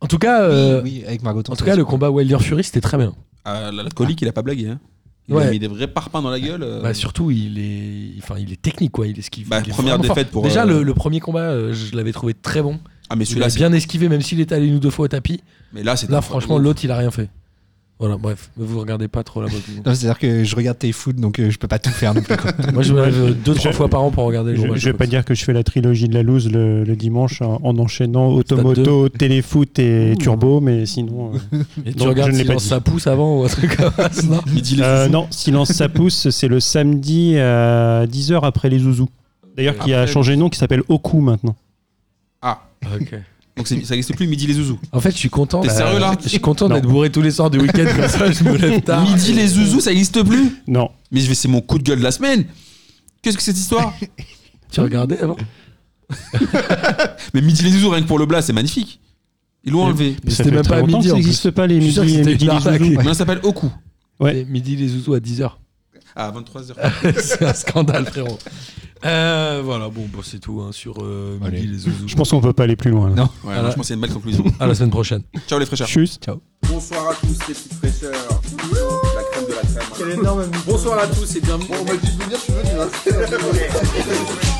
En tout cas, euh, Oui, avec Margot en tout cas le combat Wilder Fury, c'était très bien. Ah, L'alcoolique, il a pas blagué. Hein. Il Ouais. a mis des vrais parpaings dans la gueule. euh. Bah, surtout, il est, enfin, il est technique, quoi. Il esquive. Bah, il est première vraiment fort. défaite pour, Déjà, euh, le, le premier combat, euh, je l'avais trouvé très bon. Ah, mais Il a celui-là, c'est- bien esquivé, même s'il est allé une ou deux fois au tapis. mais là, c'est Là, franchement, l'autre, il a rien fait. Voilà, bref, mais vous regardez pas trop la [LAUGHS] boxe. Non, c'est-à-dire que je regarde tes food, donc euh, je peux pas tout [LAUGHS] faire non plus. quoi. Moi, je me lève deux, trois Je- fois par an pour regarder le Je, combat. je vais pas dire que je fais la trilogie de la loose le, le dimanche en, en enchaînant automoto, téléfoot et turbo, mais sinon. euh, Et tu Non, regardes je ne l'ai pas Silence dit. ça pousse avant ou un truc comme [LAUGHS] ça. non Il dit les Euh, zouzous. non, Silence ça pousse, c'est le samedi à 10h après les zouzous. D'ailleurs, qui a Après- changé de nom, qui s'appelle Oku maintenant. Ah, Ok. donc c'est- ça n'existe plus midi les zouzous. En fait, je suis content. T'es sérieux, là Je suis content Non. d'être bourré tous les soirs du week-end comme ça. Je me lève [LAUGHS] tard. Ah, Midi les zouzous, ça n'existe plus. Non, Mais je vais- c'est mon coup de gueule de la semaine. Qu'est-ce que cette histoire Tu regardais avant Mais midi les zouzous, rien que pour le blas, c'est magnifique. Ils l'ont Mais- enlevé. Mais ça c'était fait même très pas à longtemps midi. que ça en plus. n'existe pas les Je suis midis sûr que c'était les midis une les arnaque. zouzous. Maintenant, ça s'appelle Oku. Ouais. Et Midi les zouzous à 10h. À Ah, 23h. [LAUGHS] c'est un scandale, frérot. Euh, voilà, bon, bah, c'est tout hein, sur euh, Midi Allez. les zouzous. Je pense qu'on peut pas aller plus loin. là. Non. Ouais, non, je pense que c'est une belle conclusion. À la semaine prochaine. Ciao les fraîcheurs. Tchuss. Bonsoir à tous les petites fraîcheurs. La crème de la crème. énorme Bonsoir à tous et bienvenue. On m'a dit de venir, je suis venu. hein. Bonsoir.